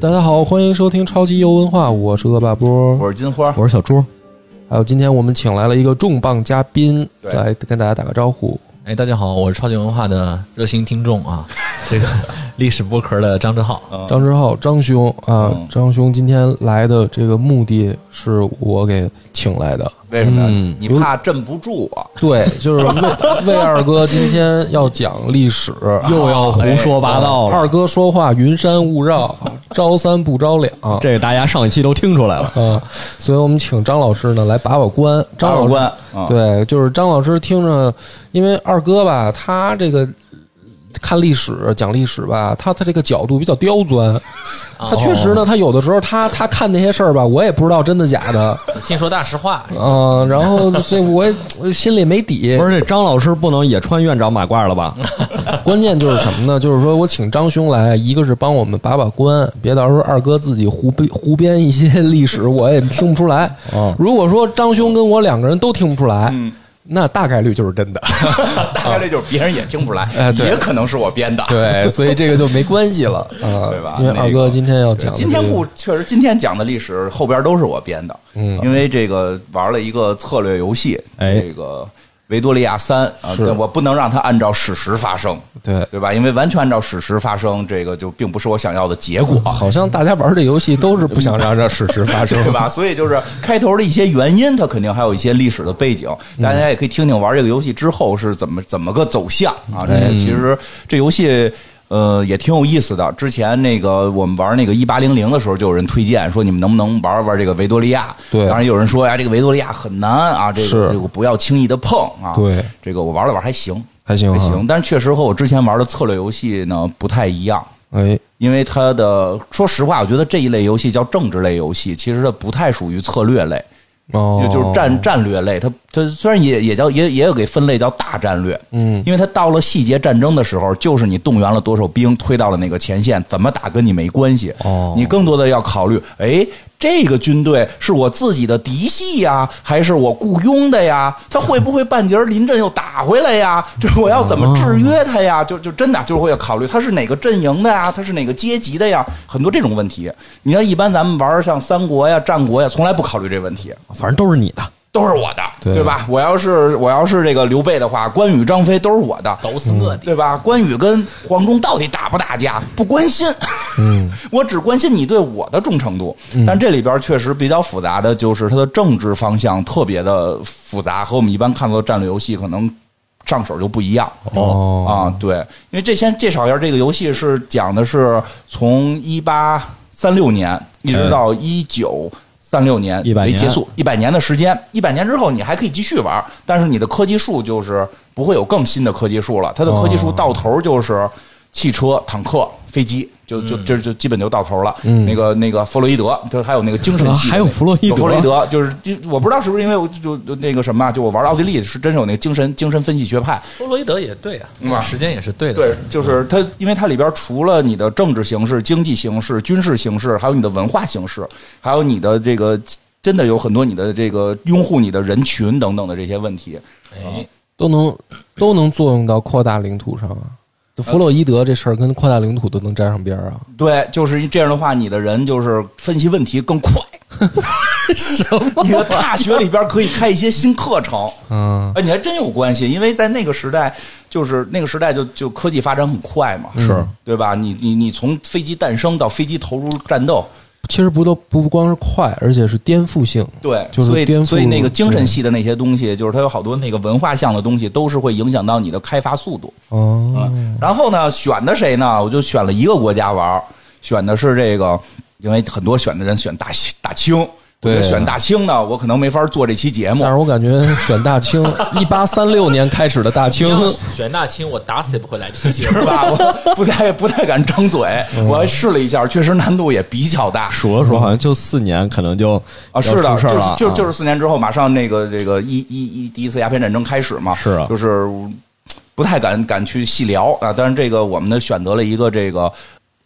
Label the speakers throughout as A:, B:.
A: 大家好，欢迎收听超级优文化，我是恶霸波，
B: 我是金花，
C: 我是小朱。
A: 还有今天我们请来了一个重磅嘉宾，
B: 对
A: 来跟大家打个招呼。
C: 哎，大家好，我是超级文化的热心听众啊， 这个历史播客的张志浩。
B: 嗯
A: 张之浩，张兄啊，
B: 嗯
A: 张兄今天来的这个目的是我给请来的，
B: 为什么呀？
A: 嗯
B: 你怕镇不住我？
A: 对， 就是魏魏二哥今天要讲历史，
D: 又要胡说八道了。
A: 二哥说话云山雾绕，招三不招两。
D: 这个大家上一期都听出来了，
A: 啊，所以我们请张老师呢来把把关。张老
B: 老
A: 师
B: 官，嗯，
A: 对，就是张老师听着，因为二哥吧，他这个看历史、讲历史吧，他他这个角度比较刁钻。他确实呢，他有的时候他他看那些事儿吧，我也不知道真的假的，
C: 听说大实话，
A: 嗯、然后这我也心里没底
D: 不。是这张老师不能也穿院长马褂了 吧？
A: 关键就是什么呢？就是说我请张兄来，一个是帮我们把把关，别到时候二哥自己胡编 胡编一些历史，我也听不出来。如果说张兄跟我两个人都听不出来，那大概率就是真的。
B: 大概率就是别人也听不出来，
A: 哎对
B: 也可能是我编 的。
A: 对，所以这个就没关系 了啊，
B: 对吧
A: 因为
B: 那
A: 二哥
B: 个
A: 今天要
B: 对
A: 讲的这
B: 今
A: 个，
B: 天故确实，今天讲的历史后边都是我编的，嗯，因为这个玩了一个策略游戏，
D: 哎
B: 这个维多利亚三啊，
A: 是
B: 但我不能让它按照史实发生，
A: 对，
B: 对吧？因为完全按照史实发生，这个就并不是我想要的结果，
A: 好像大家玩这游戏都是不想让这事实发生
B: 对。吧？所以就是开头的一些原因，它肯定还有一些历史的背景，
A: 嗯
B: 大家也可以听听玩这个游戏之后是怎么怎么个走向啊。这
A: 嗯
B: 个其实这游戏。呃，也挺有意思的。之前那个我们玩那个一八零零的时候，就有人推荐说你们能不能玩玩这个维多利亚？
A: 对
B: 当然有人说哎呀，这个维多利亚很难啊，这
A: 是
B: 个这个不要轻易的碰啊。
A: 对，
B: 这个我玩了玩还行，啊
A: 还行
B: 还
A: 哈
B: 行，但是确实和我之前玩的策略游戏呢不太一样。
A: 哎，
B: 因为它的说实话，我觉得这一类游戏叫政治类游戏，其实它不太属于策略类，
A: 哦
B: 就，就是战战略类。它它虽然也也叫也也有给分类叫大战略，嗯，因为它到了细节战争的时候，就是你动员了多少兵推到了哪个前线，怎么打跟你没关系。
A: 哦
B: 你更多的要考虑，哎，这个军队是我自己的嫡系呀，还是我雇佣的呀？他会不会半截儿临阵又打回来呀？就是我要怎么制约他呀？就就真的就是会要考虑他是哪个阵营的呀，他是哪个阶级的呀，很多这种问题。你看，一般咱们玩儿像三国呀、战国呀，从来不考虑这问题。
D: 反正都是你的，
B: 都是我的，
A: 对
B: 吧？我要是我要是这个刘备的话，关羽、张飞都是我的，
C: 都是我的。
B: 对吧？关羽跟黄忠到底打不打架不关心，嗯， 我只关心你对我的忠诚度。
A: 嗯
B: 但这里边确实比较复杂的就是它的政治方向特别的复杂，和我们一般看到的战略游戏可能上手就不一样。
A: 哦
B: 啊，对，因为这先介绍一下，这个游戏是讲的是从一八三六年一直到一九三六年
D: 100
B: 为
D: 年
B: 结束，一百年的时间。一百年之后，你还可以继续玩，但是你的科技树就是不会有更新的科技树了。它的科技
D: 哦
B: 树到头就是汽车、坦克、飞机。就
D: 嗯
B: 就就就基本就到头了。那个那个弗洛伊德，就还有那个精神系的那个，
D: 啊还有弗洛伊德
B: 有弗洛伊德，就是就我不知道是不是因为我就就那个什么啊，就我玩奥地利是真是有那个精神精神分析学派，
C: 弗洛伊德也对啊，
B: 嗯啊
C: 时间也是对的。
B: 对，就是它，因为它里边除了你的政治形势、经济形势、军事形势，还有你的文化形势，还有你的这个，真的有很多你的这个拥护你的人群等等的这些问题。
C: 哎，
A: 都能都能作用到扩大领土上啊。就弗
B: 呃
A: 洛伊德这事儿跟扩大领土都能沾上边儿啊！
B: 对，就是这样的话，你的人就是分析问题更 快。什么？你啊的大学里边可以开一些新课程。
A: 嗯，
B: 哎，你还真有关系，因为在那个时代，就是那个时代就就科技发展很快嘛，是对吧？你你你从飞机诞生到飞机投入战斗，
A: 其实不都不光是快，而且是颠覆性。
B: 对，
A: 就是
B: 所
A: 颠
B: 以
A: 覆
B: 所以那个精神系的那些东西，就是它有好多那个文化向的东西，都是会影响到你的开发速度。
A: 哦，
B: 嗯，然后呢，选的谁呢？我就选了一个国家玩儿，选的是这个，因为很多选的人选大西大清。
A: 对
B: 我觉得选大清呢，我可能没法做这期节目
A: 但。是我感觉选大清，一 八三六年开始的大 清
C: 你，要选大清，我打死也不会来这期节目
B: 是。吧？我不太不太敢张嘴，
A: 嗯
B: 我还试了一下，确实难度也比较大
D: 数了数，好像就四年，可能就
B: 啊。是的，
D: 要出事儿了
B: 就就就是是四年之后，马上那个这个一一一第一次鸦片战争开始嘛，
D: 是啊
B: 就是不太敢敢去细聊啊。但是这个我们呢选择了一个这个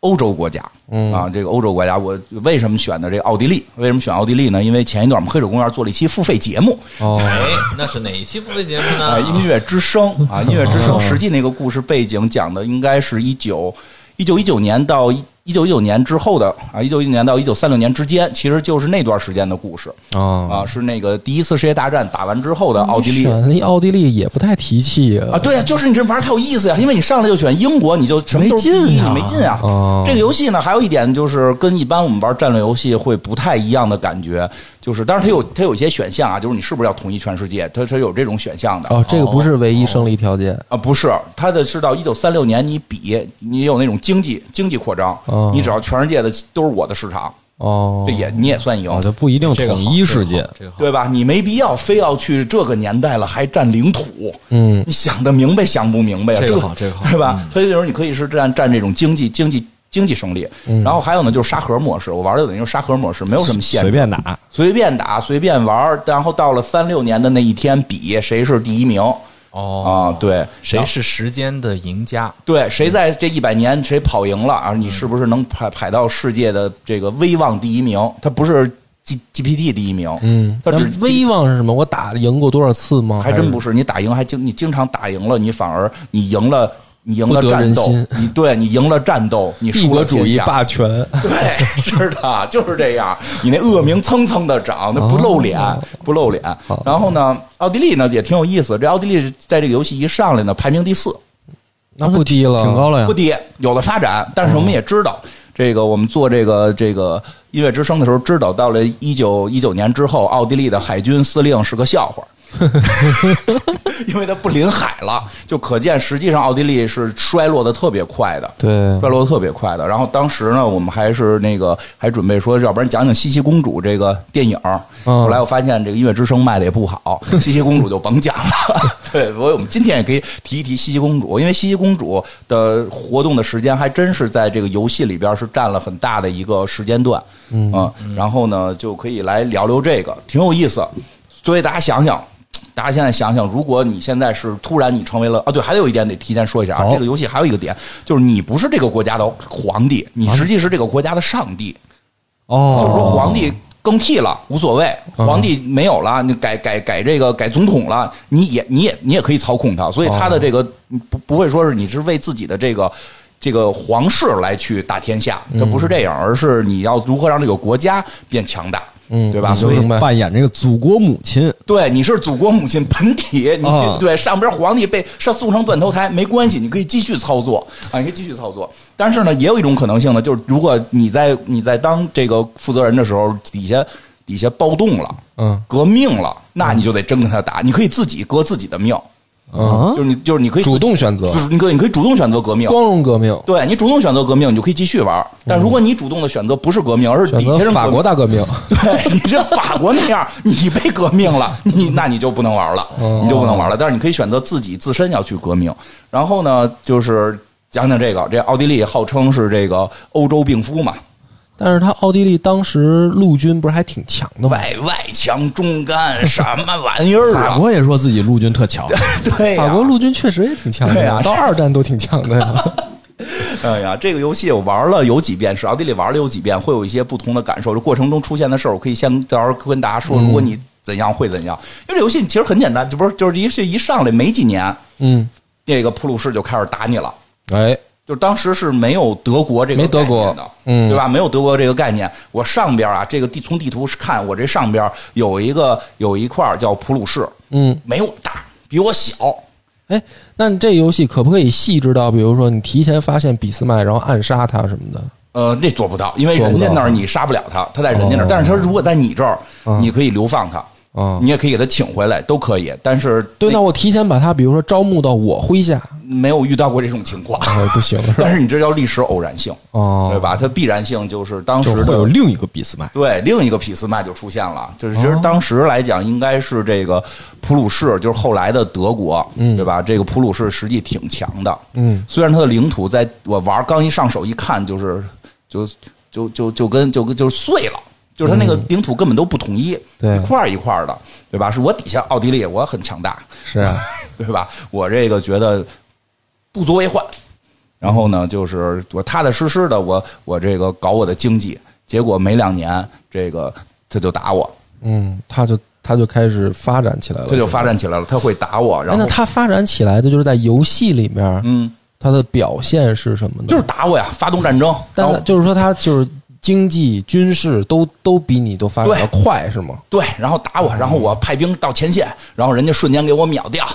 B: 欧洲国家，
D: 嗯
B: 啊，这个欧洲国家，我为什么选的这个奥地利？为什么选奥地利呢？因为前一段我们黑水公园做了一期付费节目，
A: 哦，
C: 哎，那是哪一期付费节目
B: 啊，音
C: 呢？
B: 乐之声啊，音乐之
A: 哦
B: 声，实际那个故事背景讲的应该是一九一九一九年到一九一九年之后的啊，一九一九年到一九三六年之间，其实就是那段时间的故事
A: 啊，
B: 啊，是那个第一次世界大战打完之后的奥地利。
A: 选了一奥地利也不太提气
B: 啊，对呀、就是你这玩意儿才有意思呀，因为你上来就选英国，你就什么都是
A: 没劲
B: 第一
A: 啊
B: 你没劲啊。
A: 哦
B: 这个游戏呢，还有一点就是跟一般我们玩战略游戏会不太一样的感觉，就是当然它有它有一些选项啊，就是你是不是要统一全世界，它是有这种选项的。
A: 哦，这个不是唯一胜利条件，
B: 啊，不是，它的是到一九三六年，你比你有那种经济经济扩张，
A: 哦
B: 你只要全世界的都是我的市场，
A: 哦，
B: 这也你也算赢，
D: 啊，就不一定
C: 这个好
D: 统一世界，，
C: 这个好这个好
B: 对吧？你没必要非要去这个年代了还占领土，
A: 嗯
B: 你想得明白想不明白呀？
C: 这
B: 这
C: 个好这个好嗯
B: 对吧？所以就是你可以是占占这种经济经济经济胜利，
C: 嗯
B: 然后还有呢就是沙盒模式，我玩的等于是沙盒模式，没有什么限
D: 随
B: 制，
D: 便打，
B: 随便打随便玩，然后到了三六年的那一天比谁是第一名
C: 哦，
B: 啊？对，
C: 谁是时间的赢家？
B: 对，谁在这一百年谁跑赢了啊？你是不是能排排到世界的这个威望第一名？它不是 G GPT 第一名，
A: 嗯，
B: 它
A: 那
B: 只
A: 威望是什么？我打赢过多少次吗？
B: 还真不
A: 是
B: 是。你打赢还经你经常打赢了，你反而你赢了，你赢了
A: 不得
B: 战
A: 人
B: 斗
A: 心，
B: 你对你赢了战斗，你
A: 帝
B: 输
A: 国
B: 了
A: 主义
B: 天下
A: 霸权。
B: 对，是的，就是这样。你那恶名蹭蹭的长，那不露脸，
A: 哦
B: 不露脸。然后呢，奥地利呢也挺有意思。这奥地利在这个游戏一上来呢，排名第四，
A: 那不低了，
D: 挺高哎了呀
B: 不。低，有的发展，但是我们也知道，这个我们做这个这个音乐之声的时候知道，到了一九一九年之后，奥地利的海军司令是个笑话。 因为它不临海了，就可见实际上奥地利是衰落的特别快的，
A: 对
B: 衰落的特别快的。然后当时呢，我们还是那个还准备说，要不然讲讲《西西公主》这个电影儿。
A: 嗯
B: 后来我发现这个音乐之声卖的也不好，《西西公主》就甭讲了。对，所以我们今天也可以提一提《西西公主》，因为《西西公主》的活动的时间还真是在这个游戏里边是占了很大的一个时间段。嗯，然后呢，就可以来聊聊这个，挺有意思。所以大家想想。大家现在想想，如果你现在是突然你成为了啊，对，还有一点得提前说一下啊，这个游戏还有一个点，就是你不是这个国家的皇帝，你实际是这个国家的上帝。就是说
D: 哦，
B: 皇帝更替了无所谓，皇帝没有了，你改改改这个改总统了，你也你也你也可以操控他，所以他的这个不不会说是你是为自己的这个。这个皇室来去打天下，它不是这样，而是你要如何让这个国家变强大，
A: 嗯
B: 对吧？
A: 嗯
B: 所以
A: 明白
D: 扮演这个祖国母亲，
B: 对，你是祖国母亲本体，你、
D: 啊
B: 对上边皇帝被上送上断头台没关系，你可以继续操作啊，你可以继续操作。但是呢，也有一种可能性呢，就是如果你在你在当这个负责人的时候，底下底下暴动了，
A: 嗯，
B: 革命了，那你就得真跟他打，你可以自己革自己的命，
D: 啊
B: 就是你就是你可以自
A: 嗯
B: 己
A: 主动选择
B: 就是你可以你可以主动选择革命。
A: 光荣革命，
B: 对你主动选择革命，你就可以继续玩。但如果你主动的选择不是革命，而是
A: 选
B: 底下
A: 择
B: 人
A: 法
B: 革
A: 国
B: 命
A: 大革 命。
B: 对你这法国那样，你被革命了，你那你就不能玩了，你就不能玩了。但是你可以选择自己自身要去革命。然后呢，就是讲讲这个，这奥地利号称是这个欧洲病夫嘛，
A: 但是他奥地利当时陆军不是还挺强的吗？
B: 外外强中干，什么玩意儿
D: 法
B: 啊？
D: 国也说自己陆军特强，
B: 对呀、
A: 法国陆军确实也挺强的
B: 对
A: 呀，
B: 啊
A: 到二战都挺强的 呀。
B: 哎呀，这个游戏我玩了有几遍，是奥地利玩了有几遍，会有一些不同的感受。这过程中出现的事儿，我可以先到时候跟大家说，如果你怎样会怎样。因为这游戏其实很简单，这不是就是一是一上来没几年，
A: 嗯，
B: 那个普鲁士就开始打你了。
A: 哎，
B: 就是当时是没有德国这个
A: 没德国
B: 概念的，
A: 嗯
B: 对吧？没有德国这个概念。我上边啊，这个地从地图看，我这上边有一个有一块叫普鲁士，
A: 嗯，
B: 没有大，比我小。
A: 哎，那你这游戏可不可以细致到，比如说你提前发现俾斯麦，然后暗杀他什么的？
B: 呃，这做不到，因为
A: 做不
B: 人
A: 到
B: 家那儿你杀不了
A: 哦
B: 他，他在人家那儿。但是他如果在你这儿，你可以流放他，
A: 啊、
B: 你也可以给他请回来，都可以。但是
A: 对，
B: 那
A: 那我提前把他，比如说招募到我麾下，
B: 没有遇到过这种情况。
A: 哎，不行是吧？
B: 但是你这叫历史偶然性，
A: 哦，
B: 对？吧？它必然性就是当时
D: 就
B: 的
D: 会有另一个俾斯麦。
B: 对，另一个俾斯麦就出现了，就是其实当时来讲，应该是这个普鲁士，就是后来的德国，对吧？这个普鲁士实际挺强的，
A: 嗯，
B: 虽然它的领土在我玩刚一上手一看，就是就就就就跟就跟就碎了。就是它那个领土根本都不统一，
A: 对
B: 一块儿一块儿的，对吧？是我底下奥地利，我很强大，
A: 是啊，
B: 对吧？我这个觉得不足为患。然后呢，就是我踏踏实实的，我我这个搞我的经济，结果没两年，这个他就打我，
A: 嗯，他就他就开始发展起来了。
B: 他就发展起来了，他会打我，
A: 哎，
B: 然
A: 那
B: 后
A: 他发展起来的就是在游戏里面，
B: 嗯，
A: 他的表现是什么呢？
B: 就是打我呀，发动战争，然
A: 但
B: 后
A: 是就是说他就是经济、军事都都比你都发展的
B: 对
A: 快，是吗？
B: 对，然后打我，然后我派兵到前线，然后人家瞬间给我秒掉，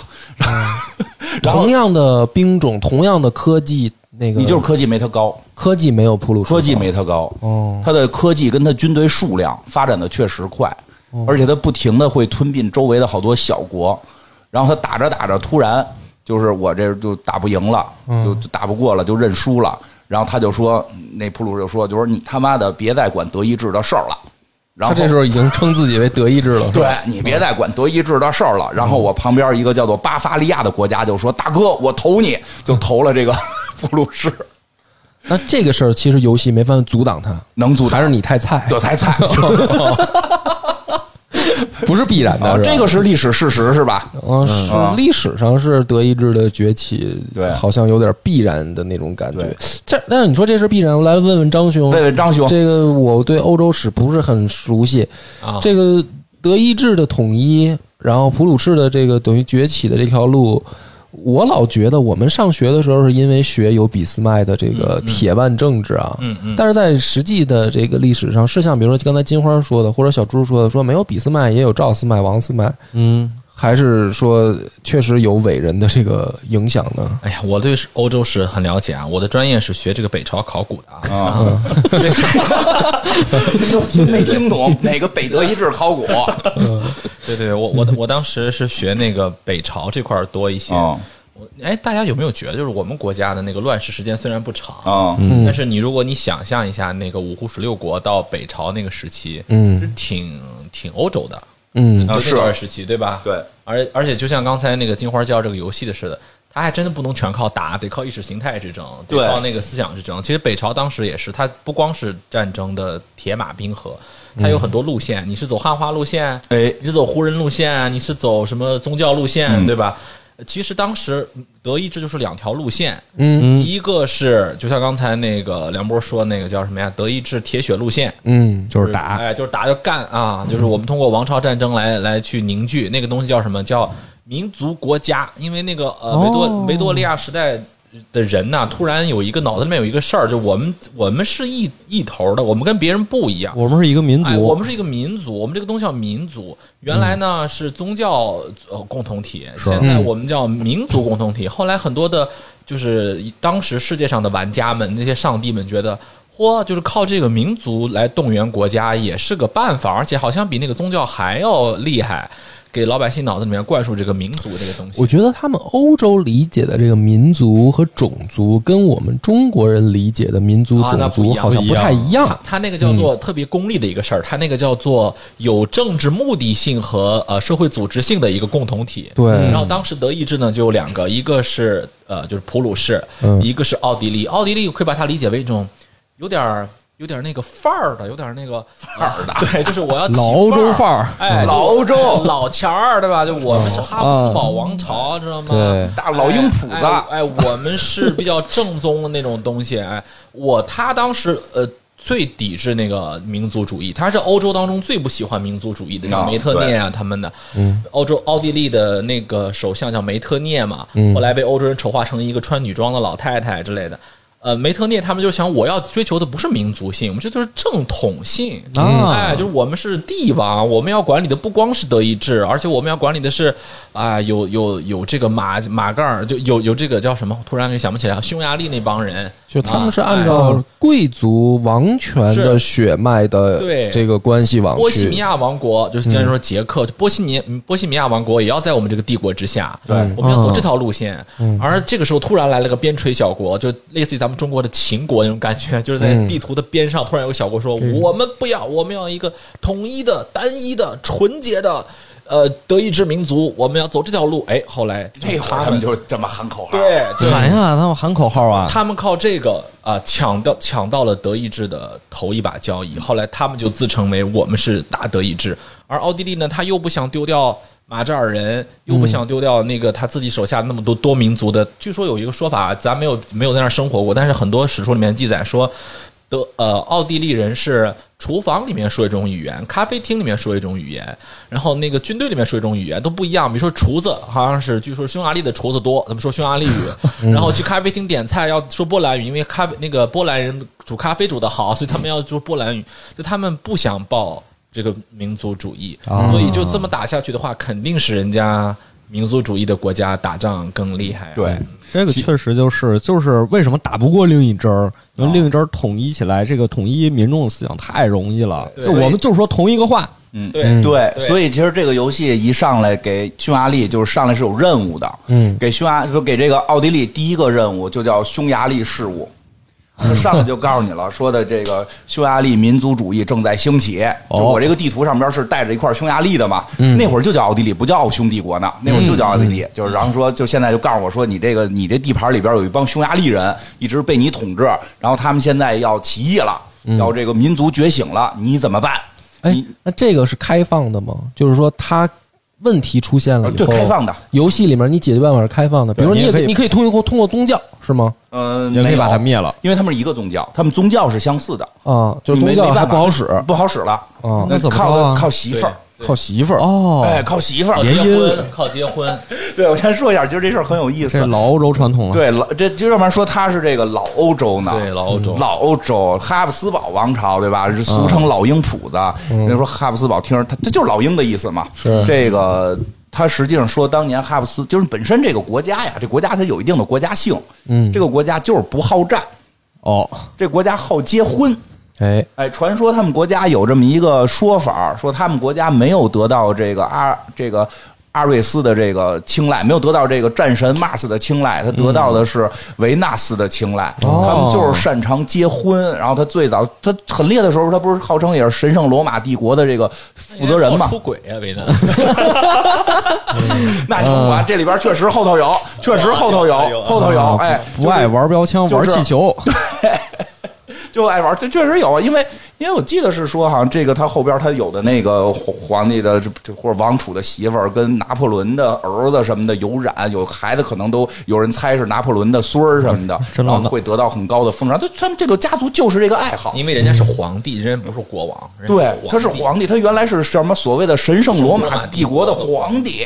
B: 然后
A: 同样的兵种，同样的科技，那个
B: 你就是科技没他高，
A: 科技没有铺路出
B: 科
A: 口，
B: 技没他高，
A: 哦
B: 他的科技跟他军队数量发展的确实快，
A: 哦
B: 而且他不停的会吞并周围的好多小国，然后他打着打着，突然就是我这就打不赢了，
A: 嗯
B: 就就打不过了，就认输了。然后他就说，那普鲁士就说，就说你他妈的别再管德意志的事儿了。然
A: 他
B: 后
A: 这时候已经称自己为德意志了，是吧
B: 对你别再管德意志的事儿了。然后我旁边一个叫做巴伐利亚的国家就说：“大哥，我投你！”就投了 这个普鲁士，
A: 那这个事儿其实游戏没法阻挡他，
B: 能阻挡
A: 还是你太哦菜，
B: 这才 菜。
A: 不是必然的，
B: 啊
A: 是吧
B: 这个是历史事实是吧？
A: 嗯，是
B: 啊
A: 历史上是德意志的崛起，
B: 对
A: 好像有点必然的那种感觉
B: 对。
A: 这，那你说这是必然？我来问问张兄，
B: 问问张兄，
A: 这个我对欧洲史不是很熟悉。
C: 啊，
A: 这个德意志的统一，然后普鲁士的这个等于崛起的这条路，我老觉得我们上学的时候是因为学有俾斯麦的这个铁腕政治啊，
C: 嗯嗯，
A: 但是在实际的这个历史上，是像比如说刚才金花说的，或者小朱说的，说没有俾斯麦也有赵斯麦、王斯麦，
D: 嗯，
A: 还是说确实有伟人的这个影响呢？
C: 哎呀，我对欧洲史很了解啊，我的专业是学这个北朝考古的啊。
B: 啊， 没听懂哪个北德意志考古
C: 对对，我我我当时是学那个北朝这块儿多一些。
B: 啊
C: 我哎，大家有没有觉得，就是我们国家的那个乱世时间虽然不长，
B: 啊，
C: 嗯
A: 嗯
C: 但是你如果你想象一下那个五胡十六国到北朝那个时期，
A: 嗯
C: 是挺挺欧洲的，
A: 嗯
C: 就
B: 啊
C: 那段
B: 是
C: 时期，对吧？
B: 对。
C: 而而且就像刚才那个金花教这个游戏的似的，它还真的不能全靠打，得靠意识形态之争，得
B: 对
C: 靠那个思想之争。其实北朝当时也是，它不光是战争的铁马冰河，它有很多路线。你是走汉化路线，
B: 哎
C: 你是走胡人路线，啊你是走什么宗教路线，对吧？其实当时德意志就是两条路线，
A: 嗯
C: 一个是就像刚才那个梁波说那个叫什么呀？德意志铁血路线，
A: 嗯，
D: 就是打，嗯
C: 哎，就是打就干啊，就是我们通过王朝战争来来去凝聚那个东西叫什么？叫民族国家，因为那个呃
D: 哦
C: 维多、维多利亚时代。的人呐、突然有一个脑子里面有一个事儿，就我们我们是一一头的，我们跟别人不一样。
D: 我们是一个民
C: 哎，我
D: 族，
C: 们是一个民族，我们这个东西叫民族。原来呢
A: 嗯
C: 是宗教呃共同体，现在我们叫民族共同体。后来很多的，就是当时世界上的玩家们，那些上帝们觉得。嚯，就是靠这个民族来动员国家也是个办法，而且好像比那个宗教还要厉害，给老百姓脑子里面灌输这个民族这个东西。
A: 我觉得他们欧洲理解的这个民族和种族，跟我们中国人理解的民族、
C: 啊那
A: 种
C: 不一
A: 族
C: 样
A: 好像不太一样。嗯
C: 他那个叫做特别功利的一个事儿，他那个叫做有政治目的性和呃社会组织性的一个共同体。
A: 对
D: 嗯
C: 然后当时德意志呢就有两个，一个是呃就是普鲁士，
A: 嗯
C: 一个是奥地利。奥地利可以把它理解为一种有点儿。有点儿那个范儿的，有点儿那个范儿啊的， 对，就是我要起
D: 老欧洲范儿
C: 哎，
B: 老欧洲
C: 就是 老钱儿，对吧？就我们是哈布斯堡王朝，知道吗？
A: 对
B: 哦啊大老鹰谱
C: 哎
B: 子
C: 哎我们是比较正宗的那种东西。哎，我他当时呃最抵制那个民族主义，他是欧洲当中最不喜欢民族主义的，
B: 啊
C: 像梅特涅啊他们的。嗯，欧洲奥地利的那个首相叫梅特涅嘛，
B: 嗯
C: 后来被欧洲人丑化成一个穿女装的老太太之类的。呃，梅特涅他们就想，我要追求的不是民族性，我们追求的是正统性。
D: 啊
C: 哎，就是我们是帝王，我们要管理的不光是德意志，而且我们要管理的是啊、有有有这个马马盖儿，就有有这个叫什么？突然给想不起来，匈牙利那帮人，
A: 就他们是按
C: 啊
A: 照贵族王权的血脉
C: 是对
A: 的这个关系
C: 哎
A: 往
C: 波西米
A: 去，
C: 亚王国，就是像说捷克，就波西尼嗯波西米亚王国也要在我们这个帝国之下，
A: 嗯
B: 对
C: 我们要走这条路线。而这个时候突然来了个边陲小国，就类似于咱们中国的秦国那种感觉，就是在地图的边上突然有个小国说：“我们不要，我们要一个统一的、单一的、纯洁的。”呃，德意志民族，我们要走这条路。哎，后来
B: 这会儿他们就是这么喊口号，
C: 对对，
D: 喊呀，他们喊口号啊，
C: 他们靠这个啊、抢到抢到了德意志的头一把交椅，后来他们就自称为我们是大德意志，而奥地利呢，他又不想丢掉马扎尔人，又不想丢掉那个他自己手下那么多多民族的。据说有一个说法，咱没有没有在那儿生活过，但是很多史书里面记载说，德呃奥地利人是厨房里面说一种语言，咖啡厅里面说一种语言，然后那个军队里面说一种语言都不一样。比如说厨子，好像是据说匈牙利的厨子多，他们说匈牙利语。然后去咖啡厅点菜要说波兰语，因为咖啡那个波兰人煮咖啡煮的好，所以他们要说波兰语。就他们不想报这个民族主义，
D: 啊
C: 所以就这么打下去的话，肯定是人家民族主义的国家打仗更厉害、啊。
B: 对，
D: 这个确实就是，就是为什么打不过另一支儿？因为另一支儿统一起来，这个统一民众思想太容易了。
C: 对
D: 就我们就说同一个话，
B: 嗯，
C: 对
A: 嗯
B: 对，
C: 对
B: 所以其实这个游戏一上来给匈牙利就是上来是有任务的，
A: 嗯
B: 给匈牙不给这个奥地利第一个任务就叫匈牙利事务，上来就告诉你了，说的这个匈牙利民族主义正在兴起，就
D: 哦嗯
B: 我这个地图上边是带着一块匈牙利的嘛，那会儿就叫奥地利，不叫奥匈帝国呢，那会儿就叫奥地利，就是然后说就现在就告诉我说你这个你这地盘里边有一帮匈牙利人一直被你统治，然后他们现在要起义了，
D: 嗯
B: 要这个民族觉醒了，你怎么办？
A: 哎
B: 你，
A: 那这个是开放的吗？就是说，它问题出现了
B: 呃
A: 以
B: 对
A: 后，
B: 开放的。
A: 游戏里面你解决办法是开放的，比如说
D: 对
A: 你也可
D: 你也可以
A: 以，你可以通过通过宗教是吗？
B: 嗯，
D: 也可以
B: 没
D: 把
B: 有
D: 它灭了。
B: 因为他们是一个宗教，他们宗教是相似的，
A: 啊，就是
B: 你没
A: 宗教
B: 没
A: 还
B: 办
A: 不
B: 法
A: 好使，
B: 不好使了。
A: 啊
B: 那
A: 那怎么
B: 靠
A: 着啊
B: 靠媳妇儿，
A: 靠媳妇儿
D: 哦，
B: 哎，靠媳妇儿
C: 靠。结婚，靠结婚，
B: 对，我先说一下，其实这事儿很有意
D: 这是
B: 思。
D: 老欧洲传
A: 啊
D: 统了。
B: 对，老这就要不然说他是这个老欧洲呢？
C: 对老欧洲
B: 老欧洲哈布斯堡王朝对吧？是
A: 嗯
B: 俗称老鹰谱子。人家说哈布斯堡听着，他这就是老鹰的意思嘛。
A: 是
B: 这个。他实际上说，当年哈布斯就是本身这个国家呀，这国家它有一定的国家性，
A: 嗯
B: 这个国家就是不好战，
D: 哦，
B: 这国家好结婚，
A: 哎，
B: 哎，传说他们国家有这么一个说法，说他们国家没有得到这个阿这个阿瑞斯的这个青睐，没有得到这个战神马斯的青睐，他得到的是维纳斯的青睐。
D: 哦
B: 他们就是擅长结婚，然后他最早他很烈的时候，他不是号称也是神圣罗马帝国的这个负责人嘛
C: 出？轨啊，维纳
B: 那你甭管，这里边确实后头有，确实后头有，后头有，哎，
D: 不爱玩标枪，
B: 就是
D: 玩气球，
B: 就爱玩，这确实有啊，因为因为我记得是说，好像这个他后边他有的那个皇皇帝的这或者王储的媳妇儿跟拿破仑的儿子什么的有染，有孩子可能都有人猜是拿破仑的孙儿什么 的，然
D: 真浪漫
B: 后会得到很高的封赏。他他们这个家族就是这个爱好，
C: 因为人家是皇帝，人家不是国王，人
B: 对
C: 家，
B: 他是
C: 帝
B: 皇帝，他原来是什么所谓的神圣罗马嗯帝国的皇帝，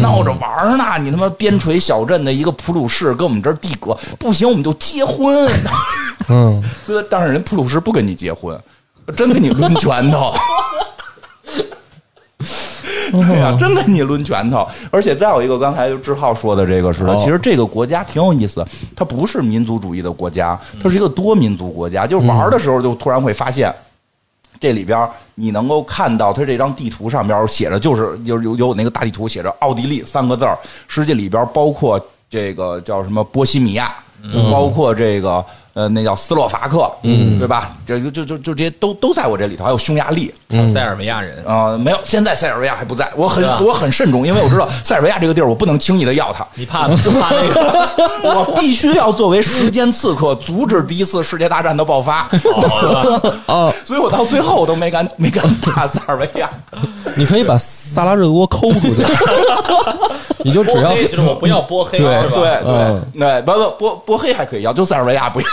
B: 闹着玩儿呢。你他妈边陲小镇的一个普鲁士跟我们这儿帝国不行，我们就结婚。
A: 嗯，
B: 所以，但是人普鲁士不跟你结婚，真跟你抡拳头。对呀、真跟你抡拳头。而且再有一个，刚才就志浩说的这个似的，
D: 哦
B: 其实这个国家挺有意思，它不是民族主义的国家，它是一个多民族国家。就是玩的时候，就突然会发现。这里边儿你能够看到，它这张地图上边儿写着就是有有有那个大地图写着奥地利三个字儿，实际里边儿包括这个叫什么波西米亚，包括这个呃那叫斯洛伐克，嗯，对吧？这就就就就这些都都在我这里头，还有匈牙利，
C: 还
A: 嗯
C: 有塞尔维亚人，
B: 啊，没有，现在塞尔维亚还不在，我很
C: 对吧
B: 我很慎重，因为我知道塞尔维亚这个地儿我不能轻易的要它，
C: 你怕就怕那个
B: 我必须要作为时间刺客，阻止第一次世界大战的爆发，
D: 哦，
B: 所以我到最后我都没敢没敢打塞尔维亚。
A: 你可以把萨拉热窝抠出 去，你 就只
C: 波
A: 要
C: 黑， 就是我不要波黑，
A: 对
C: 是吧？
B: 对对
D: 嗯
B: 对，不不波波黑还可以要，就塞尔维亚不要。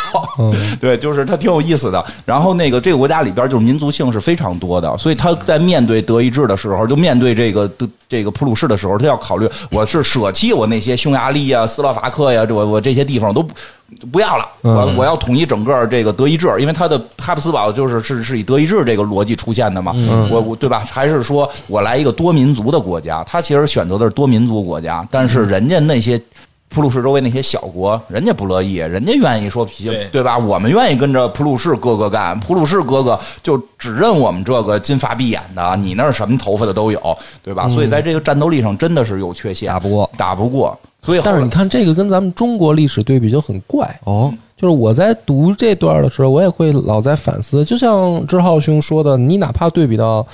B: 对，就是它挺有意思的。然后那个这个国家里边就是民族性是非常多的，所以他在面对德意志的时候，就面对这个德这个普鲁士的时候，他要考虑我是舍弃我那些匈牙利呀、斯洛伐克呀，这我我这些地方都不。不要了，我我要统一整个这个德意志，因为它的哈布斯堡就是是是以德意志这个逻辑出现的嘛，我我对吧？还是说我来一个多民族的国家？他其实选择的是多民族国家，但是人家那些普鲁士周围那些小国，人家不乐意，人家愿意说脾气，
C: 对
B: 对吧？我们愿意跟着普鲁士哥哥干，普鲁士哥哥就只认我们这个金发碧眼的，你那儿什么头发的都有，对吧？所以在这个战斗力上真的是有缺陷，
D: 打不过，
B: 打不过。所以后来
A: 但 是你看这个跟咱们中国历史对比就很怪，
D: 哦，
A: 就是我在读这段的时候，我也会老在反思，就像志浩兄说的，你哪怕对比到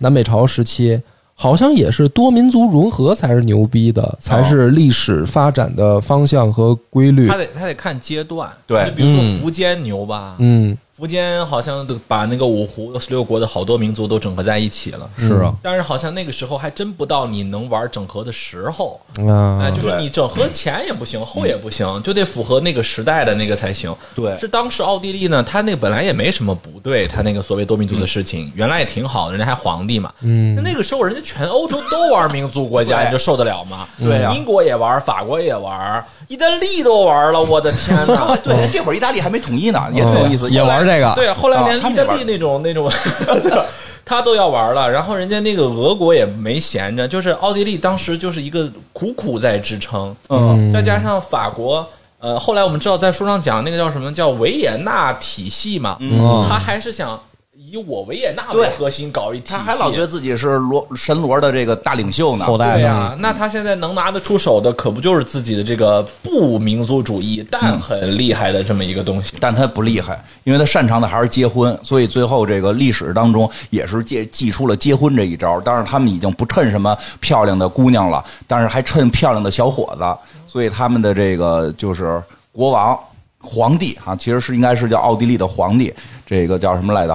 A: 南北朝时期，好像也是多民族融合才是牛逼的，才是历史发展的方向和规律
C: 他。得他得看阶段，
B: 对
C: 你比如说
A: 嗯
C: 苻坚牛吧，
A: 嗯，
C: 苻坚好像都把那个五胡十六国的好多民族都整合在一起了。
D: 是啊，
C: 但是好像那个时候还真不到你能玩整合的时候，哎，
A: 啊，
C: 就是
B: 对嗯
C: 你整合前也不行，后也不行，就得符合那个时代的那个才行。
B: 对
C: 是当时奥地利呢，他那本来也没什么不对，他那个所谓多民
B: 嗯
C: 族的事情，原来也挺好的，人家还皇帝嘛。
A: 嗯
C: 那个时候人家全欧洲都玩民族国家，
B: 对
C: 你就受得了吗？
B: 对啊呀
C: 英国也玩，法国也玩，意大利都玩了，我的天哪！
B: 对，这会儿意大利还没统一呢，也挺有意思。
D: 也玩这个，
C: 对，后来连
B: 啊他
C: 意
B: 们也
C: 大
B: 玩
C: 利那种、 那种，对 他都要玩了。然后人家那个俄国也没闲着，就是奥地利当时就是一个苦苦在支撑，
B: 嗯，
C: 再加上法国。呃，后来我们知道，在书上讲那个叫什么叫维也纳体系嘛，
A: 嗯
C: 他还是想以我维也纳为
B: 对
C: 核心搞一体系，
B: 他还老觉得自己是罗神罗的这个大领袖呢。
D: 后代
C: 对呀、啊
D: 呢，
C: 那他现在能拿得出手的，可不就是自己的这个不民族主义但很厉害的这么一个东西？
B: 但他不厉害，因为他擅长的还是结婚，所以最后这个历史当中也是借祭出了结婚这一招。当然，他们已经不趁什么漂亮的姑娘了，但是还趁漂亮的小伙子，所以他们的这个就是国王皇帝啊，其实是应该是叫奥地利的皇帝，这个叫什么来着？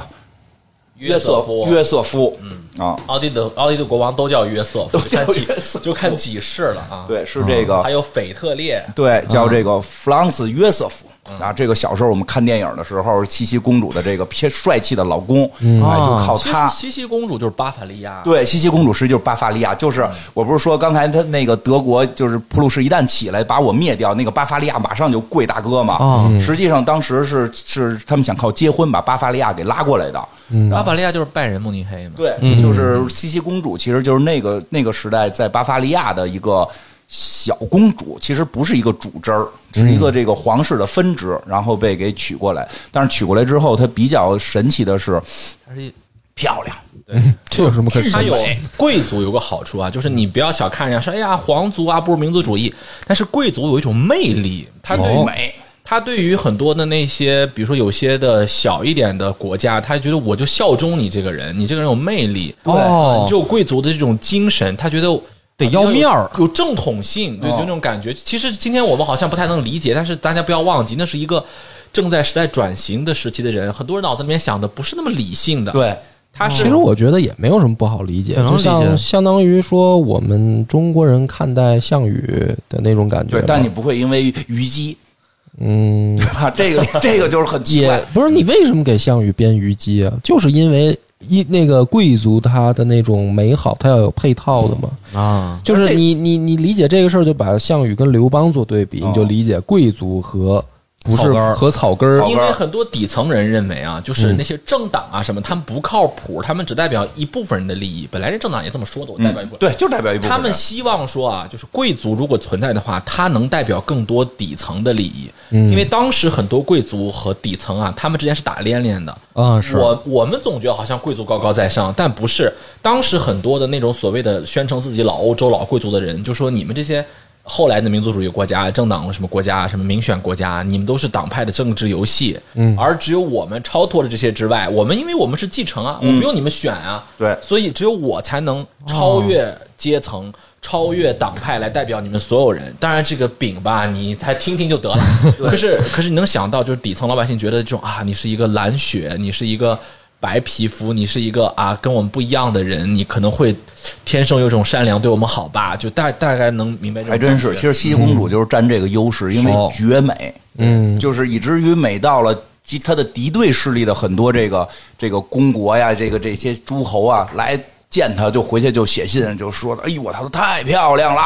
C: 约瑟夫，
B: 约瑟夫，嗯啊，
C: 奥地利的奥地利国王都叫约瑟夫，
B: 都叫
C: 就看几
B: 约瑟夫
C: 就看几世了啊。，
B: 对，是这个
C: 还有嗯腓特烈，
B: 对，叫这个弗朗茨·约瑟夫。
C: 嗯
B: 啊，这个小时候我们看电影的时候，七夕公主的这个偏帅气的老公，哎，就靠
C: 嗯啊其实
B: 他。
C: 西西公主就是巴伐利亚，
B: 对，西西公主实际就是巴伐利亚，就是我不是说刚才他那个德国就是普鲁士一旦起来把我灭掉，那个巴伐利亚马上就跪大哥嘛。实际上当时是是他们想靠结婚把巴伐利亚给拉过来的。
C: 巴伐利亚就是拜仁慕尼黑嘛。
B: 对，就是西西公主，其实就是那个那个时代在巴伐利亚的一个小公主，其实不是一个主枝儿，是一个这个皇室的分支，然后被给娶过来。但是娶过来之后，她比较神奇的是
C: 它是一
B: 漂亮，
A: 这有什么可
C: 它
A: 神
C: 有
A: 奇？
C: 贵族有个好处啊，就是你不要小看人家说哎呀皇族啊不如民族主义，但是贵族有一种魅力，他对
D: 哦
C: 于
B: 美。
C: 他对于很多的那些，比如说有些的小一点的国家，他觉得我就效忠你这个人，你这个人有魅力，
D: 对
C: 啊你就有贵族的这种精神，他觉得。
D: 哦得要面儿
C: 有有正统性，对，
B: 哦
C: 就那种感觉。其实今天我们好像不太能理解，但是大家不要忘记，那是一个正在时代转型的时期的人，很多人脑子里面想的不是那么理性的。，
B: 对，
C: 他是
A: 其实我觉得也没有什么不好理解，
D: 啊挺
A: 就
D: 能理解
A: 像相当于说我们中国人看待项羽的那种感觉
B: 对
A: 吧。，
B: 但你不会因为虞姬
A: 嗯，
B: 啊，这个这个就是很奇
A: 也
B: 怪。
A: 不是你为什么给项羽编虞姬啊？就是因为一那个贵族他的那种美好，他要有配套的嘛。
B: 嗯
D: 啊，
A: 就是你你你理解这个事儿，就把项羽跟刘邦做对比，
B: 哦
A: 你就理解贵族和不
D: 草
A: 是
D: 根儿
A: 和草根儿
B: 草。
C: 因为很多底层人认为啊，就是那些政党啊什么，他们不靠谱，他们只代表一部分人的利益。本来这政党也这么说的，我代表一部分。
B: 嗯对，就代表一部分人。
C: 他们希望说啊，就是贵族如果存在的话，它能代表更多底层的利益，因为当时很多贵族和底层啊，他们之间是打连连的。
D: 啊是
C: 我我们总觉得好像贵族高高在上，但不是。当时很多的那种所谓的宣称自己老欧洲老贵族的人，就说你们这些后来的民族主义国家、政党什么国家、什么民选国家，你们都是党派的政治游戏。嗯，而只有我们超脱了这些之外，我们因为我们是继承啊，我不用你们选啊，
B: 对
C: 所以只有我才能超越阶
B: 哦
C: 层。超越党派来代表你们所有人，当然这个饼吧，你才听听就 得了。可是，可是你能想到，就是底层老百姓觉得这种啊，你是一个蓝血，你是一个白皮肤，你是一个啊跟我们不一样的人，你可能会天生有种善良，对我们好吧？就大大概能明白这种
B: 还
C: 感觉。
B: 真是，其实西西公主就是占这个优势，因为绝美，嗯，就是以至于美到了。及她的敌对势力的很多这个这个公国呀，这个这些诸侯啊，来见她就回去就写信，就说的，哎呦，我操，太漂亮了，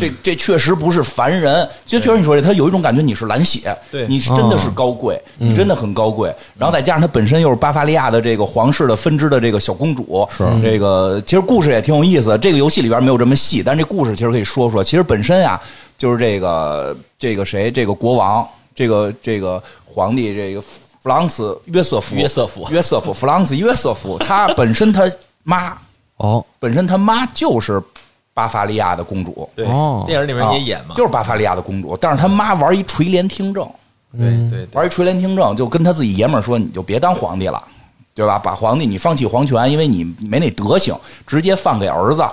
B: 这这确实不是凡人。就确实你说这，她有一种感觉，你是蓝血，
C: 对
B: 你是真的
C: 嗯
B: 是高贵，你真的很高贵。然后再加上她本身又是巴伐利亚的这个皇室的分支的这个小公主，是这个其实故事也挺有意思的。这个游戏里边没有这么细，但是这故事其实可以说说。其实本身啊，就是这个这个谁，这个国王，这个这个皇帝，这个弗朗茨约瑟夫，
C: 约瑟夫
B: 约瑟夫，弗朗茨约瑟 夫，他本身他妈，
D: 哦
B: 本身他妈就是巴伐利亚的公主，啊
C: 对
D: 哦
C: 电影里面也演 嘛，
B: 就是巴伐利亚的公主，但是他妈玩一垂帘听政。
C: 对对对，
B: 玩一垂帘听政，就跟他自己爷们儿说，你就别当皇帝了，对吧？把皇帝你放弃皇权，因为你没那德行，直接放给儿子。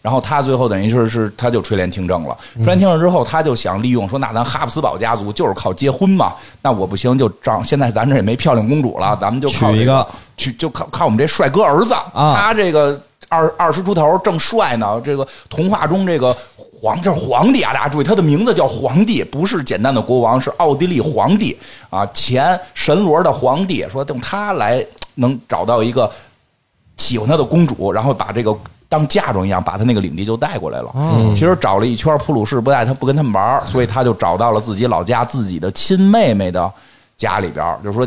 B: 然后他最后等于是是他就垂帘听政了。垂帘听政之后，他就想利用说，那咱哈布斯堡家族就是靠结婚嘛，那我不行就仗现在咱这也没漂亮公主了，咱们就靠
D: 娶一
B: 这
D: 个
B: 娶就靠靠我们这帅哥儿子
D: 啊
B: 他这个二二十出头正帅呢，这个童话中这个。皇这是皇帝啊，大家注意，他的名字叫皇帝，不是简单的国王，是奥地利皇帝啊，前神罗的皇帝。说用他来能找到一个喜欢他的公主，然后把这个当嫁妆一样把他那个领地就带过来了。
D: 哦
B: 其实找了一圈，普鲁士不带他不跟他们玩儿，所以他就找到了自己老家自己的亲妹妹的家里边儿，就是说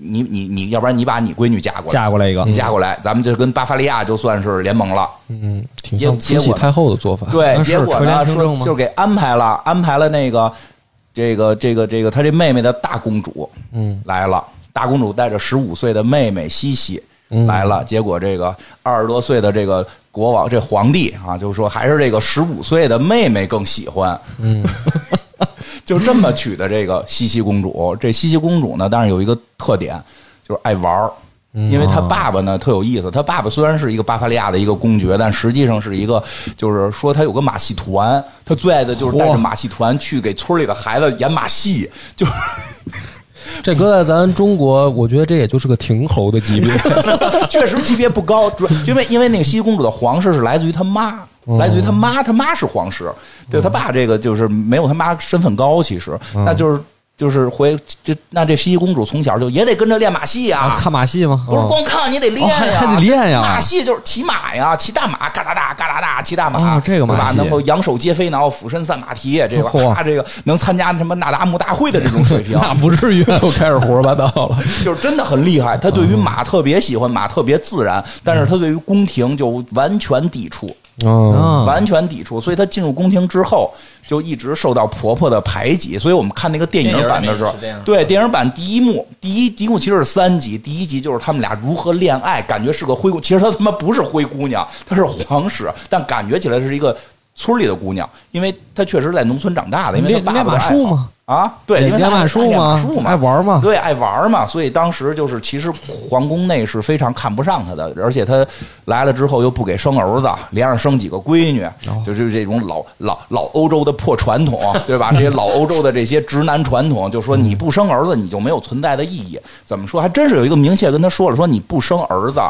B: 你你你要不然你把你闺女嫁过来，
D: 嫁过来一个
B: 你嫁过来，咱们就跟巴伐利亚就算是联盟了。
A: 嗯，挺
B: 结
A: 像慈
B: 结
A: 禧
B: 果呢
A: 太后的做法。
B: 对，
D: 那
B: 结
D: 是
B: 果
D: 垂
B: 呢
D: 帘听政
B: 说
D: 吗
B: 就给安排了，安排了那个这个这个这个他这妹妹的大公主，
A: 嗯，
B: 来了，大公主带着十五岁的妹妹西西
A: 嗯
B: 来了，结果这个二十多岁的这个国王这皇帝啊，就说还是这个十五岁的妹妹更喜欢，嗯， 就这么娶的这个西西公主。这西西公主呢，但是有一个特点，就是爱玩儿。
A: 嗯
B: 因为她爸爸
A: 啊
B: 呢特有意思，她爸爸虽然是一个巴伐利亚的一个公爵，但实际上是一个，就是说他有个马戏团，他最爱的就是带着马戏团去给村里的孩子演马戏，就是
A: 这搁在咱中国，我觉得这也就是个亭侯的 级别。
B: 确实级别不高，主因为因为那个西西公主的皇室是来自于她妈，
D: 哦
B: 来自于她妈，她妈是皇室，对
D: 嗯
B: 她爸这个就是没有她妈身份高，其实那就是就是回这那这西西公主从小就也得跟着练马戏呀、
D: 啊，看马戏吗？
B: 不是
D: 啊
B: 光看你得练
D: 哦
B: 呀，
D: 还还得练呀
B: 马戏就是骑马呀，骑大马，嘎哒哒，嘎哒哒，骑大马，
D: 哦这个马
B: 对吧
D: 戏
B: 能够扬手接飞，然后俯身散马蹄，这个
D: 嚯
B: 他这个能参加什么那达慕大会的这种 水平，
D: 那不至于，
A: 又开始胡说八道了。
B: 就是真的很厉害。他对于马特别喜欢，马特别自然，但是他对于宫廷就完全抵触，
A: 嗯，
D: 啊
B: 完全抵触。所以他进入宫廷之后，就一直受到婆婆的排挤。所以我们看那个电影版的时候
C: 电影里面也是这样，
B: 对电影版第一幕，第一第一幕其实是三集，第一集就是他们俩如何恋爱，感觉是个灰姑，其实她他妈不是灰姑娘，她是皇室，但感觉起来是一个。村里的姑娘，因为她确实在农村长大的，因为她爸爸
D: 练练马
B: 的爱
D: 术
B: 好
D: 吗？
B: 啊，对，因为她
D: 练
B: 爱
D: 马术
B: 练马
D: 吗
B: 术？嘛
D: 爱，玩吗？
B: 对，爱玩儿嘛，所以当时就是，其实皇宫内是非常看不上他的，而且他来了之后又不给生儿子，连着生几个闺女，就是这种老老老欧洲的破传统，对吧？这些老欧洲的这些直男传统，就说你不生儿子，你就没有存在的意义。怎么说？还真是有一个明确跟他说了，说你不生儿子。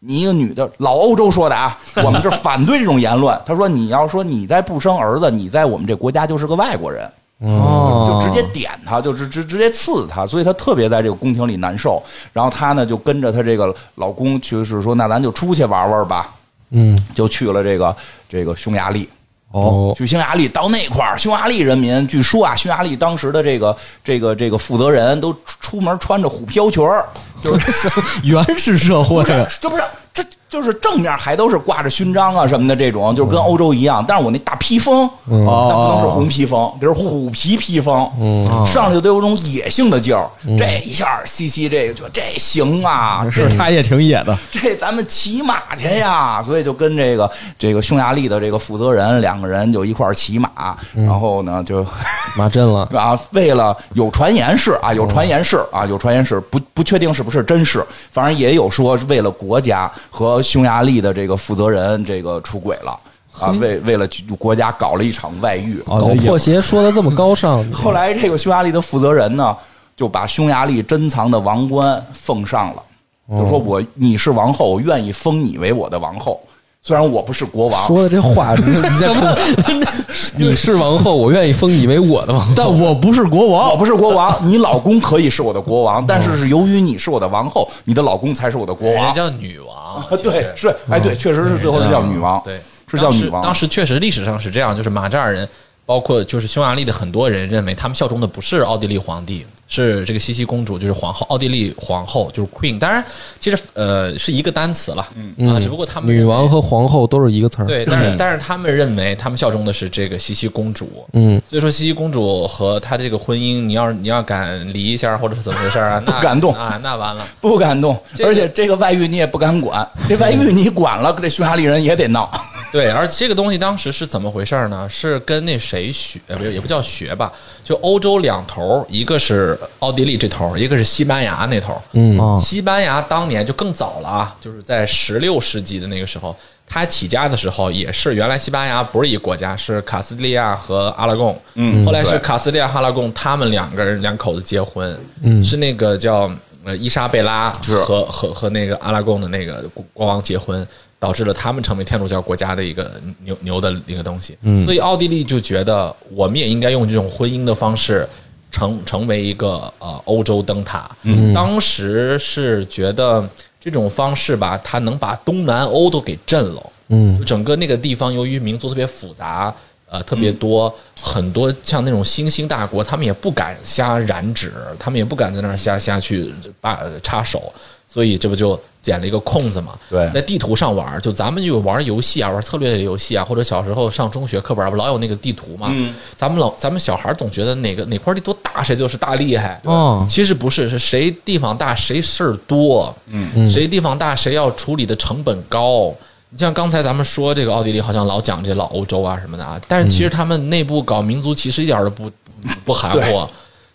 B: 你一个女的，老欧洲说的啊，我们是反对这种言论。他说：“你要说你再不生儿子，你在我们这国家就是个外国人。”
A: 嗯
D: 哦，
B: 就直接点他，就直直直接刺他，所以他特别在这个宫廷里难受。然后她呢就跟着她这个老公去，是说那咱就出去玩玩吧，
A: 嗯，
B: 就去了这个这个匈牙利。
A: 哦，
B: 去匈牙利到那块儿，匈牙利人民据说啊，匈牙利当时的这个这个这个负责人都出出门穿着虎飘裙儿，就是
D: 原始社会
B: 不
D: 啊
B: 是，这不是这就是正面还都是挂着勋章啊什么的这种，就是跟欧洲一样。但是我那大披风，
A: 嗯
B: 那不能是红披风，得是虎皮披风，
A: 嗯
B: 上去都有种野性的劲儿。这一下西西这个就这行啊，
D: 嗯是他也挺野的，
B: 这咱们骑马去呀，所以就跟这个这个匈牙利的这个负责人两个人就一块儿骑马，然后呢就。
A: 马震了。
B: 啊，为了有传言是啊，有传言是啊，有传言是不不确定是不是真是，反正也有说是为了国家和匈牙利的这个负责人这个出轨了啊，为为了去国家搞了一场外遇。
A: 搞破鞋说的这么高 尚，
B: 后来这个匈牙利的负责人呢，就把匈牙利珍藏的王冠奉上了，就说我你是王后，我愿意封你为我的王后，虽然我不是国王，
A: 哦说的这 话，你你再说， 你是王后，我愿意封你为我的王 后。
D: 但我不是国
B: 我
D: 王，
B: 不是国王，你老公可以是我的国王，但是是由于你是我的王后，你的老公才是我的国
C: 人家
B: 王。
C: 叫女王，其 实
B: 对，是，哎，对，确实是最后是叫女王，
C: 对，
B: 啊是叫
C: 当时
B: 女王啊
C: 当。时确实历史上是这样，就是马扎尔人，包括就是匈牙利的很多人认为，他们效忠的不是奥地利皇帝，是这个西西公主，就是皇后，奥地利皇后就是 queen。当然，其实呃是一个单词了，
B: 嗯
C: 啊，只不过他
A: 嗯
C: 们
A: 女王和嗯皇后都是一个词儿。
C: 对，但是但是他们认为他们效忠的是这个西西公主，
A: 嗯，
C: 所以说西西公主和她这个婚姻，你要是你要敢离一下或者是怎么回事 啊，那
B: 不敢动
C: 啊，那完了。
B: 不敢动，
C: 这个
B: 而且这个外遇你也不敢管，这外遇你管了，这匈牙利人也得闹。
C: 对，而这个东西当时是怎么回事呢？是跟那谁学，呃不是也不叫学吧，就欧洲两头，一个是奥地利这头，一个是西班牙那头。
A: 嗯
D: 哦
C: 西班牙当年就更早了啊，就是在十六世纪的那个时候，它起家的时候也是原来西班牙不是一国家，是卡斯蒂利亚和阿拉贡，嗯，后来是
B: 对
C: 卡斯蒂利亚和阿拉贡他们两个人两口子结婚，嗯，是那个叫呃伊莎贝拉和和和那个阿拉贡的那个国王结婚。导致了他们成为天主教国家的一个牛牛的一个东西，嗯，所以奥地利就觉得我们也应该用这种婚姻的方式成成为一个呃欧洲灯塔。嗯，当时是觉得这种方式吧，它能把东南欧都给震了。
A: 嗯
C: 就整个那个地方由于民族特别复杂，呃，特别多，很多像那种新兴大国，他们也不敢瞎染指，他们也不敢在那儿瞎瞎去把插手，所以这不就捡了一个空子嘛？
B: 对
C: 在地图上玩儿，就咱们就玩游戏啊，玩策略类游戏啊，或者小时候上中学课本儿不老有那个地图嘛？
B: 嗯，
C: 咱们老咱们小孩儿总觉得哪个哪块地图大谁就是大厉害，
D: 哦
C: 其实不是，是谁地方大谁事儿多，嗯，谁地方大谁要处理的成本高。你像刚才咱们说这个奥地利好像老讲这老欧洲啊什么的啊，但是其实他们内部搞民族歧视一点儿都不不不含糊。啊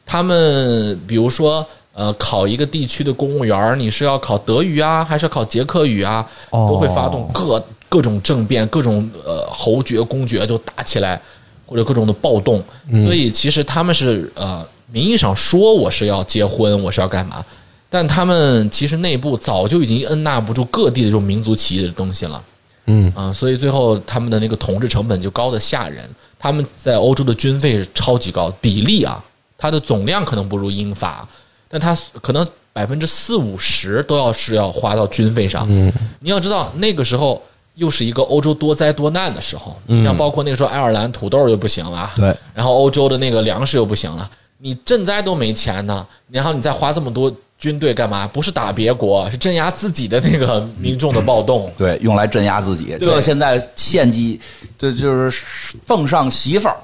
C: 他们比如说呃，考一个地区的公务员儿，你是要考德语啊，还是考捷克语啊，
D: 哦
C: 都会发动各各种政变，各种呃侯爵、公爵就打起来，或者各种的暴动。所以其实他们是呃名义上说我是要结婚，我是要干嘛，但他们其实内部早就已经恩纳不住各地的这种民族歧义的东西了。
A: 嗯
C: 啊、所以最后他们的那个统治成本就高的吓人。他们在欧洲的军费超级高，比例啊，它的总量可能不如英法，但它可能百分之四五十都要是要花到军费上。嗯，你要知道那个时候又是一个欧洲多灾多难的时候，嗯，像包括那个时候爱尔兰土豆就不行了，
D: 对，
C: 然后欧洲的那个粮食又不行了，你赈灾都没钱呢，然后你再花这么多。军队干嘛？不是打别国，是镇压自己的那个民众的暴动。
B: 对，用来镇压自己。
C: 对
B: 这现在献祭，这就是奉上媳妇儿，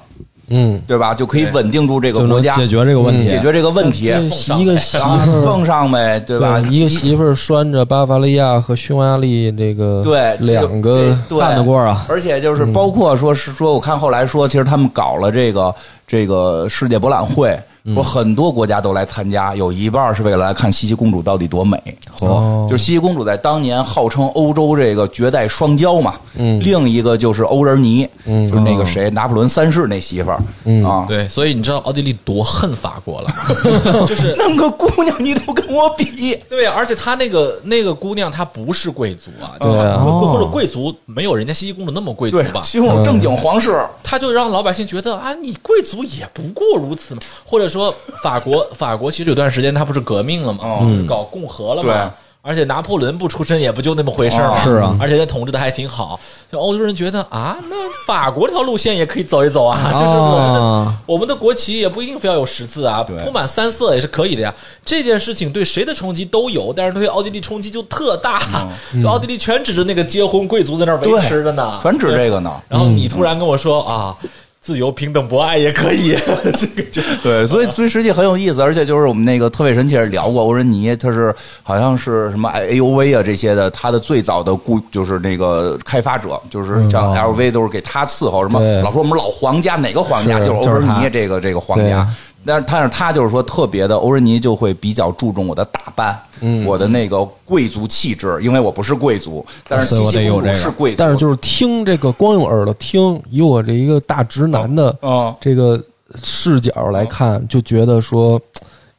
A: 嗯，
B: 对吧？就可以稳定住这个
D: 就
B: 国
D: 能
B: 家，嗯
D: 解决这个问题，啊
B: 解决这个问题。
A: 这
C: 上
A: 一个
C: 呗
A: 媳妇
B: 然后
A: 儿
B: 奉上呗，对吧？
A: 一个媳妇儿拴着巴伐利亚和匈牙利这个
B: 对这
A: 两个
B: 对
D: 干得过啊。
B: 而且
A: 嗯
B: 就是包括说是说，我看后来说，其实他们搞了这个这个世界博览会，
A: 嗯
B: 说很多国家都来参加，有一半是为了来看茜茜公主到底多美。啊
A: 哦
B: 就是茜茜公主在当年号称欧洲这个绝代双骄嘛，
A: 嗯
B: 另一个就是欧仁妮，就是那
A: 哦
B: 个谁拿破仑三世那媳妇儿
A: 嗯
B: 啊。
C: 对，所以你知道奥地利多恨法国 了吗，就是
B: 弄个姑娘你都跟我比，
C: 对，啊而且她那个那个姑娘她不是贵族啊，就是
A: 对啊
C: 她或或者贵族没有人家茜茜公主那么贵族
B: 对，
C: 吧，嗯
B: 其实我正经皇室，
C: 她就让老百姓觉得啊，你贵族也不过如此嘛，或者说法国 法国其实有段时间她不是革命了嘛，
B: 嗯
C: 就是搞共和了
B: 对
C: 嘛。而且拿破仑不出身也不就那么回事儿
B: 哦
C: 嘛、
D: 是啊
C: 而且他统治的还挺好。就欧洲人觉得啊，那法国这条路线也可以走一走
D: 哦
C: 啊，这是我们的
D: 啊
C: 我们的国旗也不一定非要有十字啊，
B: 对
C: 铺满三色也是可以的呀。这件事情对谁的冲击都有，但是对奥地利冲击就特大，
B: 哦
C: 就奥地利全指着那个结婚贵族在那儿维持着呢，
B: 全指这个呢。
C: 然后你突然跟我说啊，自由、平等、博爱也可以， 这个就
B: 对，所以所以实际很有意思，而且就是我们那个特费神奇也聊过，欧仁尼他是好像是什么 A U V 啊这些的，他的最早的雇就是那个开发者，就是像 L V 都是给他伺候，什么
A: 嗯哦对
B: 老说我们老皇家哪个皇家
A: 是
B: 就是欧
A: 就是
B: 仁
A: 他
B: 尼这个这个皇家
A: 对。
B: 但是，但是他就是说特别的，欧仁尼就会比较注重我的打扮，
A: 嗯
B: 我的那个贵族气质，因为我不是贵族，但是
D: 所以
B: 西
D: 我得
B: 西
D: 有
B: 公主
D: 这个
B: 是贵族，
A: 但是就是听这个光用耳朵听，以我这一个大直男的
B: 嗯
A: 这个视角来看，就觉得说，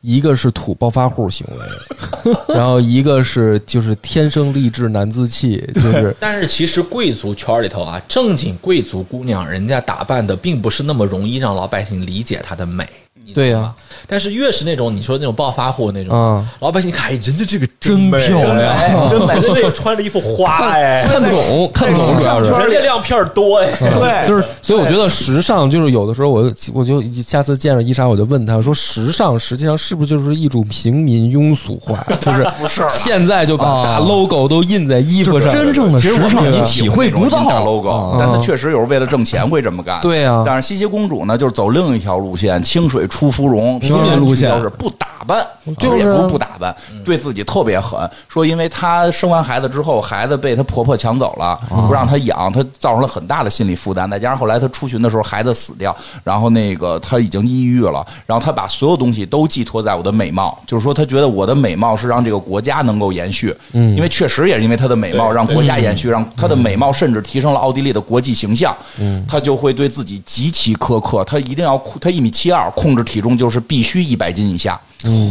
A: 一个是土暴发户行为， 然后一个是就是天生丽质难自弃，就是
C: 但是其实贵族圈里头啊，正经贵族姑娘，人家打扮的并不是那么容易让老百姓理解她的美。你知道
A: 对呀
C: 吗但是越是那种你说那种暴发户那种，
A: 嗯
C: 老百姓看，哎，人家这个
D: 真
C: 美啊
D: 漂亮
B: 哎 真美，
C: 所以穿着衣服花 哎，
A: 看不懂，看不懂主要是。
C: 人家亮片儿多哎。
B: 对，
A: 就是，所以我觉得时尚就是有的时候我，我就下次见着伊莎，我就问她说，时尚实际上是不是就是一种平民庸俗化？就是
B: 不是了
A: 现在就把大 logo 都印在衣服上，
D: 真正的
B: 其
D: 时
B: 实我
D: 尚你体会不到
B: 大 logo，但他确实有时候为了挣钱会这么干。
A: 对啊
B: 但是茜茜公主呢，就是走另一条路线，清水出芙蓉，
A: 平民
B: 平
A: 路线
B: 就是不打扮。
A: 就是
B: 其实也不是不打扮，对自己特别狠。说因为她生完孩子之后，孩子被她婆婆抢走了，不让她养，她造成了很大的心理负担。再加上后来她出巡的时候，孩子死掉，然后那个她已经抑郁了，然后她把所有东西都寄托在我的美貌，就是说她觉得我的美貌是让这个国家能够延续，嗯，因嗯为确实也是因为她的美貌
C: 对
B: 让国家延续，让她的美貌甚至提升了奥地利的国际形象，嗯，她就会对自己极其苛刻，她一定要控她一米七二，控制体重就是必须一百斤以下，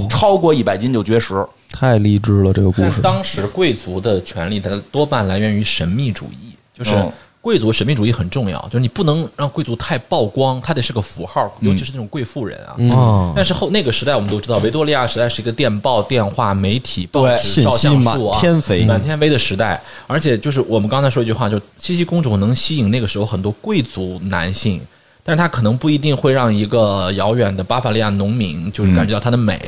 B: 超过一百斤就绝食。
A: 太励志了，这个故
C: 但
A: 事。
C: 当时贵族的权利，它多半来源于神秘主义，就是
A: 哦
B: 嗯
C: 贵族神秘主义很重要，就是你不能让贵族太曝光，它得是个符号，
A: 嗯
C: 尤其是那种贵妇人啊。
D: 啊，
C: 但是后那个时代，我们都知道，维多利亚时代是一个电报、电话、媒体、报
B: 对
C: 纸、照相术
D: 信息满
C: 啊，
D: 天飞
C: 满天飞的时代。而且就是我们刚才说一句话，就是茜茜公主能吸引那个时候很多贵族男性，但是她可能不一定会让一个遥远的巴伐利亚农民就是感觉到她的美。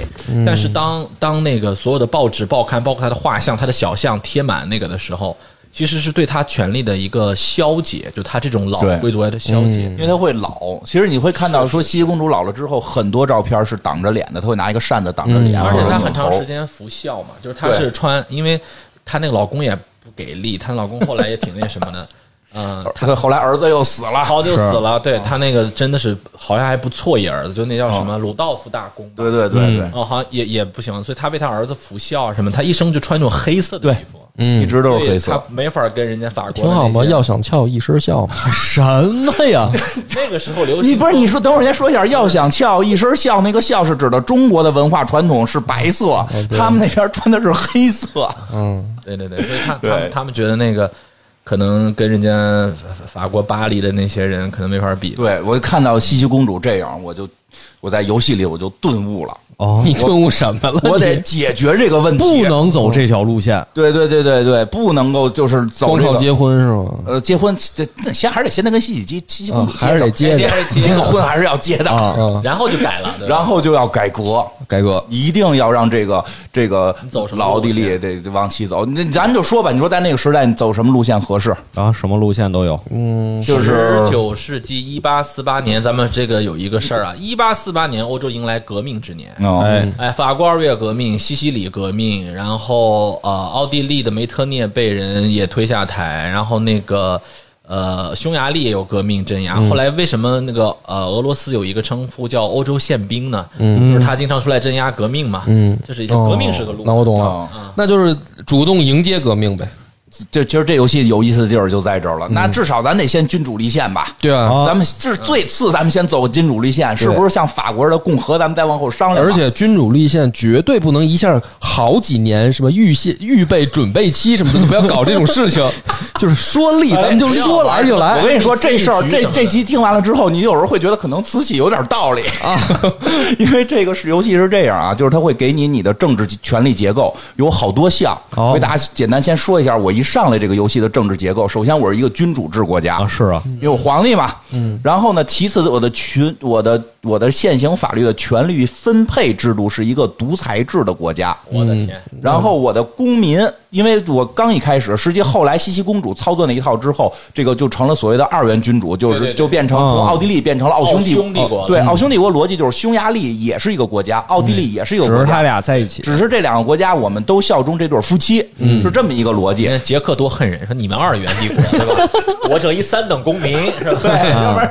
C: 但是当当那个所有的报纸、报刊，包括她的画像、她的小像贴满那个的时候。其实是对她权力的一个消解，就她这种老
B: 对嗯
C: 贵族来的消解。
B: 因为她会老。其实你会看到，说茜茜公主老了之后，很多照片是挡着脸的，她会拿一个扇子挡着脸，
C: 嗯而且她
B: 她
C: 很长时间服孝嘛，就是她
B: 对
C: 是穿，因为她那个老公也不给力，她老公后来也挺那什么的，嗯、
B: 她后来儿子又死了，
C: 好就死了，
B: 啊
C: 对她那个真的是好像还不错，一儿子就那叫什么鲁道夫大公吧，
B: 对对对
D: 嗯
B: 对，
C: 哦，好像也也不行，所以她为她儿子服孝什么，她一生就穿那种黑色的衣服，
D: 嗯
B: 一直都是黑
C: 所以
B: 色
C: 她。没法跟人家法国的
A: 挺好嘛，
C: 那些
A: 要想翘一身笑嘛。
D: 什么呀？
C: 那个时候 流行，
B: 你不是你说，等会儿先说一下，要想翘一身笑，那个笑是指的中国的文化传统是白色，
D: 哦
B: 他们那边穿的是黑色。
A: 嗯，
C: 对对对，所以他他
B: 对
C: 们他们觉得那个可能跟人家法国巴黎的那些人可能没法比，
B: 对我看到茜茜公主这样，我就我在游戏里我就顿悟了，
D: 哦，
A: 你顿悟什么了？
B: 我得
A: 你
B: 解决这个问题。
D: 不能走这条路线，
B: 对对对对对，不能够就是走
A: 光
B: 这
A: 靠
B: 个
A: 结婚是吗？
B: 呃，结婚这那先还是得先得跟西西西西公主
A: 啊还是得
B: 结
A: 结
B: 的
A: 的
C: 还是结的
B: 这个婚还是要结的，
A: 啊，
C: 然后就改了，对吧
B: 然后就要改革，
A: 改革
B: 一定要让这个这个
C: 走什么
B: 老奥地
C: 路
B: 利
C: 线
B: 得得往西走。那咱就说吧，你说在那个时代，你走什么路线合适？
D: 啊，什么路线都有。
A: 嗯
B: 就是
C: 十九世纪一八四八年，咱们这个有一个事儿啊，一八四八年欧洲迎来革命之年。
B: 哦
D: 哎，
C: 哎，法国二月革命、西西里革命，然后呃，奥地利的梅特涅被人也推下台，然后那个呃，匈牙利也有革命镇压。后来为什么那个呃，俄罗斯有一个称呼叫“欧洲宪兵”呢？嗯，就是他经常出来镇压革命嘛。嗯，这是一革命是个路
A: 哦。那我懂
B: 哦
A: 了，那就是主动迎接革命呗。
B: 这其实这游戏有意思的地儿就在这儿了。那至少咱得先君主立宪吧。
A: 嗯对啊，
B: 咱们这是最次，咱们先走君主立宪，是不是像法国的共和？咱们再往后商量吧。
A: 而且君主立宪绝对不能一下好几年什么预先预备准备期什么的，不要搞这种事 情。就是说立，咱们就说来就来
B: 我跟你说这事儿，
C: 自己
B: 这
C: 举手的
B: 这期听完了之后，你有时候会觉得可能慈禧有点道理啊， 因为这个是游戏是这样啊，就是它会给你你的政治权力结构有好多项。
D: 哦
B: 为大家简单先说一下，我一上来这个游戏的政治结构，首先我是一个君主制国家
D: 啊，是啊，
B: 因为我皇帝嘛，嗯，然后呢，其次我的群，我的我的现行法律的权力分配制度是一个独裁制的国家，
C: 我的天，
B: 然后我的公民，因为我刚一开始，实际后来茜茜公主操作那一套之后，这个就成了所谓的二元君主，就是
C: 对对对
B: 就变成
D: 哦
B: 从奥地利变成了奥匈帝
C: 奥匈帝国嗯
B: 对，奥匈帝国逻辑就是匈牙利也是一个国家，奥地利也是一个
D: 嗯只
B: 国
D: 是
B: 家，
D: 他俩在一起。
B: 只是这两个国家我们都效忠这对夫妻，
C: 嗯
B: 是这么一个逻
C: 你
B: 辑。
C: 看捷克多恨人，说你们二元帝国对吧？我整一三等公民是吧？
B: 对， 要不然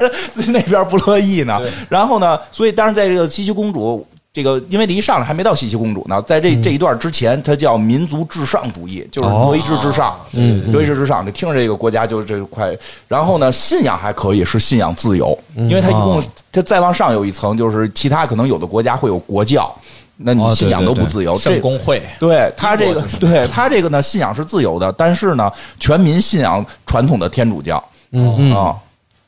B: 那边不乐意呢
C: 对。
B: 然后呢，所以当然在这个茜茜公主。这个，因为这一上来还没到茜茜公主呢，在
C: 嗯
B: 这这一段之前，它叫民族至上主义，就是
C: 哦
B: 德意志至上，
C: 嗯
B: 德意志至上。你听着这个国家就这就快。然后呢，信仰还可以是信仰自由，
C: 嗯
B: 因为它一
C: 哦
B: 共它再往上有一层，就是其他可能有的国家会有国教，那
D: 哦
B: 你
D: 对
B: 信仰
D: 对
B: 都不
D: 对
B: 自由。这
C: 圣公会，
B: 对他这
C: 英国
B: 个
C: 就是，
B: 对他这个呢，信仰是自由的，但是呢，全民信仰传统的天主教，嗯啊，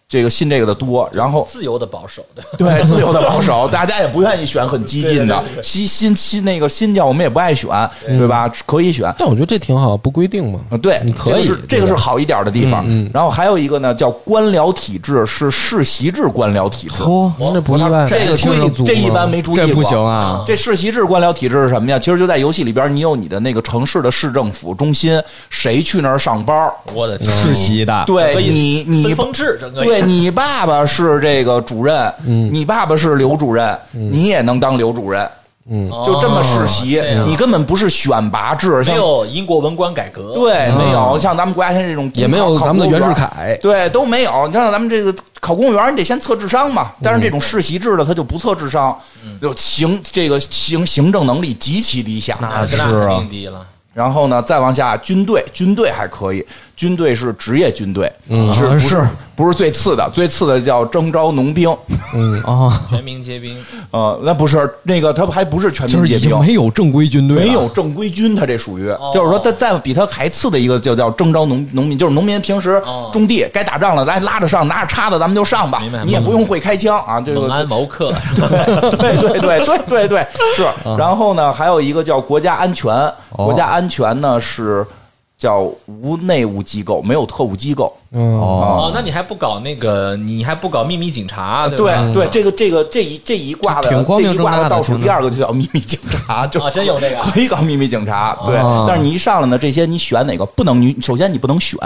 B: 这个信这个的多，然 后
C: 自由的保守的。
B: 对自由的保守， 大家也不愿意选很激进的
C: 对对对对
B: 新新新那个新教，我们也不爱选，对吧？可以选。
A: 但我觉得这挺好，不规定嘛。
B: 啊，对，
A: 你可以
B: 这个是这个是好一点的地方。然后还有一个呢，叫官僚体制，是世袭制官僚体制。
A: 嚯，那不意外，
B: 这个
A: 听着足
B: 这一
A: 吗
B: 般没注意过，
D: 这不行啊！
B: 这世袭制官僚体制是什么呀？其实就在游戏里边，你有你的那个城市的市政府中心，谁去那儿上班儿？
C: 我的天，
D: 世袭的，
C: 可
B: 对
C: 以
B: 你，你
C: 分封制整 个
B: 对你
A: 嗯
B: 爸爸是这个主任，你爸爸是刘主任，你也能当刘主任。
A: 嗯，
B: 就这么世袭
C: 哦这，样
B: 你根本不是选拔制，
C: 没
B: 像
C: 有英国文官改革，
B: 对没有像咱们国家现在这种
A: 嗯也没有
B: 考
A: 咱们的袁世，
B: 考公务
A: 凯
B: 员，对都没有。你看咱们这个考公务员，你得先测智商嘛。
A: 嗯
B: 但是这种世袭制的，他就不测智商，就行这个行行政能力极其低下。
C: 那
D: 是啊
C: 那肯定低了。
B: 然后呢，再往下，军队，军队还可以，军队是职业军队，嗯
A: 啊
B: 是不
D: 是
B: 不是最次的？最次的叫征召农兵，
D: 啊，
C: 全民皆兵，
B: 呃，那不是那个，他还不是全
D: 就
B: 民
D: 是
B: 皆
D: 已
B: 兵
D: 经，没有正规军队了，
B: 没有正规军，他这属于，就是说他再比他还次的一个就叫征召农农民，就是农民平时
C: 哦
B: 种地该打仗了，来拉着上，拿着叉子咱们就上吧
C: 明白，
B: 你也不用会开枪啊，这
C: 猛
B: 个
C: 安谋克，
B: 对对对对对对，是。然后呢，还有一个叫国家安全，国家安全呢是叫无内务机构，没有特务机构。啊
A: 嗯，
D: 哦
C: 哦，那你还不搞那个，你还不搞秘密警察，对吧？
B: 对对，这个这个这一这一挂的
D: 嗯挺光
B: 这
D: 明
B: 一挂
D: 正
B: 的
D: 大的
B: 倒数
D: 听着
B: 第二个就叫秘密警察，就
C: 啊真啊有这个
B: 可以搞秘密警察。对
D: 哦，
B: 但是你一上来呢，这些你选哪个不能？你首先你不能选。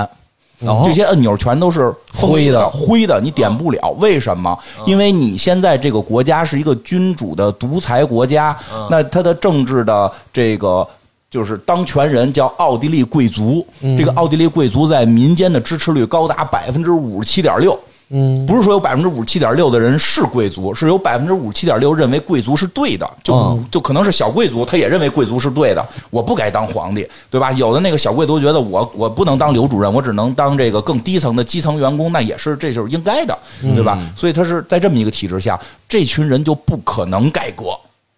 D: 哦
B: 这些按钮全都是封死
A: 灰的
B: 灰的，你点不了。为什么？
C: 嗯
B: 因为你现在这个国家是一个君主的独裁国家，
C: 嗯
B: 那它的政治的这个。就是当权人叫奥地利贵族，
D: 嗯
B: 这个奥地利贵族在民间的支持率高达百分之五十七点六，
A: 嗯，
B: 不是说有百分之五十七点六的人是贵族，是有百分之五十七点六认为贵族是对的，就、
D: 嗯
B: 就可能是小贵族，他也认为贵族是对的，我不该当皇帝，对吧？有的那个小贵族觉得我我不能当刘主任，我只能当这个更低层的基层员工，那也是这就是应该的，
D: 嗯
B: 对吧？所以他是在这么一个体制下，这群人就不可能改革，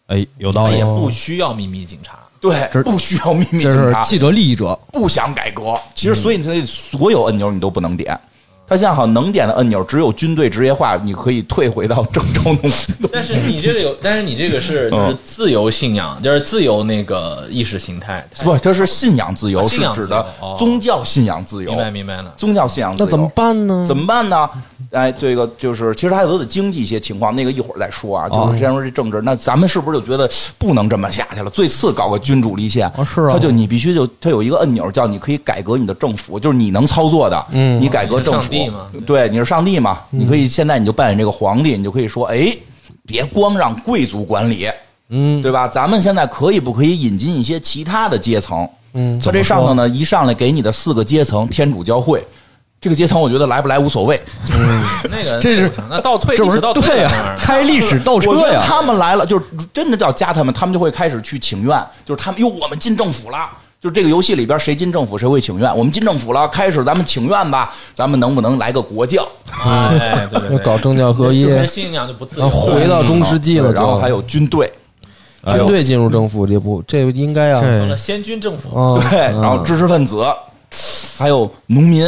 D: 哎，有道理
C: 也，不需要秘密警察。
B: 对
D: 这，
B: 不需要秘密警
D: 这是嗯
B: 察，
D: 既得利益者，
B: 不想改革。其实，所以那所有按钮你都不能点。他现在好像能点的按钮只有军队职业化，你可以退回到郑州农民。
C: 但是你这个有，但是你这个是就是自由信仰，就是自由那个意识形态。它
B: 不，这是信仰自由，
C: 啊
B: 是
C: 信仰
B: 指
C: 自由
B: 的
C: 哦
B: 宗教信仰自由
C: 明。白明白了，
B: 宗教信仰自
A: 那
B: 由
A: 怎么办呢？
B: 怎么办呢？哎，这个就是，其实还有的经济一些情况，那个一会儿再说啊。
D: 哦
B: 就是先说这政治，那咱们是不是就觉得不能这么下去了？最次搞个君主立宪，
D: 啊是啊
B: 他就你必须就他有一个按钮叫你可以改革你的政府，就是你能操作的，
A: 嗯
B: 你改革政
C: 你
B: 府
C: 是上帝嘛，
B: 对，你是上帝嘛，
D: 嗯
B: 你可以现在你就扮演这个皇帝，你就可以说，哎，别光让贵族管理，
D: 嗯，
B: 对吧？咱们现在可以不可以引进一些其他的阶层？
A: 嗯
B: 他这上头呢，一上来给你的四个阶层，天主教会。这个阶层我觉得来不来无所谓，
C: 那个
D: 这是
C: 那倒退，
D: 这
C: 历
D: 不
C: 史
D: 是
C: 倒退
D: 对
A: 啊
C: 了
D: 呀，开历史
A: 哦
D: 倒
B: 我
D: 车
B: 觉得
D: 呀，
B: 他们来了，就是真的叫加他们，他们就会开始去请愿，就是他们哟，我们进政府了。就是这个游戏里边，谁进政府谁会请愿。我们进政府了，开始咱们请愿吧。咱们能不能来个国教？
C: 哎，对
A: 要
C: 对
A: 搞
C: 对，
A: 政教合一，
C: 就是信仰就不自由
A: 啊，回到中世纪了，
B: 然后
A: 就
B: 还有军队，
D: 哎
A: 军
D: 呦
A: 队进入政府这步，这应该啊，
D: 这
C: 成了先军政
D: 哦
C: 府。
A: 啊，
B: 对，然后知识分子，还有农民。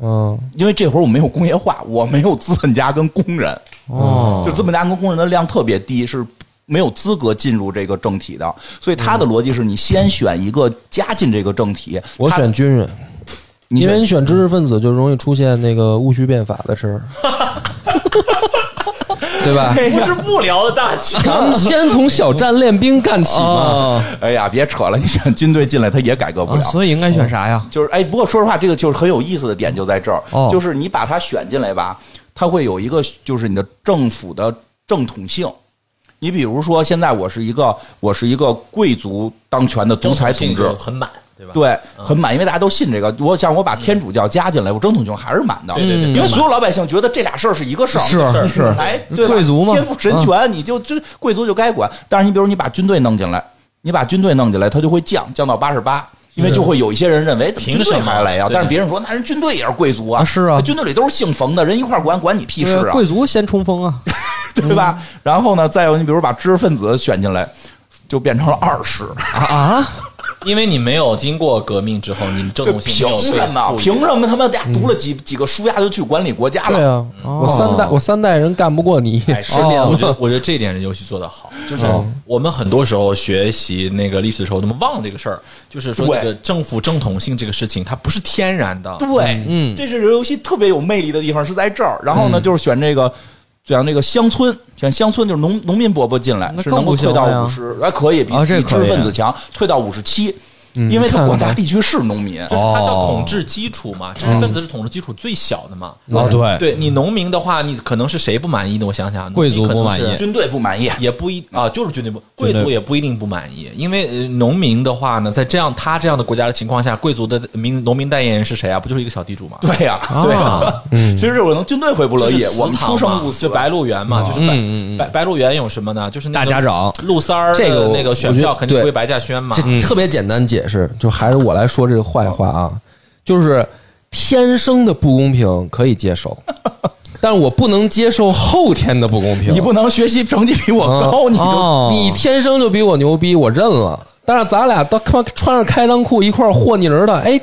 A: 嗯，
B: 因为这会儿我没有工业化，我没有资本家跟工人，
D: 哦
B: 就资本家跟工人的量特别低，是没有资格进入这个政体的。所以他的逻辑是你先选一个加进这个政体，
A: 我
B: 他
A: 选军人，
B: 你
A: 因为
B: 选
A: 你选知识分子就容易出现那个戊戌变法的事 儿，对吧？
C: 不是不聊的大气，
A: 咱 们先从小站练兵干起嘛。
D: 啊，
B: 哎呀，别扯了，你选军队进来，他也改革不
D: 啊
B: 了。
D: 所以应该选啥呀？
B: 就是哎，不过说实话，这个就是很有意思的点就在这儿，
D: 哦
B: 就是你把它选进来吧，它会有一个就是你的政府的正统性。你比如说，现在我是一个我是一个贵族当权的独裁统
C: 性
B: 治，
C: 就很满，对吧？嗯
B: 对，很满，因为大家都信这个。我想我把天主教加进来，我正统性还是满的，
C: 对对对
B: 因为所有老百姓觉得这俩事儿是一个事儿，
D: 是
B: 你
D: 是
B: 来对吧
D: 贵族嘛嗯
B: 天赋神权，你就这贵族就该管。但是你比如你把军队弄进来，你把军队弄进来，他就会降降到八十八。因为就会有一些人认为，怎么军
C: 凭什
B: 队
C: 么
B: 还来呀？
C: 对
B: 但是别人说，那人军队也是贵族啊，
D: 啊是啊
B: 军队里都是姓冯的，人一块儿管，管你屁事啊？
D: 贵嗯族先冲锋啊，
B: 对吧？然后呢，再有你比如把知识分子选进来，就变成了二十，
D: 啊，
C: 因为你没有经过革命之后，你的正
B: 这
C: 统性没有
B: 凭
C: 被
B: 什么？啊
C: 赋予嗯
B: 凭什么他们俩读了几几个书呀，就去管理国家
A: 对
B: 了？
A: 啊，我三代我三代人干不过你，哦
C: 哎，这
D: 哦
C: 点我觉得，我觉得这一点游戏做得好，就是我们很多时候学习那个历史的时候，我们忘了这个事儿，就是说
B: 对
C: 这个政府正统性这个事情，它不是天然的，
B: 对，嗯，这是游戏特别有魅力的地方是在这儿。然后
C: 嗯
B: 呢，就是选这个。选这个乡村，选乡村就是农农民伯伯进来
D: 那
B: 是
D: 更
B: 能够
D: 不行
B: 退
D: 了呀
B: 到五十，哎，可以比
D: 啊这
B: 比知
D: 可以
B: 识分子强，退到五十七，
A: 嗯
B: 因为
A: 看
B: 它
A: 看
B: 广大地区是农民。
C: 就是它叫
D: 哦
C: 统治基础嘛，知识分子是统治基础最小的嘛。
D: 哦，对，
C: 对你农民的话，你可能是谁不满意呢？我想想，
D: 贵族
C: 你可能
D: 不满
C: 是
D: 意
B: 军队不满意，
C: 也不一啊，就是军队不贵
D: 军
C: 族
D: 队
C: 也不一定不满意，因为呃农民的话呢，在这样他这样的国家的情况下，贵族的民农民代言人是谁啊？不就是一个小地主吗？
B: 对呀、对呀、其实有可能军队会不乐
C: 就是
B: 意，
C: 祠
B: 我们
C: 堂
B: 出生
C: 嘛
B: 入
C: 就
B: 死，
C: 白鹿原嘛，就是
D: 嗯
C: 白
D: 嗯嗯
C: 白白鹿原有什么呢？就是那
D: 大
C: 个
D: 家长
C: 陆三儿
A: 这个
C: 的
A: 我
C: 那个选
A: 我觉
C: 票
A: 得
C: 肯定
A: 对
C: 归白嘉轩嘛
A: 这。特别简单解释，就还是我来说这个坏话啊，就是天生的不公平可以接 受，但是我不能接受后天的不公平。
B: 你不能学习成绩比我高，你就
D: 哦
A: 你天生就比我牛逼，我认了。但是咱俩到他妈穿着开裆裤一块儿和泥儿的，哎，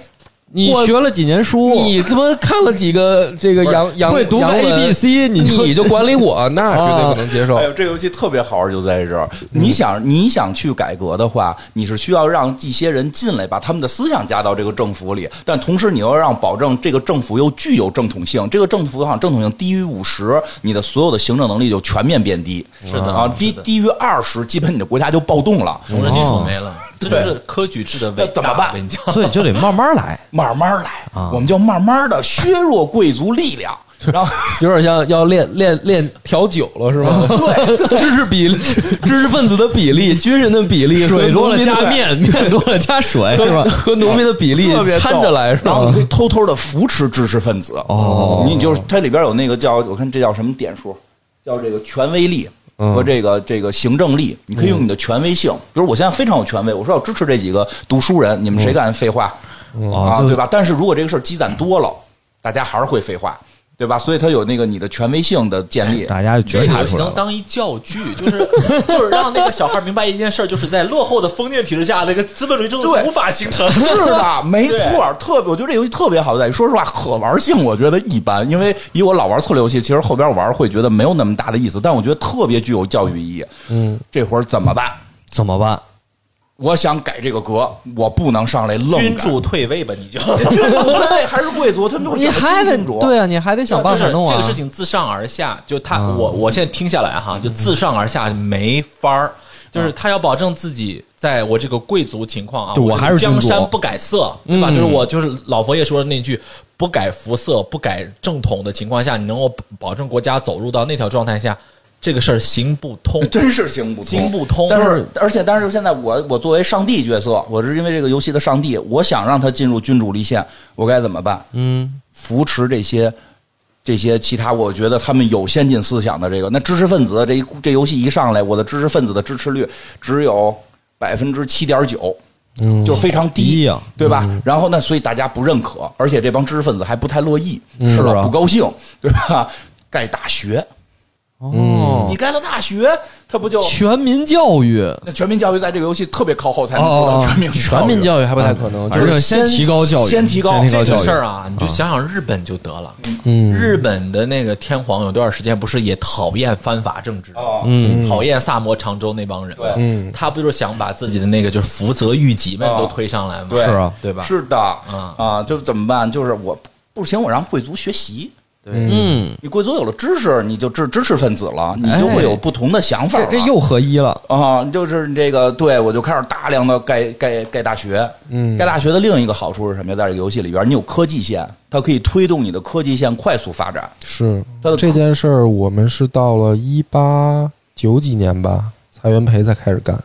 D: 你
A: 我
D: 学了几年书，
A: 你他妈看了几个这个洋洋
D: 会读个
A: 洋文
D: A B C，你就啊
A: 你就管理我，那绝对不能接受
C: 哦
B: 哎。呦，这游戏特别好玩，就在这儿。你想，你想去改革的话，你是需要让一些人进来，把他们的思想加到这个政府里，但同时你又要让保证这个政府又具有正统性。这个政府的话，正统性低于五十，你的所有的行政能力就全面变低。是
C: 的
B: 啊，
C: 是
B: 低
C: 的啊
B: 低于二十，基本你的国家就暴动了。
C: 统治基础没
D: 哦
C: 了，这就是科举制的伟
B: 那
C: 大。
B: 怎么办
C: 我跟你讲，
D: 所以就得慢慢来。
B: 慢慢来，
C: 啊
B: 我们就慢慢的削弱贵族力 量。然后，
A: 有点像要练练练调酒了，是 吗？对，知识比知识分子的比例、军人的比例，
D: 水多了
A: 和
D: 加
A: 农民的
D: 面，面多了加水，是吧？
A: 和农民的比例
B: 特别逗
A: 掺着来，是
B: 然后
A: 吧
B: 你？可以偷偷的扶持知识分子
D: 哦
B: 你就是它里边有那个叫我看这叫什么点数，叫这个权威力
A: 嗯
B: 和这个这个行政力，你可以用你的权威性，比如我现在非常有权威，我说要支持这几个读书人，你
A: 嗯
B: 们谁敢废话
A: 哦
B: 啊，对吧？但是如果这个事儿积攒多了，大家还是会废话。对吧？所以它有那个你的权威性的建
A: 哎
B: 立，
D: 大家就觉
C: 这个
D: 察
C: 游戏
D: 出来
C: 能
D: 了。
C: 当一教具，就是 就是让那个小孩明白一件事儿，就是在落后的封建体制下，那个资本主义制度
B: 对
C: 无法 形成。
B: 是的，没错儿，特别，我觉得这游戏特别好在于，说实话，可玩性我觉得一般，因为以我老玩策略游戏，其实后边玩会觉得没有那么大的意思，但我觉得特别具有教育意义。嗯，这会儿怎么办？
D: 怎么办？
B: 我想改这个格，我不能上来愣
C: 君
B: 改。
C: 主退位吧，你就。
B: 君 主尊位还是贵族，他们会
D: 你还得
B: 主
D: 对啊，你还得想办
C: 就是
D: 法弄啊。啊
C: 这个事情自上而下，就他、我我现在听下来
D: 嗯
C: 哈，就自上而下没法儿，就是他要保证自己在我这个贵族情况啊，
D: 对我还是君主
C: 江山不改色，对吧？
D: 嗯
C: 就是我就是老佛爷说的那句。不改服色、不改正统的情况下，你能够保证国家走入到那条状态下，这个事儿行不 通，
B: 真是行不通，
C: 行不通
B: 但
C: 就是是，
B: 而且，但是现在我我作为上帝角色，我是因为这个游戏的上帝，我想让他进入君主立宪，我该怎么办？
D: 嗯，
B: 扶持这些这些其他，我觉得他们有先进思想的这个。那知识分子这一这游戏一上来，我的知识分子的支持率只有百分之七点九。就非常
D: 嗯低
B: 低
D: 呀嗯
B: 对吧？然后呢，所以大家不认可，而且这帮知识分子还不太乐意，是吧？
D: 是啊
B: 不高兴，对吧？ 盖大学，
D: 哦
B: 你，盖了大学，他不就
D: 全民教育，
B: 那全民教育在这个游戏特别靠后才能做
D: 哦
B: 到
D: 哦
B: 全民
A: 全民
B: 育。
A: 教育还不太可能，
D: 反
A: 就
D: 正
A: 是
D: 先提高教育，
B: 先提高
D: 教
C: 这个
D: 育嗯
C: 事儿啊，你就想想日本就得了。日本的那个天皇有段时间不是也讨厌藩法政治，
B: 哦
C: 嗯，讨厌萨摩长州那帮人，
B: 对
A: 嗯
C: 他不就是想把自己的那个就是福泽谕吉们都推上来吗？
B: 对
D: 是啊
C: 对吧？
B: 是的，
C: 嗯
B: 啊，就怎么办？就是我不行，我让贵族学习。
D: 嗯，
B: 你贵族有了知识，你就知知识分子了，你就
D: 哎
B: 会有不同的想法
D: 这
B: 了。
D: 这又合一了。
B: 啊、就是这个，对我就开始大量的盖盖盖大学。
A: 嗯
B: 盖大学的另一个好处是什么呀？在这个游戏里边，你有科技线，它可以推动你的科技线快速发展。
A: 是
B: 他的
A: 这件事儿，我们是到了一八九几年吧，蔡元培才开始干，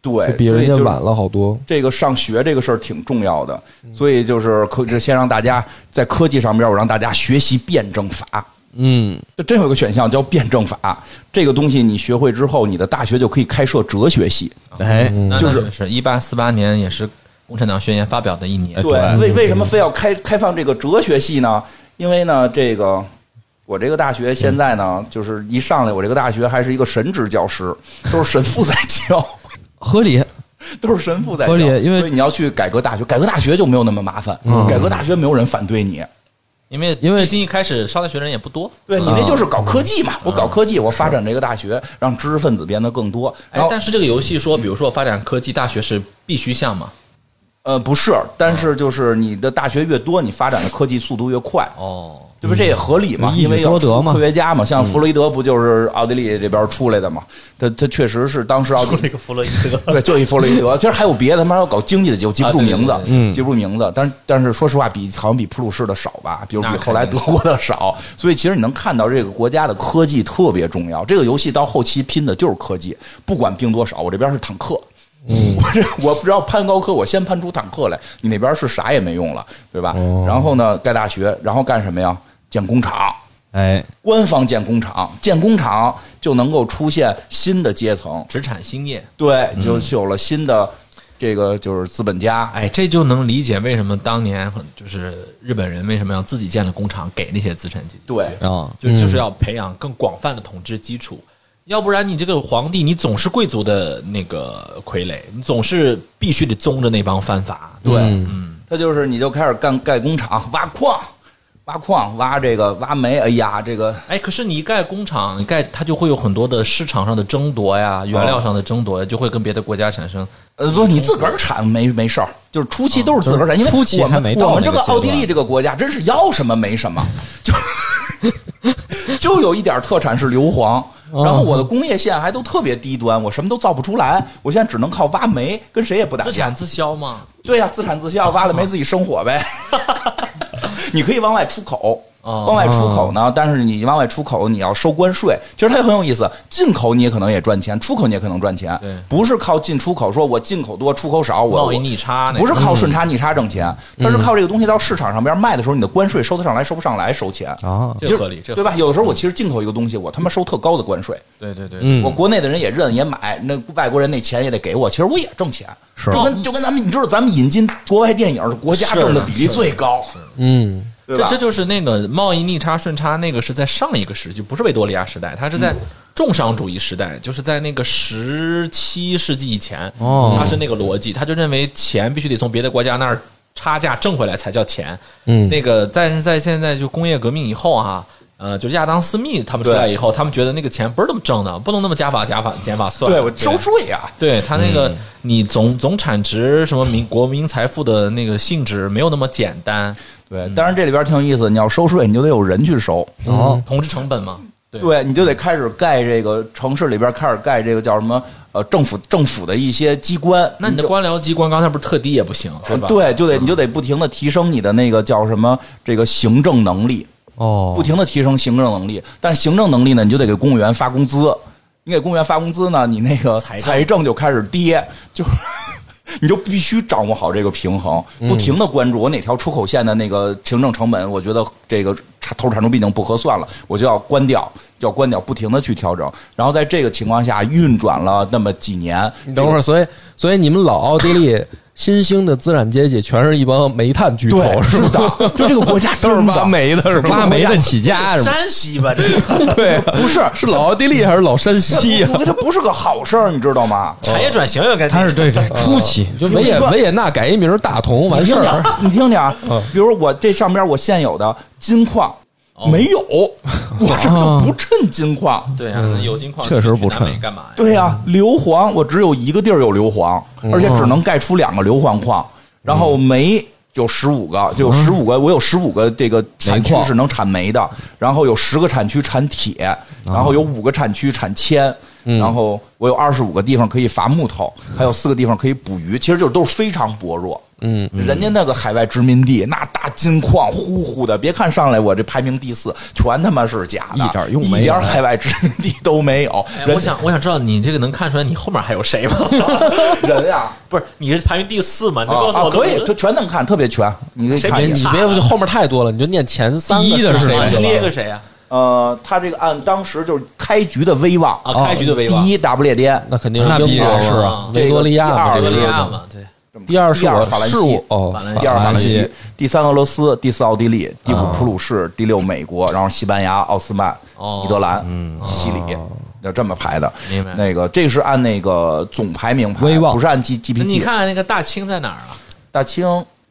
B: 对
A: 哎就，比人
B: 所以
A: 家
B: 就是
A: 晚了好多。
B: 这个上学这个事儿挺重要的，
D: 嗯
B: 所以就是科，这先让大家在科技上边，我让大家学习辩证法。
D: 嗯，
B: 这真有一个选项叫辩证法，这个东西你学会之后，你的大学就可以开设哲学系。
D: 哎，
E: 嗯
C: 那
B: 就是
C: 那是一八四八年，也是共产党宣言发表的一年。
D: 对
B: 为为什么非要开开放这个哲学系呢？因为呢，这个我这个大学现在
D: 嗯
B: 呢，就是一上来我这个大学还是一个神职教师，都是神父在教，
D: 合理。
B: 都是神父在教。
D: 合理因为嗯
B: 所以你要去改革大学，改革大学就没有那么麻烦，改革大学没有人反对你。
C: 因为
D: 因为
C: 毕竟一开始上大学人也不多。
B: 对你
D: 啊
B: 那就是搞科技嘛，我搞科技，我发展这个大学，让知识分子变得更多。
C: 哎
B: 然，后
C: 但是这个游戏说，比如说发展科技，大学是必须项嘛？
B: 呃，不是，但是就是你的大学越多，你发展的科技速度越快。
C: 哦，
B: 对吧？这也合理嘛，
D: 嗯
B: 因为要
D: 一举多得嘛嗯
B: 科学家嘛，像弗洛伊德不就是奥地利这边出来的嘛？他他确实是当时奥
E: 出
B: 地利
E: 了一个弗洛伊德。
B: 对，就一弗洛伊德。其实还有别的，他妈要搞经济的，我记不住名字
C: 啊，对
B: 记不住名字。但是但是说实话，比好像比普鲁士的少吧，比如比
C: 那肯定
B: 后来德国的少。所以其实你能看到这个国家的科技特别重要。这个游戏到后期拼的就是科技，不管兵多少，我这边是坦克。
C: 嗯
B: 我这我不知道攀高科，我先攀出坦克来，你那边是啥也没用了，对吧？
C: 哦
B: 然后呢，盖大学，然后干什么呀？建工厂，
D: 哎，
B: 官方建工厂，建工厂就能够出现新的阶层，
C: 职产兴业，
B: 对，就有了新的这个就是资本家。
C: 哎，这就能理解为什么当年很就是日本人为什么要自己建了工厂给那些资产阶级，
B: 对，
D: 啊，
C: 就
B: 嗯
C: 就是要培养更广泛的统治基础，要不然你这个皇帝你总是贵族的那个傀儡，你总是必须得宗着那帮藩阀，
B: 对
C: 嗯，
B: 他就是你就开始干盖工厂、挖矿、挖矿、挖这个挖煤。哎呀，这个
C: 哎，可是你一盖工厂，你盖它就会有很多的市场上的争夺呀，原
B: 哦
C: 料上的争夺呀，就会跟别的国家产生。
B: 呃不，你自个儿产没没事儿，就是初期都是自个儿产，因为
D: 嗯初期
B: 我
D: 还
B: 们
D: 没到
B: 我们这
D: 那个
B: 个
D: 阶段
B: 奥地利这个国家真是要什么没什么，就 就有一点特产是硫
D: 啊
B: 磺。然后我的工业线还都特别低端，我什么都造不出来，我现在只能靠挖煤，跟谁也不打
C: 自
B: 架
C: 产。自销嘛，
B: 对呀、自产自销，挖了煤自己生火 呗。你可以往外出口，
C: 哦
B: 往外出口呢，但是你往外出口你要收关税。其实它也很有意思，进口你也可能也赚钱，出口你也可能赚钱
C: 对，
B: 不是靠进出口，说我进口多出口少，我
C: 贸易逆差那个嗯
B: 不是靠顺差逆差挣钱，它是靠这个东西到市场上边卖的时候，你的关税收得上来收不上来收钱。
D: 啊，
C: 嗯这合理，这
B: 对吧？有的时候我其实进口一个东西，我他妈收特高的关税，
C: 对对对，
D: 嗯
B: 我国内的人也认也买，那外国人那钱也得给我，其实我也挣钱，
D: 是
B: 就
C: 哦
B: 跟就跟咱们你知道咱们引进国外电影，国家挣的比例最高，
A: 嗯，
B: 对
C: 这
B: 吧
C: 这？就是那个贸易逆差顺差，那个是在上一个时期，不是维多利亚时代，它是在
B: 嗯
C: 重商主义时代，就是在那个十七世纪以前，
D: 哦
C: 它是那个逻辑，他就认为钱必须得从别的国家那儿差价挣回来才叫钱，
A: 嗯
C: 那个但是在现在就工业革命以后啊。呃，就亚当·斯密他们出来以后，他们觉得那个钱不是那么挣的，不能那么加法、加法、减法算。
B: 对我收税呀，
C: 对他那
D: 嗯
C: 个，你总总产值什么民国民财富的那个性质没有那么简单，
B: 对，当然这里边挺有意思，你要收税，你就得有人去收，
A: 哦，
C: 同质成本嘛。对
B: 对，你就得开始盖这个城市里边开始盖这个叫什么呃政府政府的一些机关，
C: 那你的
B: 就
C: 官僚机关刚才不是特低也不行，对吧？，
B: 对，就得你就得不停的提升你的那个叫什么这个行政能力，
D: 哦，
B: 不停的提升行政能力，但是行政能力呢，你就得给公务员发工资，你给公务员发工资呢，你那个
C: 财政
B: 财政就开始跌，就是 你就必须掌握好这个平衡，
A: 嗯
B: 不停的关注我哪条出口线的那个行政成本，我觉得这个产投入产出比已经不合算了，我就要关掉，要关掉，不停的去调整，然后在这个情况下运转了那么几年，
A: 你等会儿，所以所以你们老奥地利新兴的资产阶级全是一帮煤炭巨头，
B: 对，
A: 是
B: 是
A: 吧？
B: 的，就这个国家
A: 都是
B: 真的
A: 挖煤的，是吧？
D: 挖煤的起家哎是吧？
E: 山西吧，这个
A: 对，啊
B: 不是
A: 是老奥地利还是老山西 呀？
B: 它不它不是个好事儿，你知道吗？
E: 产业转型要该
D: 他是对对初期，
A: 啊就维也维也纳改一名大同完事儿，
B: 你听听啊，比如说我这上边我现有的金矿。没有，我这个不趁金矿。
C: 对啊，那有金矿
D: 嗯确实
C: 去
D: 不
C: 南美
D: 趁
C: 干嘛呀？
B: 对呀、硫磺我只有一个地儿有硫磺，
D: 嗯
B: 而且只能盖出两个硫磺矿。然后煤有十五个，就有十五个，我有十五个这个产区
D: 嗯煤矿
B: 是能产煤的，然后有十个产区产铁，
D: 哦
B: 然后有五个产区产铅。
D: 嗯
B: 然后我有二十五个地方可以伐木头，还有四个地方可以捕鱼，其实就是都是非常薄弱。嗯，人家那个海外殖民地那大金矿呼呼的，别看上来我这排名第四，全他妈是假的，
D: 一点用没有
B: 一点海外殖民地都没有。
C: 哎，
B: 人
C: 我想我想知道你这个能看出来你后面还有谁吗？
B: 人呀，
E: 不是你是排名第四嘛？你
B: 啊
E: 告诉我
B: 啊，可以，
E: 都
B: 这全能看，特别全，你可以
E: 谁
B: 看
A: 你
B: 一
E: 没
A: 你
B: 眼。
E: 查
A: 别后面太多了，你就念前三
D: 第
A: 个
D: 一的
A: 是
D: 是
A: 谁
D: 谁
E: 啊
A: 就
E: 你
A: 完
E: 列个谁啊？
B: 呃，他这个按当时就是开局的威望
E: 啊，开局的威望
B: 第，一大不列颠，
A: 那肯定
D: 那
A: 是
D: 必
A: 英国
D: 然是
A: 了
E: 啊，
A: 维多利亚嘛，
B: 这
A: 这
E: 哥
B: 个
A: 是
E: 利亚嘛，对，
A: 第二是
B: 第
A: 我
B: 二法兰
A: 是
B: 西
A: 我，哦
C: 法兰西
B: 第二法兰
D: 法兰
B: 西
D: 西，
B: 第三俄罗斯，第四奥地利，第
A: 啊
B: 五普鲁士，第六美国，然后西班牙、奥斯曼、
C: 哦
B: 尼德兰、
E: 嗯
B: 西西里，
E: 哦
B: 就这么排的。
C: 明白
B: 那个这是按那个总排名排，
D: 威望
B: 不是按 G G P
C: 那
B: T。
C: 你看看那个大清在哪儿啊？
B: 大清，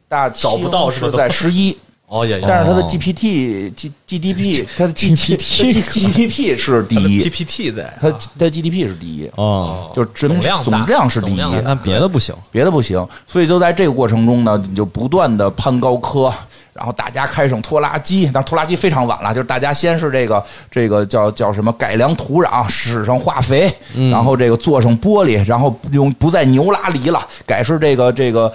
B: 大清
E: 找不到是吧
B: 是在十一。
E: 哦也
B: 但是它的
D: 哦
B: GPT、G GDP，它的 G
D: GPT
B: GDP 是第一，
C: PPT 在
B: 它它 GDP 是第一，
D: 哦，
B: 就是人民
C: 总量大
B: 总量是第
C: 总
B: 一哎
C: 量，
D: 啊
C: 大
D: 那别的不行，
B: 别的不行。所以就在这个过程中呢，你就不断的攀高科，然后大家开省拖拉机，但拖拉机非常晚了，就是大家先是这个这个叫叫什么改良土壤，使上化肥，然后这个做上玻璃，然后用不再牛拉犁了，改是这个这个。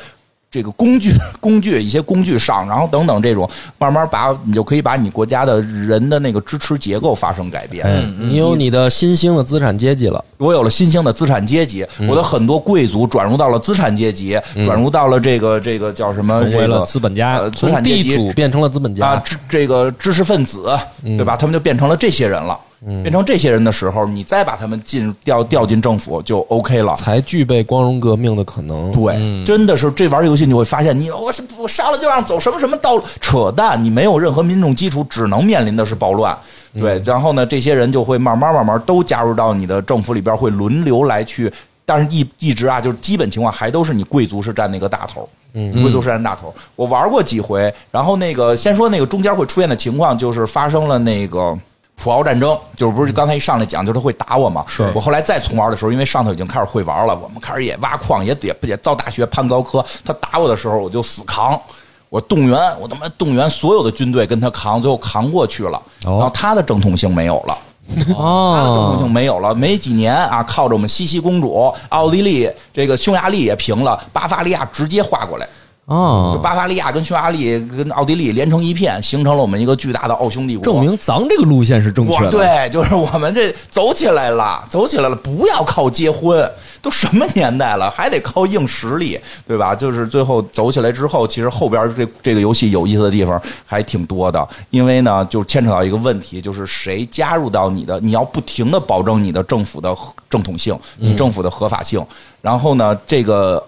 B: 这个工具、 工具一些工具上，然后等等这种，慢慢把你就可以把你国家的人的那个支持结构发生改变。
D: 嗯
A: 哎，你有你的新兴的资产阶级了，
B: 我有了新兴的资产阶级，
D: 嗯
B: 我的很多贵族转入到了资产阶级，转入到了这个这个叫什么？
D: 成
B: 这
D: 为
B: 个
D: 了资本家
B: 呃，资
A: 从
B: 产阶
A: 地
B: 级
A: 主变成了资本家。
B: 啊，知这个知识分子，
D: 嗯
B: 对吧？他们就变成了这些人了。变成这些人的时候，你再把他们进调调进政府就 OK 了。
A: 才具备光荣革命的可能。
B: 对，真的是这玩游戏你会发现，你我是我上来就让走什么什么道路，扯淡！你没有任何民众基础，只能面临的是暴乱。对，然后呢，这些人就会慢慢慢慢都加入到你的政府里边，会轮流来去。但是一一直啊，就是基本情况还都是你贵族是占那个大头，贵族是占大头。我玩过几回，然后那个先说那个中间会出现的情况，就是发生了那个。普洱战争就是不是刚才一上来讲，就是他会打我嘛？是我后来再重玩的时候，因为上头已经开始会玩了，我们开始也挖矿，也也也造大学、攀高科。他打我的时候，我就死扛，我动员，我他妈动员所有的军队跟他扛，最后扛过去了。
D: 哦
B: 然后他的正统性没有了。他的正统
D: 啊
B: 性没有了，没几年啊，靠着我们西西公主、奥地利、这个匈牙利也平了，巴伐利亚直接划过来。
D: 啊
B: 就，巴伐利亚跟匈牙利跟奥地利连成一片，形成了我们一个巨大的奥匈帝国。
D: 证明咱这个路线是正确
B: 哇，
D: 的。，
B: 对，就是我们这走起来了，走起来了，不要靠结婚，都什么年代了，还得靠硬实力，对吧？就是最后走起来之后，其实后边这这个游戏有意思的地方还挺多的，因为呢，就牵扯到一个问题，就是谁加入到你的，你要不停的保证你的政府的合正统性，
D: 嗯
B: 你政府的合法性，然后呢，这个。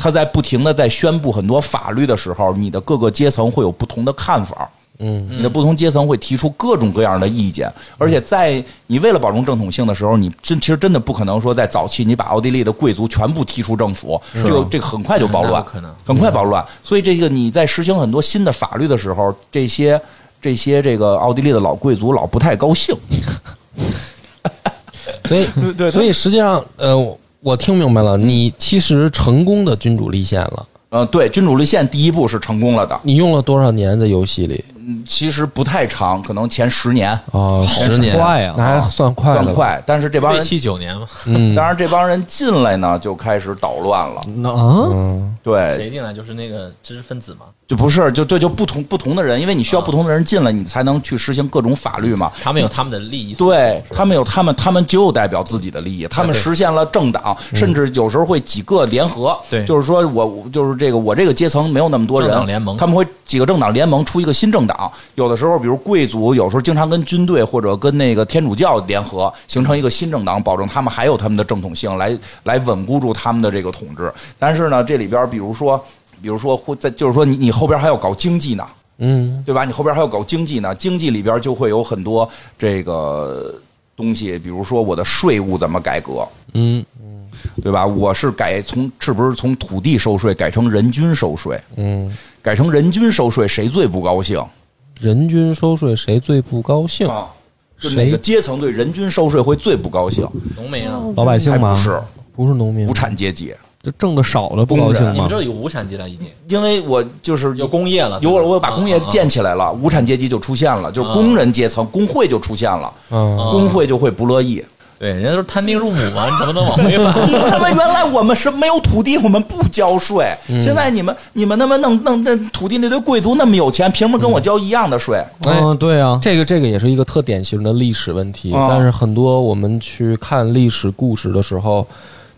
B: 他在不停的在宣布很多法律的时候，你的各个阶层会有不同的看法。你的不同阶层会提出各种各样的意见，而且在你为了保证正统性的时候，你真其实真的不可能说在早期你把奥地利的贵族全部踢出政府，这个这个很快就暴
C: 啊那
B: 乱，
C: 不可能啊
B: 很快暴乱。所以这个你在实行很多新的法律的时候，这些这些这个奥地利的老贵族老不太高兴，
A: 所以，所以实际上，呃，我我听明白了，你其实成功的君主立宪了。
B: 呃，对，君主立宪第一步是成功了的，
A: 你用了多少年在游戏里？
B: 嗯其实不太长，可能前十年
A: 啊，十年，
D: 快呀
A: 那还算快了
B: 算
A: 吧。
B: 快，但是这帮
E: 为
B: 人，
E: 期九年嘛，
A: 嗯
B: 当然这帮人进来呢就开始捣乱了，
D: 啊，
A: 嗯
B: 对，
C: 谁进来就是那个知识分子嘛，
B: 就不是，就对，就不同不同的人，因为你需要不同的人进来，你才能去实行各种法律嘛。
C: 他们有他们的利益诉求，
B: 对他们有他们，他们就代表自己的利
C: 哎
B: 益，他们实现了政党，
C: 嗯
B: 甚至有时候会几个联合，
E: 对
B: 就是说我我就是这个我这个阶层没有那么多人，
C: 政党联盟
B: 他们会几个政党联盟出一个新政党，有的时候比如贵族，有时候经常跟军队或者跟那个天主教联合，形成一个新政党，保证他们还有他们的正统性，来来稳固住他们的这个统治。但是呢，这里边比如说，比如说会在就是说你你后边还要搞经济呢，
A: 嗯，
B: 对吧？你后边还要搞经济呢，经济里边就会有很多这个东西，比如说我的税务怎么改革，嗯对吧？我是改从是不是从土地收税改成人均收税？嗯，改成人均收税，谁最不高兴
A: 人均收税谁最不高兴？
B: 啊？就哪
A: 谁
B: 个阶层对人均收税会最不高兴？
C: 农民
B: 哦
C: 啊，
D: 老百姓
B: 还不
D: 嘛，
B: 是
A: 不是农民
B: 无，产阶级，
D: 就挣的少了不高兴
C: 你们
D: 吗
C: 这？儿有无产阶级了已经，
B: 因为我就是
C: 有工业了，
B: 有
C: 对吧
B: 我我把工业
C: 嗯嗯嗯
B: 建起来了，无产阶级就出现了，就是工人阶层工会就出现了，
A: 嗯，
B: 工会就会不乐意。
C: 对，人家都是摊丁入亩嘛，你怎么能往回
B: 你
C: 返？
B: 们他妈原来我们是没有土地，我们不交税。现在你们你们他妈弄弄那土地那堆贵族那么有钱，凭什么跟我交一样的税？
A: 哎
D: 嗯，对啊，
A: 这个这个也是一个特典型的历史问题，
B: 啊
A: 但是很多我们去看历史故事的时候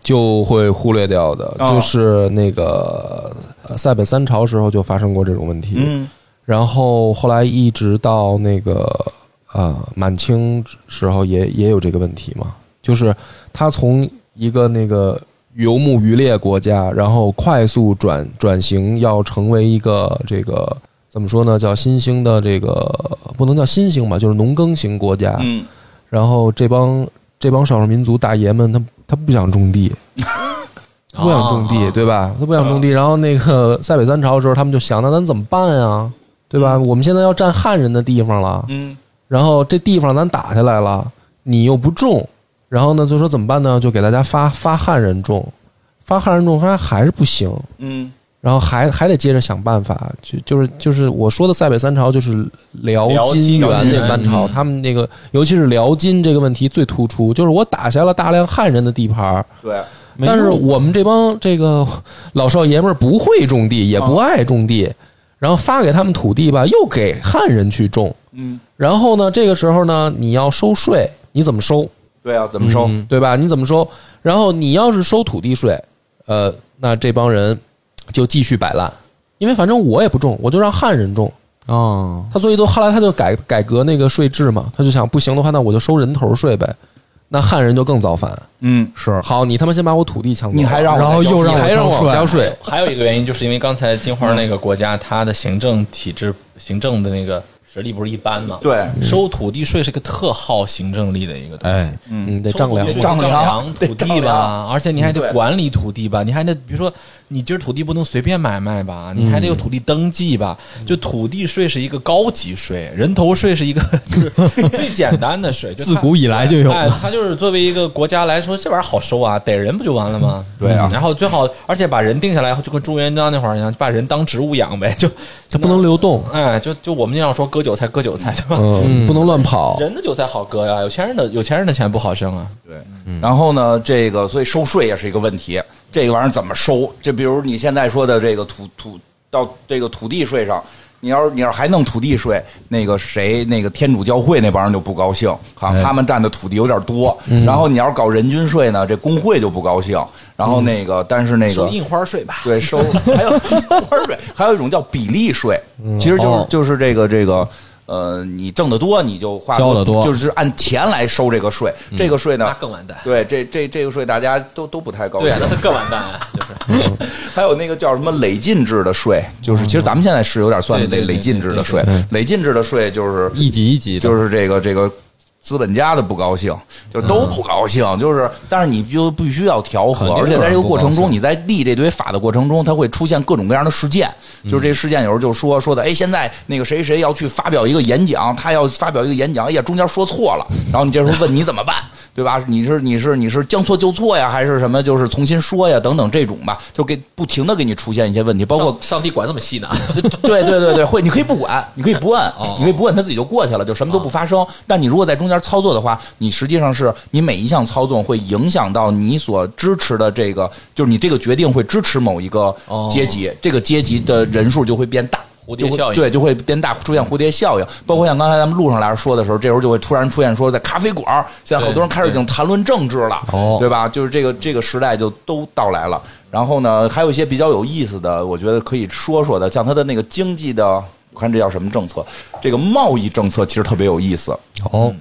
A: 就会忽略掉的，
B: 啊
A: 就是那个呃塞北三朝时候就发生过这种问题，
B: 嗯，
A: 然后后来一直到那个呃满清时候也也有这个问题嘛，就是他从一个那个游牧渔猎国家，然后快速转转型，要成为一个这个怎么说呢，叫新兴的这个不能叫新兴吧，就是农耕型国家。
B: 嗯，
A: 然后这帮这帮少数民族大爷们，他他不想种地。不想种地，对吧？他不想种地。然后那个塞北三朝的时候，他们就想，那咱怎么办呀？对吧？我们现在要占汉人的地方了，
B: 嗯，
A: 然后这地方咱打下来了，你又不种，然后呢，就说怎么办呢？就给大家发发汉人种，发汉人种，发现还是不行。
B: 嗯，
A: 然后还还得接着想办法，就就是就是我说的塞北三朝，就是辽
E: 辽
A: 金
E: 金
A: 元这
E: 元
A: 三朝，
C: 嗯
A: 他们那个尤其是辽金这个问题最突出，就是我打下了大量汉人的地盘儿，
B: 对，
D: 没
A: 但是
D: 用
A: 我们这帮这个老少爷们儿不会种地，也
D: 啊
A: 不爱种地，然后发给他们土地吧，又给汉人去种，
B: 嗯，
A: 然后呢，这个时候呢，你要收税，你怎么收？
B: 对啊，怎么收？
D: 嗯
A: 对吧？你怎么收？然后你要是收土地税，呃，那这帮人就继续摆烂，因为反正我也不种，我就让汉人种。
D: 啊，
A: 他所以就后来他就改改革那个税制嘛，他就想不行的话，那我就收人头税呗。那汉人就更造反。
B: 嗯，
D: 是
A: 好，你他妈先把我土地抢走，
B: 你还让我
D: 然后
B: 再交
D: 又
B: 税
D: 让
A: 你
D: 我
A: 还让我
D: 交
A: 交
D: 税
A: 税，
C: 还有一个原因，就是因为刚才金花那个国家，它的行政体制、行政的那个实力不是一般嘛？，
B: 对，
C: 收土地税是个特耗行政力的一个东西
D: 哎。
A: 嗯，得丈量
C: 收。土地税
B: 丈量
C: 量
B: 得
C: 土地
B: 丈
C: 吧
B: 量，
C: 而且你还
B: 对
C: 得管理土地吧，你还得比如说，你今儿土地不能随便买卖吧，你还得有土地登记吧。就土地税是一个高级税，人头税是一个 就是最简单的税，就它
D: 自古以来就有
C: 哎，它就是作为一个国家来说，这玩意儿好收啊，逮人不就完了吗？嗯
B: 对啊
C: 然后最好，而且把人定下来以后，就跟朱元璋那会儿一样，就把人当植物养呗， 就
A: 它不能流动，
C: 哎，就就我们经常说割韭菜，割韭菜，对吧？
A: 嗯，不能乱跑。
C: 人的韭菜好割呀、有钱人的有钱人的钱不好挣啊。
B: 对，
D: 嗯
B: 然后呢，这个所以收税也是一个问题，这个玩意儿怎么收？这比如你现在说的这个土土到这个土地税上，你要是你要是还弄土地税，那个谁那个天主教会那帮人就不高兴，好
D: 哎
B: 像他们占的土地有点多。
D: 嗯
B: 然后你要是搞人均税呢，这工会就不高兴。然后那个，但是那
C: 收
B: 个
C: 印花税吧，
B: 对，收还有 花税，还有一种叫比例税，其实就是
D: 哦
B: 就是这个这个。呃，你挣得多，你就花
D: 交得多嗯
B: 就是按钱来收这个税。这个税
C: 那
B: 呢，
C: 更完 蛋。
B: 对这这这个税大家都都不太高兴。
E: 对啊，那他更完蛋啊，就是
B: 还有那个叫什么累进制的税，就是其实咱们现在是有点算
C: 对
B: 累
C: 对对
B: 累进制的税
A: 对对。
B: 累进制的税就是
D: 一级一级的，
B: 就是这个这个资本家的不高兴，就都不高兴，就是但是你就必须要调和，
D: 肯定有
B: 而
D: 人
B: 且在这个过程
D: 不高
B: 中，
D: 兴
B: 你在立这堆法的过程中，它会出现各种各样的事件，就是这
D: 嗯
B: 些事件有时候就说说的，哎，现在那个谁谁要去发表一个演讲，他要发表一个演讲，哎呀，中间说错了，然后你这时候问你怎么办？对吧？你是你是你是将错就错呀，还是什么？就是重新说呀，等等这种吧，就给不停的给你出现一些问题， 包括
E: 上上帝管这么细呢，
B: 对对对对，会，你可以不管，你可以不问，
C: 哦
B: 你可以不问，他自己就过去了，就什么都不发生。但你如果在中间操作的话，你实际上是你每一项操纵会影响到你所支持的这个，就是你这个决定会支持某一个阶级，这个阶级的人数就会变大。
C: 哦蝴蝶效应
B: 就会对，就会变大，出现蝴蝶效应。包括像刚才咱们路上来说的时候，这时候就会突然出现说，在咖啡馆儿，现在好多人开始已经谈论政治了，
D: 哦
B: 对吧？就是这个这个时代就都到来了。然后呢，还有一些比较有意思的，我觉得可以说说的，像它的那个经济的，我看这叫什么政策？这个贸易政策其实特别有意思。嗯
D: 哦，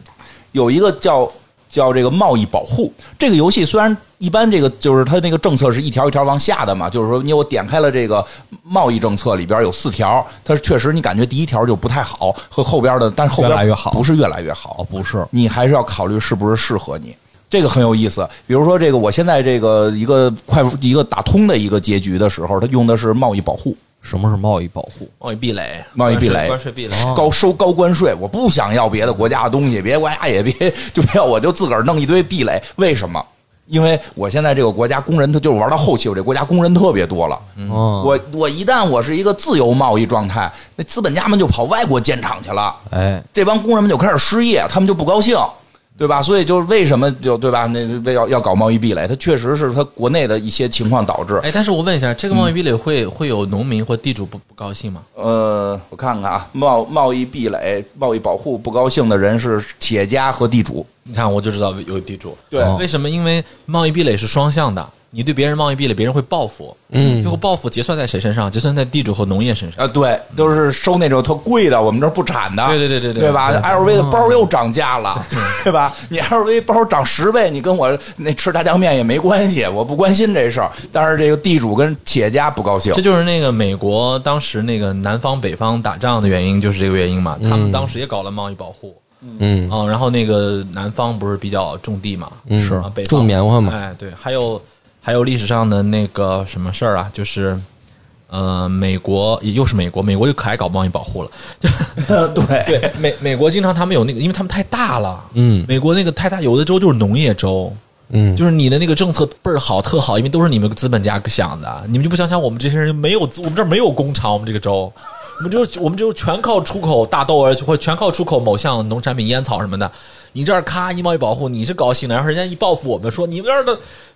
B: 有一个叫叫这个贸易保护。这个游戏虽然一般这个就是它那个政策是一条一条往下的嘛，就是说你我点开了这个贸易政策里边有四条，它确实你感觉第一条就不太好，和后边的，但是后边
D: 越来越好哦
B: 不是越来越好，
D: 不是
B: 你还是要考虑是不是适合你。这个很有意思，比如说这个，我现在这个一个快一个打通的一个结局的时候，它用的是贸易保护，
D: 什么是贸易保护？
E: 贸易壁垒，
B: 贸易壁垒
E: 关税壁垒，
C: 哦
B: 高收高关税，我不想要别的国家的东西，别国家也别就别要，我就自个儿弄一堆壁垒。为什么？因为我现在这个国家工人，他就是玩到后期，我这国家工人特别多了。
D: 哦，
B: 我我一旦我是一个自由贸易状态，那资本家们就跑外国建厂去了，
D: 哎，
B: 这帮工人们就开始失业，他们就不高兴，对吧？所以就是为什么就对吧？那那要要搞贸易壁垒，它确实是它国内的一些情况导致。
C: 哎，但是我问一下，这个贸易壁垒会、会有农民或地主不不高兴吗？
B: 呃，我看看啊，贸贸易壁垒、贸易保护不高兴的人是企业家和地主。
C: 你看我就知道有地主，哦
B: 对
C: 为什么？因为贸易壁垒是双向的，你对别人贸易壁垒，别人会报复，嗯，最后报复结算在谁身上？结算在地主和农业身上。
B: 啊，对，都是收那种特贵的，我们这儿不产的。
C: 对对对对
B: 对，
C: 对嗯
B: 吧？LV 的包又涨价了，对吧？你 LV 包涨十倍，你跟我那吃炸酱面也没关系，我不关心这事儿。但是这个地主跟企业家不高兴
C: 这。就是那个美国当时那个南方北方打仗的原因，就是这个原因嘛。他们当时也搞了贸易保护，
A: 嗯，
C: 嗯嗯，然后那个南方不是比较种地嘛，
A: 嗯
C: 啊
A: 是
C: 北方
A: 种棉花嘛
C: 哎，对，还有还有历史上的那个什么事儿啊，就是。呃，美国也又是美国，美国就可爱搞贸易保护了。
B: 对，
C: 对，美美国经常他们有那个，因为他们太大了，
A: 嗯
C: 美国那个太大，有的州就是农业州，
A: 嗯
C: 就是你的那个政策倍儿好，特好，因为都是你们资本家想的，你们就不想想我们这些人没有，我们这儿没有工厂，我们这个州，我们就我们就全靠出口大豆啊，或者全靠出口某项农产品、烟草什么的。你这儿咔一贸易保护，你是高兴的，然后人家一报复我们说你们这儿的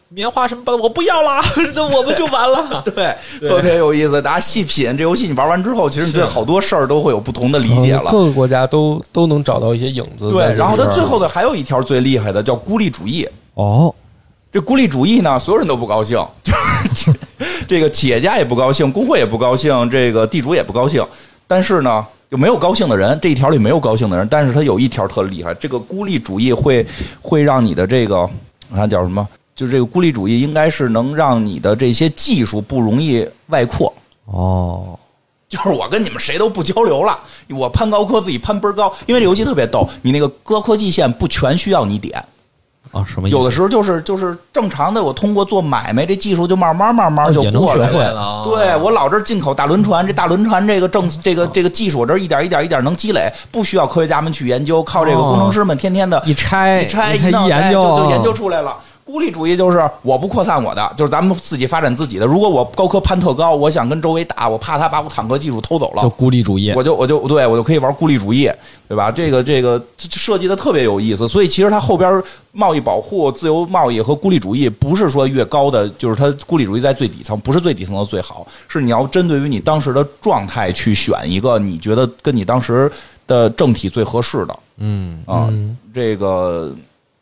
C: 棉花什么的我不要啦， 那我们就完了。
B: 对，特别有意思。大家细品这游戏，你玩完之后，其实你对好多事儿都会有不同的理解了。
A: 各个国家都都能找到一些影子在这里边
B: 对，
A: 儿。
B: 然后它最后的还有一条最厉害的叫孤立主义。
D: 哦，
B: 这孤立主义呢，所有人都不高兴， 就是企这个企业家也不高兴，工会也不高兴，这个地主也不高兴。但是呢，就没有高兴的人，这一条里没有高兴的人。但是它有一条特厉害，这个孤立主义会会让你的这个，我看叫什么？就这个孤立主义应该是能让你的这些技术不容易外扩。
D: 哦，
B: 就是我跟你们谁都不交流了，我攀高科自己攀倍儿高，因为这游戏特别逗，你那个高科技线不全需要你点，
D: 啊，什么意思？
B: 有的时候就是就是正常的，我通过做买卖，这技术就慢慢慢慢就
D: 也能
B: 过来
D: 学会
B: 了。
C: 了啊
B: 对我老这儿进口大轮船，这大轮船这个政这个这个技术，我这儿一点一点一点能积累，不需要科学家们去研究，靠这个
D: 哦
B: 工程师们天天的
D: 一拆
B: 一拆
D: 一
B: 弄，
D: 研
B: 哎
D: 究哦啊
B: 就就研究出来了。孤立主义就是我不扩散我的，就是咱们自己发展自己的。如果我高科攀特高，我想跟周围打，我怕他把我坦克技术偷走了
D: 就，孤立主义。
B: 我就我就对我就可以玩孤立主义，对吧？这个这个这这设计的特别有意思，所以其实它后边贸易保护、自由贸易和孤立主义不是说越高的，就是它孤立主义在最底层，不是最底层的最好，是你要针对于你当时的状态去选一个你觉得跟你当时的政体最合适的
D: 嗯，
B: 啊、这个。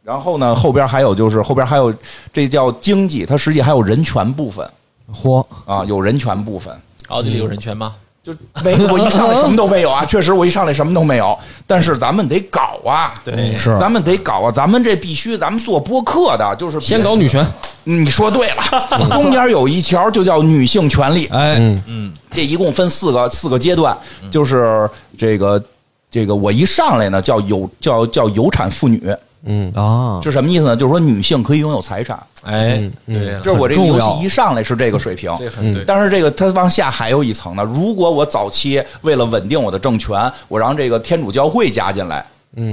B: 然后呢，后边还有就是后边还有，这叫经济，它实际还有人权部分
D: 嚯，
B: 啊，有人权部分。
C: 奥地利有人权
A: 嗯
C: 吗？
B: 就没，我一上来什么都没有啊！确实，我一上来什么都没有。但是咱们得搞啊，
C: 对
D: 是
B: 咱们得搞啊！咱们这必须，咱们做播客的，就是别
A: 先搞。女权，
B: 你说对了，中间有一条就叫女性权利，
D: 哎，
A: 嗯，
B: 这一共分四个四个阶段，就是这个这个，我一上来呢叫有叫叫有产妇女，
A: 嗯
D: 啊，
B: 是什么意思呢？就是说女性可以拥有财产，
C: 哎，
A: 嗯
C: 对了，
B: 这是我这个
D: 很重
B: 游
D: 要
B: 戏一上来是这个水平，
C: 这很对。
B: 但是这个它往下还有一层呢。如果我早期为了稳定我的政权，我让这个天主教会加进来，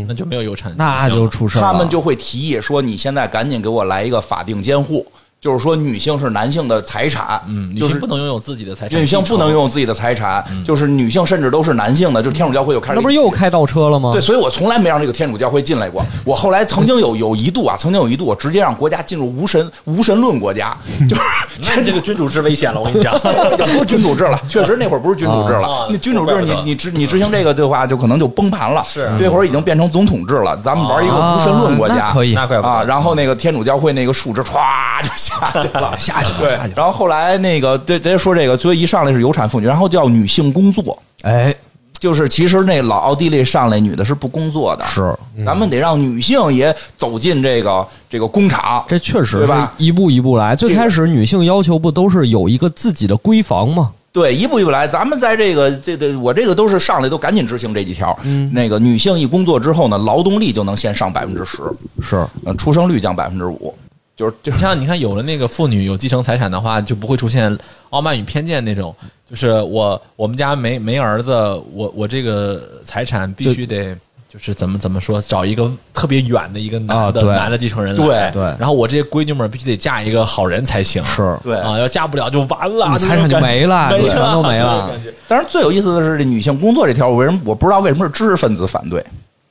C: 那就没有有产，
D: 那就出事儿了。
B: 他们就会提议说：“你现在赶紧给我来一个法定监护，就是说女性是男性的财产，
C: 嗯，女
B: 就
C: 性
B: 是
C: 不嗯能拥有自己的财产，
B: 女性不能拥有自己的财产，就是女性甚至都是男性的。”就天主教会就开始
D: 那不是又开倒车了吗？
B: 对，所以我从来没让这个天主教会进来过。我后来曾经有有一度啊，曾经有一度我直接让国家进入无神无神论国家，就是
E: 那这个君主制危险了，我跟你讲。
B: 也不是君主制了， 确实那会儿不是君主制
E: 啊
B: 了。那君主制
E: 怪
B: 你
E: 不得
B: 你执你执行这个的话，就可能就崩盘了。
E: 是
B: 这会儿已经变成总统制了，咱们玩一个无神论国家，
D: 啊那可以
E: 那怪不得
B: 啊。然后那个天主教会那个树枝歘就下去 了，下去了，下去。然后后来那个对，咱说这个，所以一上来是有产妇女，然后叫女性工作。
D: 哎，
B: 就是其实那老奥地利上来女的是不工作的，
D: 是，
B: 咱们得让女性也走进这个这个工厂，
D: 这确实
B: 对
D: 是
B: 吧
D: 一步一步来。
B: 个
D: 最开始女性要求不都是有一个自己的闺房吗？
B: 对，一步一步来。咱们在这个这这，我这个都是上来都赶紧执行这几条。嗯，那个女性一工作之后呢，劳动力就能先上百分之十，
D: 是，
B: 嗯，出生率降百分之五，就是就
C: 你像你看，有了那个妇女有继承财产的话，就不会出现傲慢与偏见那种。就是我我们家没没儿子，我我这个财产必须得就是怎么怎么说，找一个特别远的一个
D: 啊
C: 男的、
D: 对
C: 男的继承人来
B: 对
D: 对
C: 然后我这些闺女们必须得嫁一个好人才行。
D: 是，
B: 对
C: 啊，要嫁不了就完了，
D: 你
C: 这种
D: 财产就
C: 感觉
D: 没了，
C: 没
D: 你全都没
C: 这种
D: 了
C: 感觉
B: 当然，最有意思的是这女性工作这条，我为什么我不知道为什么是知识分子反对？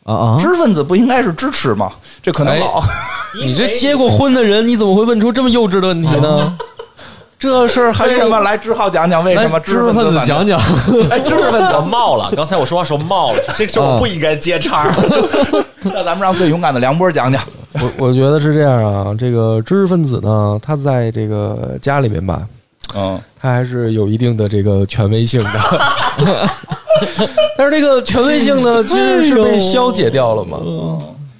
D: 啊啊！
B: 知识分子不应该是支持吗？这可能老、
A: 你这结过婚的人，你怎么会问出这么幼稚的问题呢？ 这事儿还
B: 为什么来志浩讲讲为什么
D: 来知识
B: 识
D: 分
B: 分
D: 子
B: 反对
D: 讲？讲，
B: 哎，知识分
E: 我
B: 子，
E: 冒了，刚才我说话时候冒了，这个时候我不应该接茬儿。
B: 让咱们让最勇敢的梁波讲讲。
A: 我我觉得是这样啊，这个知识分子呢，他在这个家里面吧，
B: 嗯，
A: 他还是有一定的这个权威性的。但是这个权威性呢，其实是被消解掉了嘛，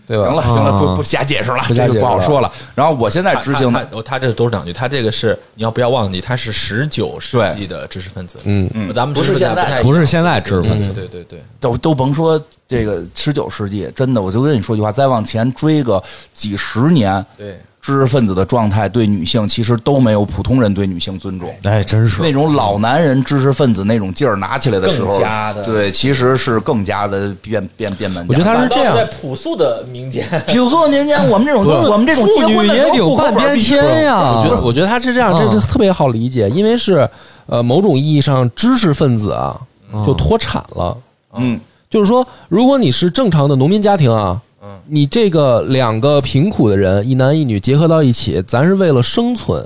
A: 对吧？啊
B: 行了，行了，不不瞎解释了，
A: 不瞎解
B: 这个
A: 释
B: 不好
A: 了
B: 说了。然后我现在
C: 他
B: 执行
C: 他他哦他这多是两句，他这个是你要不要忘记，他是十九世
B: 对
C: 纪的知识分子，
A: 嗯，
B: 嗯
C: 咱们
B: 不是
C: 知识
B: 现
C: 分子
B: 在
C: 不太一样
D: 不是现在知识分子，
C: 对对对对，
B: 都都甭说这个十九世纪，真的，我就跟你说句话，再往前追个几十年，
C: 对，
B: 知识分子的状态对女性其实都没有普通人对女性尊重。
D: 哎，真是
B: 那种老男人知识分子那种劲儿拿起来的时候
E: 更加，的
B: 对，其实是更加的变变变本
A: 我
B: 加厉。
A: 觉得他是这样
E: 在朴素的民间，
B: 朴素年间，我们这种我们这种
D: 妇
B: 结
D: 女
B: 婚的时
D: 也
B: 候
D: 有
B: 户口
D: 半
B: 本儿
D: 边
B: 必须
D: 天呀、
A: 我觉得，我觉得他是这样，这这特别好理解，因为是呃，某种意义上知识分子啊，就脱产了。
B: 嗯，
A: 就是说，如果你是正常的农民家庭啊，你这个两个贫苦的人，一男一女结合到一起，咱是为了生存，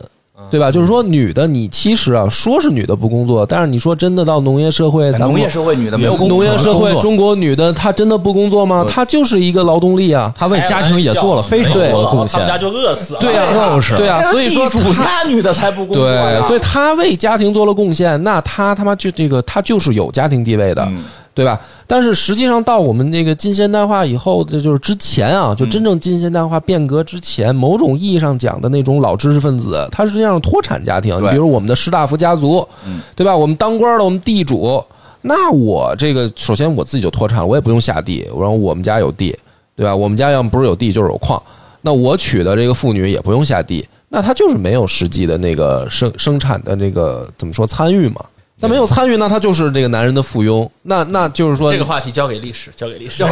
A: 对吧？就是说，女的你其实啊，说是女的不工作，但是你说真的到农业社会，咱们
B: 哎农业社会女的没有工
A: 农业社
D: 工
A: 会，
D: 作
A: 中国女的她真的不工作吗？她就是一个劳动力啊。
D: 他为家庭也做了非常多
A: 对
D: 的贡
E: 他们家
D: 献。
E: 就饿死了。
A: 对呀、
D: 啊就是
A: 对呀、所以说
B: 哎地主家女的才不工作呀
A: 对，所以他为家庭做了贡献，那他他妈就这个他就是有家庭地位的，
B: 嗯
A: 对吧？但是实际上到我们那个近现代化以后，这就是之前啊，就真正近现代化变革之前，某种意义上讲的那种老知识分子，他实际上是脱产家庭。
B: 对
A: 你比如我们的士大夫家族，对吧？我们当官的，我们地主。那我这个首先我自己就脱产，我也不用下地，然后我们家有地，对吧？我们家要么不是有地就是有矿，那我娶的这个妇女也不用下地，那她就是没有实际的那个生生产的那个怎么说参与嘛？那没有参与，那她就是这个男人的附庸。那那就是说，
C: 这个话题交给历史，交给历史。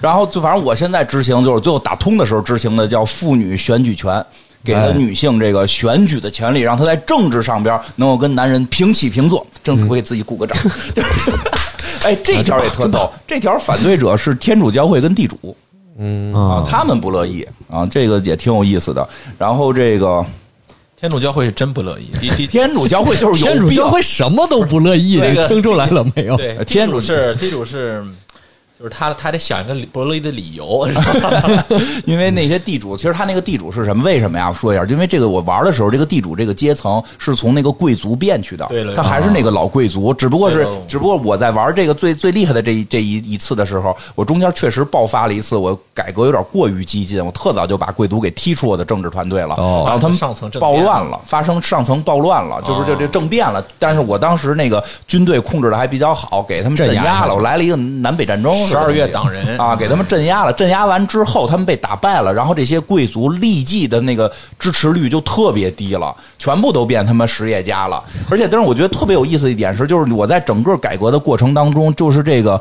B: 然后就反正我现在执行就是最后打通的时候执行的叫妇女选举权，给
D: 哎
B: 了女性这个选举的权利，让她在政治上边能够跟男人平起平坐。政
D: 嗯
B: 府给自己鼓个 掌。哎，
D: 啊
B: 这条也特逗，这条反对者是天主教会跟地主啊
D: 啊，
B: 他们不乐意啊，这个也挺有意思的。然后这个
C: 天主教会是真不乐意，第一
B: 天主教会就是有
D: 天主
B: 病
D: 教会什么都不乐意，
C: 那
D: 你
C: 个
D: 听出来了没有？
C: 对，地
B: 天
C: 主
B: 主
C: 是地主是，就是他他得想一个理不乐意的理由，
B: 因为那些地主，其实他那个地主是什么？为什么呀？说一下，因为这个我玩的时候，这个地主这个阶层是从那个贵族变去的，
C: 对了
B: 他还是那个老贵族，只不过
C: 对
B: 是
C: 了，
B: 只不过我在玩这个最最厉害的这一这一一次的时候，我中间确实爆发了一次，我改革有点过于激进，我特早就把贵族给踢出我的政治团队了，
D: 哦
B: 然后他们
C: 上层政变哦
B: 暴乱了，发生上层暴乱了，就是这这政变了。但是我当时那个军队控制的还比较好，给他们镇
D: 镇压
B: 压
D: 他
B: 了，
D: 们
B: 我来了一个南北战争，是吧
C: 12月党人
B: 啊，给他们镇压了。镇压完之后，他们被打败了，然后这些贵族立即的那个支持率就特别低了，全部都变他妈实业家了。而且，但是我觉得特别有意思的一点是，就是我在整个改革的过程当中，就是这个。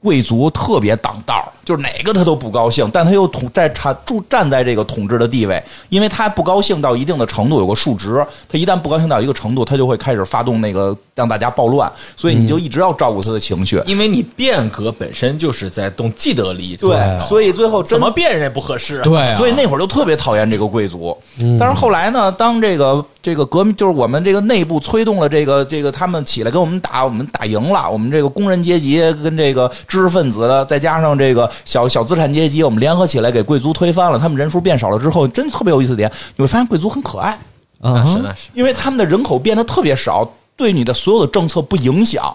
B: 贵族特别挡道儿就是哪个他都不高兴，但他又统在他住站在这个统治的地位，因为他不高兴到一定的程度，有个数值，他一旦不高兴到一个程度，他就会开始发动那个让大家暴乱，所以
C: 嗯
B: 你就一直要照顾他的情绪。
C: 因为你变革本身就是在动既得利益。
B: 对，所以最后真
C: 怎么变人也不合适。
D: 对，啊，
B: 所以那会儿就特别讨厌这个贵族。但是后来呢，当这个这个革命，就是我们这个内部催动了这个这个他们起来跟我们打，我们打赢了，我们这个工人阶级跟这个知识分子，再加上这个小小资产阶级，我们联合起来给贵族推翻了，他们人数变少了之后，真特别有意思的点，你会发现贵族很可爱，
D: 啊
C: 那是那是。
B: 因为他们的人口变得特别少，对你的所有的政策不影响。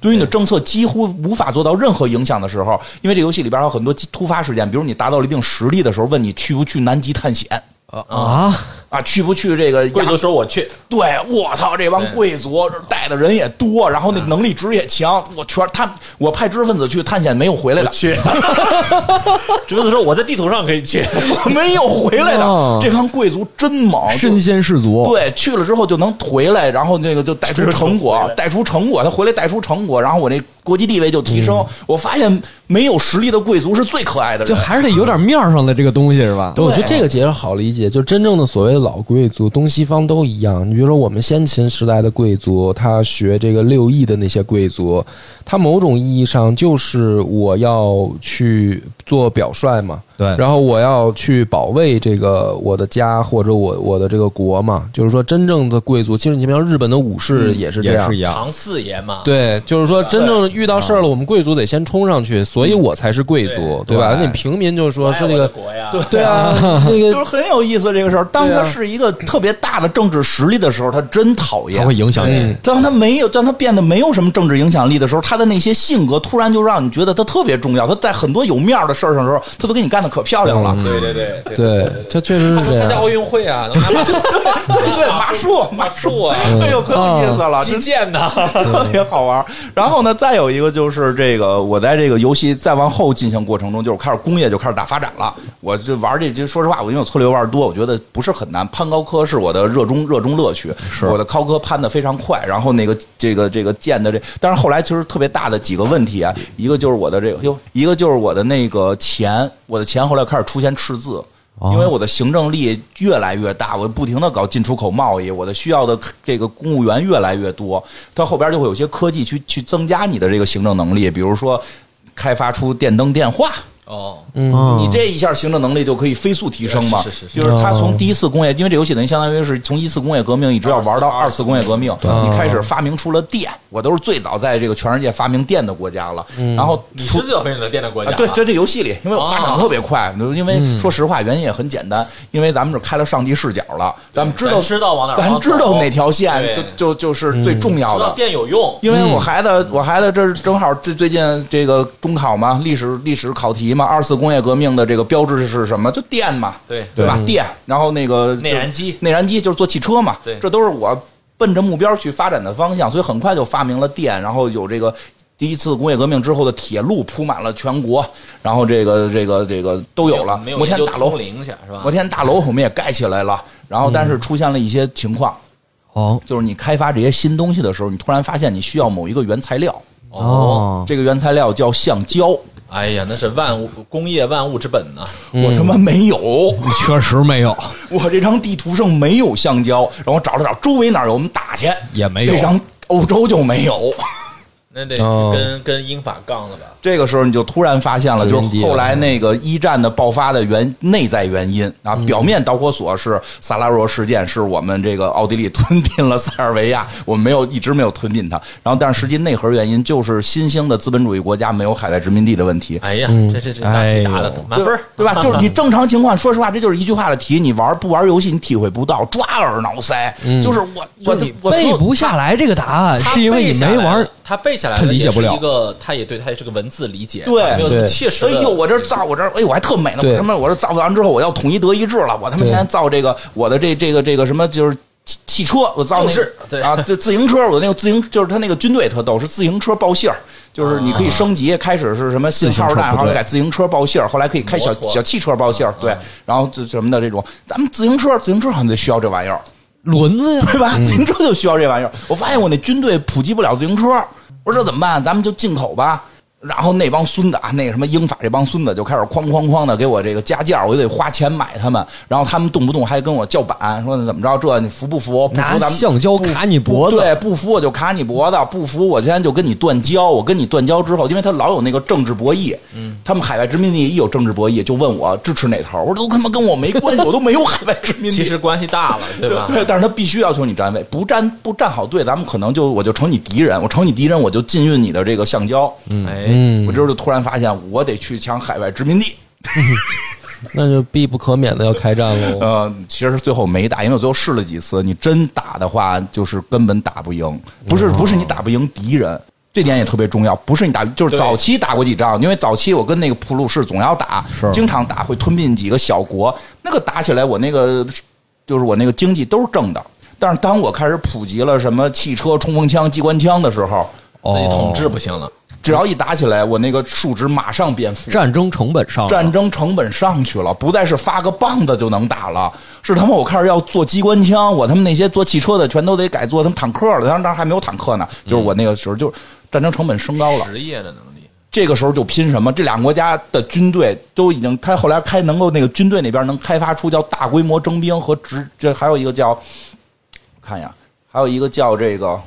B: 对于你的政策几乎无法做到任何影响的时候，因为这游戏里边还有很多突发事件，比如你达到了一定实力的时候，问你去不去南极探险
D: 啊，
B: 啊，去不去这个
C: 贵
B: 亚
C: 族说我去，
B: 对，我操，这帮贵族带的人也多，然后那能力值也强，我全他我派知识分子去探险没有回来的，
E: 去，侄子说我在地图上可以去，
B: 哎没有回来的
D: 哦，
B: 这帮贵族真猛，
D: 身先士卒。
B: 对，去了之后就能回来，然后那个就带出成果，带出成果，他回来带出成果，然后我那国际地位就提升。我发现没有实力的贵族是最可爱的
D: 就
B: 人，
D: 还是得有点面儿上的这个东西是吧？
A: 我觉得这个节日好理解，就是真正的所谓老贵族，东西方都一样。你比如说我们先秦时代的贵族，他学这个六艺的那些贵族，他某种意义上就是我要去做表率嘛，
D: 对
A: 然后我要去保卫这个我的家或者我我的这个国嘛，就是说真正的贵族，其实你像日本的武士也是这
D: 也
A: 样。
D: 是一样。
C: 常四爷嘛。
A: 对，就是说，真正遇到事儿了，我们贵族得先冲上去，所以我才是贵族，对吧？那平民就是说，
C: 我爱
A: 说
C: 我
A: 这
C: 的
A: 个，
C: 国呀，
A: 对啊，那
B: 就
A: 个
B: 是很有意思这个事儿。当他是一个特别大的政治实力的时候，他真讨
D: 它
B: 厌
D: 会。影响你
A: 嗯，
B: 当他没有，当他变得没有什么政治影响力的时候，他的那些性格突然就让你觉得他特别重要。他在很多有面儿的事儿上的时候，他都给你干得可漂亮了。
C: 嗯
E: 对对对对
A: 对，这确实是
C: 说
A: 这
C: 参加
A: 样。
C: 奥运 会啊，能拿马术
B: 对对，马术马
C: 马术啊，
B: 哎呦，可有意思了，
E: 击剑的，
B: 特别好玩儿。然后呢，再有一个就是这个，我在这个游戏再往后进行过程中，就是开始工业就开始大发展了。我就玩这这，说实话，我因为我策略玩儿多，我觉得不是很难。攀高科是我的热衷热衷乐趣，我的高科攀的非常快。然后那个这个这个剑的这，但是后来其实特别大的几个问题啊，一个就是我的这个哟，一个就是我的那个钱，我的钱后来开始出现赤字。因为我的行政力越来越大，我不停的搞进出口贸易，我的需要的这个公务员越来越多，到后边就会有些科技去去增加你的这个行政能力，比如说开发出电灯电话，
C: 哦，
A: 嗯，
B: 你这一下行政能力就可以飞速提升嘛。
C: 是是是
B: 就是它从第一次工业，因为这游戏等于相当于是从一次工业革命一直要玩到二次工业革命，你开始发明出了电，我都是最早在这个全世界发明电的国家了。然后
C: 你
B: 出
C: 是最早被你的电的国家
B: 啊，
C: 了，
B: 对，在这游戏里，因为我
E: 哦
B: 发展特别快，因为说实话，原因也很简单，因为咱们是开了上帝视角了，咱们知道
E: 咱知道往哪儿
B: 咱
E: 跑
B: 知道哪条线
E: 对
B: 就就就是最重要
E: 知道
B: 的。
E: 电有用，
B: 因为我孩子，我孩子这正好最最近这个中考嘛，历史历史考题嘛，二次工业革命的这个标志是什么？就电嘛，
E: 对
B: 对吧？电，然后那个就
E: 内燃机
B: 内燃机就是做汽车嘛，
E: 对
B: 这都是我奔着目标去发展的方向，所以很快就发明了电，然后有这个。第一次工业革命之后的铁路铺满了全国，然后这个这个这个都有了
E: 没。有
B: 摩天
E: 就
B: 大楼，
E: 通灵去啊是吧
B: 摩？天大楼我们也盖起来了，然后但是出现了一些情况，
D: 哦
B: 就是你开发这些新东西的时候，你突然发现你需要某一个原材料，
D: 哦，
B: 这个原材料叫橡胶，
C: 哎呀，那是万物工业万物之本呐、
D: 嗯
B: 我他妈没有，
D: 你确实没有，
B: 我这张地图上没有橡胶，然后我找了找周围哪儿有，我们打去，
D: 也没有
B: 这张欧洲就没有。
C: 那得
B: 哦
C: 去跟、跟英法杠了吧？
B: 这个时候你就突然发现了，
A: 殖
B: 就
A: 民地
B: 是后来那个一战的爆发的原内在原因啊，
D: 嗯
B: 表面导火索是萨拉热事件，是我们这个奥地利吞并了塞尔维亚，我们没有一直没有吞并它，然后但是实际内核原因就是新兴的资本主义国家没有海外殖民地的问题，
C: 哎呀，这这这大
D: 哎
C: 题
D: 呦
C: 答的满分儿，
B: 嗯对 吧？就是你正常情况，说实话，这就是一句话的题，你玩不玩游戏你体会不到，抓耳挠腮，就是我我
A: 就是你
B: 我所有
D: 下来这个答案
C: 他背下来了，他背下来
D: 他理解不了
C: 也是一个，他也对他也是个文字理解，
B: 对
C: 没有
A: 对
C: 切实
B: 哎
C: 的。
B: 呦，我这造我这，哎，我还特美呢！
A: 对
B: 我他妈，我这造完之后，我要统一德意志了。我他妈
A: 对
B: 现在造这个，我的这这个这个什么，就是汽汽车，我造那
C: 幼稚对
B: 个啊，就自行车，我那个自行就是他那个军队特逗，是自行车报信儿，就是你可以升级，开始是什么信号
A: 自行车
B: 弹，
A: 不对
B: 后来改自行车报信儿，后来可以开小
C: 摩托
B: 小汽车报信儿，对，然后就什么的这种，咱们自行车自行车好像就需要这玩意儿，
D: 轮子呀，
B: 对吧？ 自行车就需要这玩意儿。我发现我那军队普及不了自行车，我说这怎么办？咱们就进口吧。然后那帮孙子啊，那个什么英法这帮孙子就开始哐哐哐的给我这个加价，我就得花钱买他们。然后他们动不动还跟我叫板，说怎么着这你服不服？不服
D: 拿
B: 咱们
D: 橡胶
B: 不
D: 卡你脖子，
B: 对，不服我就卡你脖子，不服我现在就跟你断交。我跟你断交之后，因为他老有那个政治博弈，嗯，他们海外殖民地一有政治博弈，就问我支持哪头。我说都他妈跟我没关系，我都没有海外殖民地。
C: 其实关系大了，对吧？
B: 对，但是他必须要求你站位，不站不站好队，咱们可能就我就成你敌人，我成你敌人，我就禁运你的这个橡胶。
C: 哎，
B: 我这时候就突然发现，我得去抢海外殖民地。
A: 那就必不可免的要开战喽。
B: 呃，其实最后没打，因为我最后试了几次，你真打的话，就是根本打不赢，不是不是你打不赢敌人。这点也特别重要，不是你打，就是
C: 对
B: 早期打过几仗，因为早期我跟那个普鲁士总要打，经常打，会吞并几个小国，那个打起来我那个就是我那个经济都是正的，但是当我开始普及了什么汽车、冲锋枪、机关枪的时候，
C: 自
B: 哦
C: 己统治不行了，
B: 只要一打起来，我那个数值马上变负，
D: 战争成本
C: 啊
D: 上了
B: 战争成本上去了，不再是发个棒子就能打了，是他妈我开始要做机关枪，我他妈那些做汽车的全都得改做他们坦克了，当时当时还没有坦克呢，就是我那个时候就是战争成本升高了，
C: 职业的能力，
B: 这个时候就拼什么？这两个国家的军队都已经，他后来开能够那个军队那边能开发出叫大规模征兵和直，这还有一个叫，看一下，还有一个叫这个。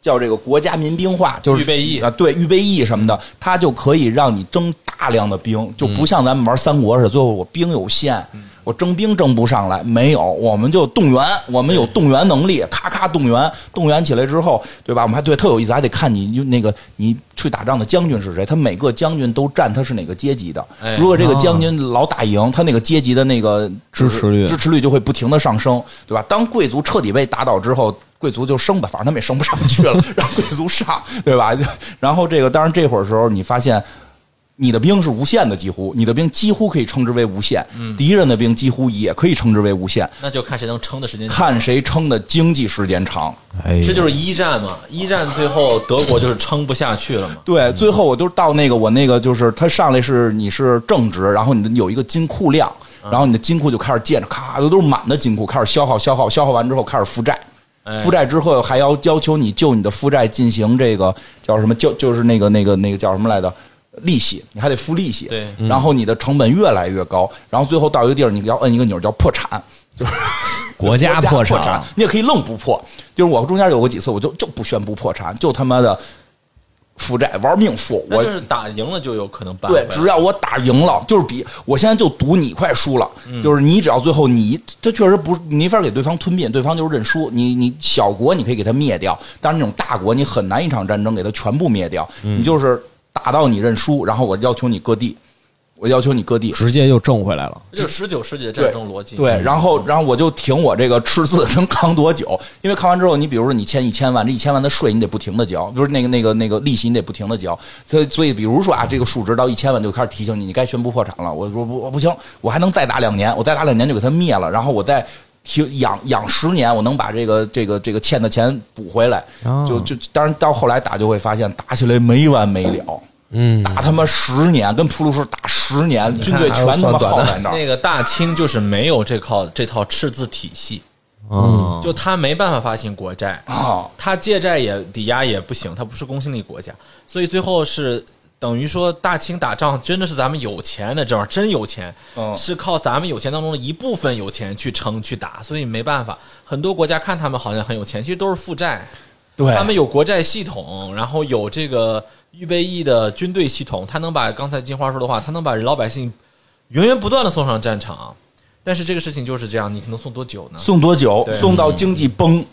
B: 叫这个国家民兵化，就是
C: 预备役
B: 啊，对预备役什么的，它就可以让你征大量的兵，就不像咱们玩三国似的，最后我兵有限，我征兵征不上来，没有，我们就动员，我们有动员能力，咔咔动员，动员起来之后，对吧？我们还对特有意思，还得看你就那个你去打仗的将军是谁，他每个将军都占他是哪个阶级的
C: 哎，
B: 如果这个将军老打赢，他那个阶级的那个
D: 支持率
B: 支持率就会不停的上升，对吧？当贵族彻底被打倒之后，贵族就升吧，反正他们也 升不上去了，让贵族上，对吧？然后这个，当然这会儿时候你发现你的兵是无限的，几乎你的兵几乎可以称之为无限，
D: 嗯
B: 敌人的兵几乎也可以称之为无限，
C: 那就看谁能撑的时间长。
B: 看谁撑的经济时间长。
F: 哎呀，
C: 这就是一战嘛，一战最后德国就是撑不下去了嘛。
B: 对，最后我就到那个我那个就是他上来是你是正值，然后你的有一个金库量，
C: 嗯
B: 然后你的金库就开始建着，咔都都是满的金库，开始消耗消耗消耗完之后开始负债。
C: 哎
B: 负债之后还要要求你就你的负债进行这个叫什么？就就是那个那个那个叫什么来的利息，你还得付利息。
C: 对，
F: 嗯
B: 然后你的成本越来越高，然后最后到一个地儿，你要摁一个钮儿叫破产，就是
F: 国家
B: 破
F: 破产
B: 你也可以愣不破。就是我中间有过几次，我就就不宣布破产，就他妈的负债玩命付，
C: 那
B: 我
C: 就是打赢了就有可能扳回
B: 对
C: 来。，
B: 只要我打赢了，就是比我现在就赌你快输了，就是你只要最后你这确实不你没法给对方吞并，对方就是认输。你你小国你可以给他灭掉，但是那种大国你很难一场战争给他全部灭掉，你就是打到你认输，然后我要求你割地，我要求你割地。
D: 直接又挣回来了。
C: 这就是十九世纪的战争逻辑。嗯
B: 对，然后，然后我就挺我这个赤字能扛多久？因为扛完之后，你比如说你欠一千万，这一千万的税你得不停的交，就是那个那个那个利息你得不停的交。所以，所以比如说啊，这个数值到一千万就开始提醒你，你该宣布破产了。我说不，我不行，我还能再打两年，我再打两年就给它灭了，然后我再。提养养十年，我能把这个这个这个欠的钱补回来，就就当然到后来打就会发现打起来没完没了，
A: 嗯，
B: 打他妈十年，跟普鲁士打十年，军队全他妈耗在那儿。
C: 那个大清就是没有这套这套赤字体系，
F: 嗯，
C: 就他没办法发行国债，
B: 啊，
C: 他借债也抵押也不行，他不是公信力国家，所以最后是等于说大清打仗真的是咱们有钱的这玩意儿，真有钱，
B: 嗯
C: 是靠咱们有钱当中的一部分有钱去撑去打，所以没办法，很多国家看他们好像很有钱，其实都是负债。
B: 对，
C: 他们有国债系统，然后有这个预备役的军队系统，他能把刚才金花说的话，他能把老百姓源源不断的送上战场。但是这个事情就是这样，你可能送多久呢？
B: 送多久？
C: 对
B: 送到经济崩。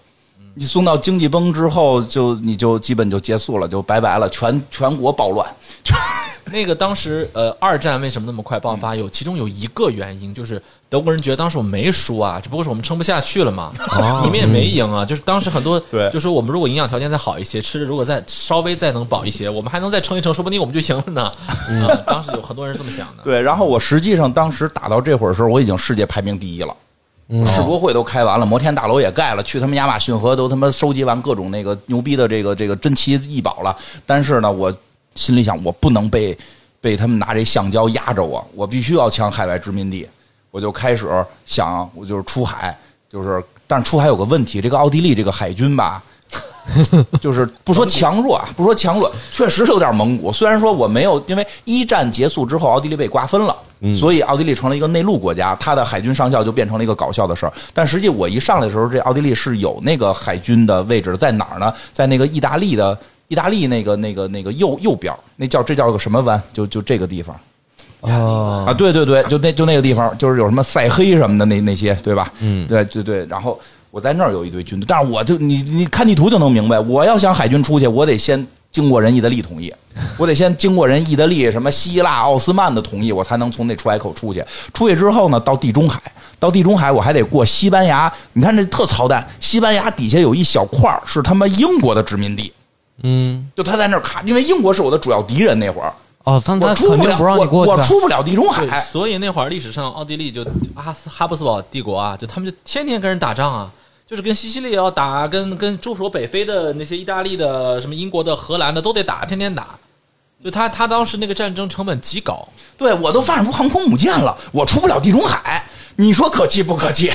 B: 你送到经济崩之后，就你就基本就结束了，就拜拜了，全全国暴乱。
C: 那个当时呃，二战为什么那么快爆发？有其中有一个原因就是德国人觉得当时我们没输啊，只不过是我们撑不下去了嘛， 你们也没赢啊。就是当时很多
B: 对
C: 就说我们如果营养条件再好一些，吃的如果再稍微再能饱一些，我们还能再撑一撑，说不定我们就赢了呢。 嗯，当时有很多人是这么想的。
B: 对，然后我实际上当时打到这会儿的时候，我已经世界排名第一了。世博会都开完了，摩天大楼也盖了，去他们亚马逊河都他妈收集完各种那个牛逼的这个这个珍奇异宝了。但是呢，我心里想，我不能被被他们拿这橡胶压着我，我必须要抢海外殖民地。我就开始想，我就是出海，就是，但是出海有个问题，这个奥地利这个海军吧， 就是不说强弱啊，不说强弱，确实是有点蒙古。虽然说我没有，因为一战结束之后，奥地利被瓜分了，所以奥地利成了一个内陆国家，它的海军上校就变成了一个搞笑的事儿。但实际我一上来的时候，这奥地利是有那个海军的位置的，在哪儿呢？在那个意大利的意大利那个那个那个右右边儿，那叫这叫个什么湾？就就这个地方。
A: 啊，
B: 啊，对对对，就那就那个地方，就是有什么塞黑什么的那那些，对吧？嗯，对对对。然后我在那儿有一堆军队，但是我就你你看地图就能明白，我要想海军出去，我得先经过人意大利同意，我得先经过人意大利什么希腊、奥斯曼的同意，我才能从那出海口出去。出去之后呢，到地中海，到地中海我还得过西班牙。你看这特操蛋，西班牙底下有一小块儿是他妈英国的殖民地，
F: 嗯，
B: 就他在那儿卡，因为英国是我的主要敌人那会儿。
F: 哦，但
B: 我
F: 他
B: 出
F: 肯定
B: 了，
F: 不让你过
B: 我
F: 去
B: 我
F: 啊，
B: 出不了地中海，
A: 哎
C: 对，所以那会儿历史上奥地利就哈斯哈布斯堡帝国啊，就他们就天天跟人打仗啊，就是跟西西里也要打，跟跟驻守北非的那些意大利的、什么英国的、荷兰的都得打，天天打。就他他当时那个战争成本极高，
B: 对我都发展出航空母舰了，我出不了地中海，你说可气不可气？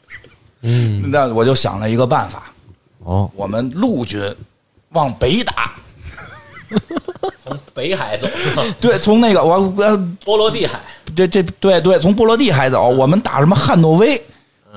B: 嗯，那我就想了一个办法，
F: 哦，
B: 我们陆军往北打，
C: 从北海走，
B: 对，从那个我呃我
C: 波罗的海，
B: 这这对对，从波罗的海走，我们打什么汉诺威？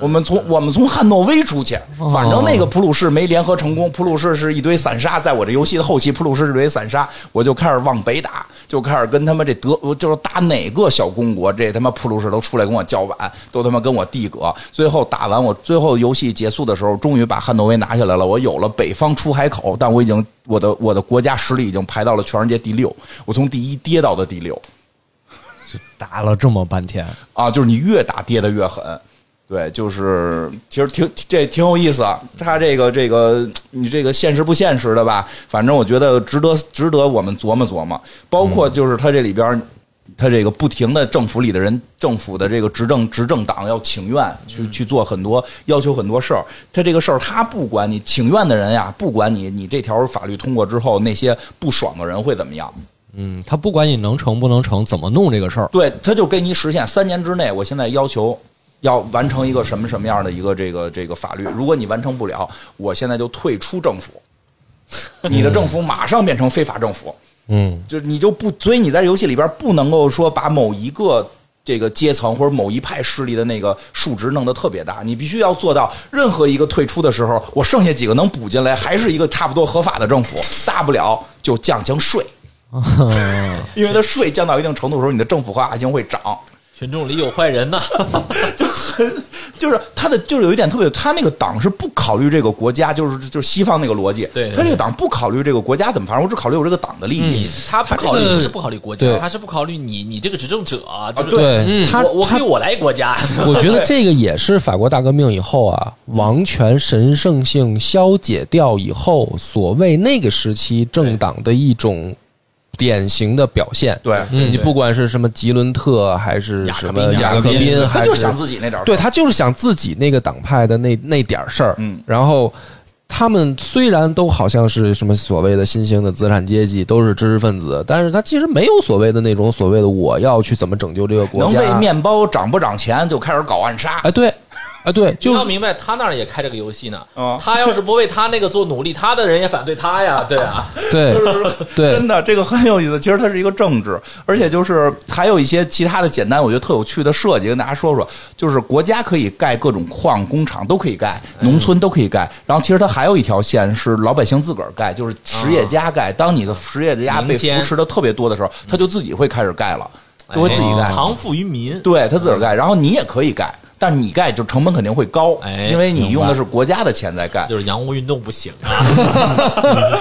B: 我们从我们从汉诺威出去，反正那个普鲁士没联合成功，普鲁士是一堆散沙，在我这游戏的后期，普鲁士是一堆散沙，我就开始往北打，就开始跟他们这德，呃就是打哪个小公国，这他妈普鲁士都出来跟我叫板，都他妈跟我递葛。最后打完我，最后游戏结束的时候，终于把汉诺威拿下来了，我有了北方出海口，但我已经我的我的国家实力已经排到了全世界第六，我从第一跌到的第六。
D: 打了这么半天，
B: 啊，就是你越打跌的越狠。对，就是其实挺这挺有意思啊，他这个这个你这个现实不现实的吧？反正我觉得值得值得我们琢磨琢磨。包括就是他这里边，他这个不停的政府里的人，政府的这个执政执政党要请愿去去做很多要求很多事儿。他这个事儿他不管你请愿的人呀，不管你你这条法律通过之后那些不爽的人会怎么样，
F: 嗯，他不管你能成不能成，怎么弄这个事儿，
B: 对，他就给你实现三年之内，我现在要求要完成一个什么什么样的一个这个这个法律，如果你完成不了，我现在就退出政府，你的政府马上变成非法政府，
A: 嗯
B: 就是你就不，所以你在游戏里边不能够说把某一个。这个阶层或者某一派势力的那个数值弄得特别大，你必须要做到任何一个退出的时候，我剩下几个能补进来，还是一个差不多合法的政府，大不了就降降 税，因为它税降到一定程度的时候，你的政府合法性会涨。
C: 群众里有坏 人呐，
B: 就很就是他的就是有一点特别，他那个党是不考虑这个国家，就是就是西方那个逻辑，
C: 对对嗯
B: 他这个党不考虑这个国家怎么发展，我只考虑我这个党的利益。
C: 他不考虑
A: 这个
C: 不是不考虑国家，
A: 对
C: 他是不考虑你你这个执政者，啊就是
A: 对嗯他
C: 我我可以我来一国家，
A: 我觉得这个也是法国大革命以后啊，王权神圣性消解掉以后，所谓那个时期政党的一种典型的表现。
B: 对
A: 嗯你不管是什么吉伦特还是什么
B: 嗯雅
A: 雅
B: 各
A: 各
B: 宾啊
A: 宾，
B: 他
A: 还
B: 就是想自己那点儿，
A: 对他就是想自己那个党派的那那点儿事儿，
B: 嗯
A: 然后。他们虽然都好像是什么所谓的新兴的资产阶级，都是知识分子，但是他其实没有所谓的那种所谓的我要去怎么拯救这个国
B: 能
A: 家。
B: 为面包涨不涨钱就开始搞暗杀
A: 哎，，对，哎对，就
C: 你
A: 是
C: 要明白，他那儿也开这个游戏呢
B: 啊。
C: 他要是不为他那个做努力，他的人也反对他呀，对 啊。
A: 对对
B: 真的这个很有意思。其实它是一个政治，而且就是还有一些其他的简单，我觉得特有趣的设计，跟大家说说。就是国家可以盖各种矿、工厂都可以盖，农村都可以盖。然后其实它还有一条线是老百姓自个儿盖，就是实业家盖。当你的实业家被
C: 民
B: 扶
C: 间
B: 持的特别多的时候，他就自己会开始盖了，就会自己盖。
C: 哎藏富于民。
B: 对他自个儿盖，然后你也可以盖，但你盖就成本肯定会高，
C: 哎
B: 因为你用的是国家的钱在盖。
C: 就是洋务运动不行啊，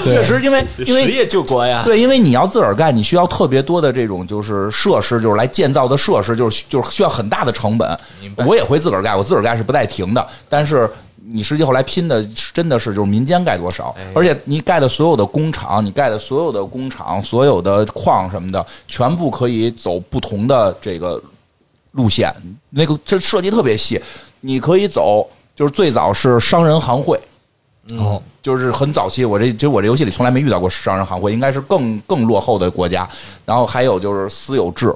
B: 确实，因为因为
C: 实业救国呀。
B: 对，因为你要自个儿盖，你需要特别多的这种就是设施，就是来建造的设施，就是就是需要很大的成本
C: 明。白
B: 我也会自个儿盖，我自个儿盖是不带停的，但是。你实际后来拼的真的是就是民间盖多少，
C: 哎
B: 而且你盖的所有的工厂，你盖的所有的工厂、所有的矿什么的，全部可以走不同的这个路线，那个这设计特别细，你可以走，就是最早是商人行会，哦，就是很早期，我这就我这游戏里从来没遇到过商人行会，应该是更更落后的国家。然后还有就是私有制，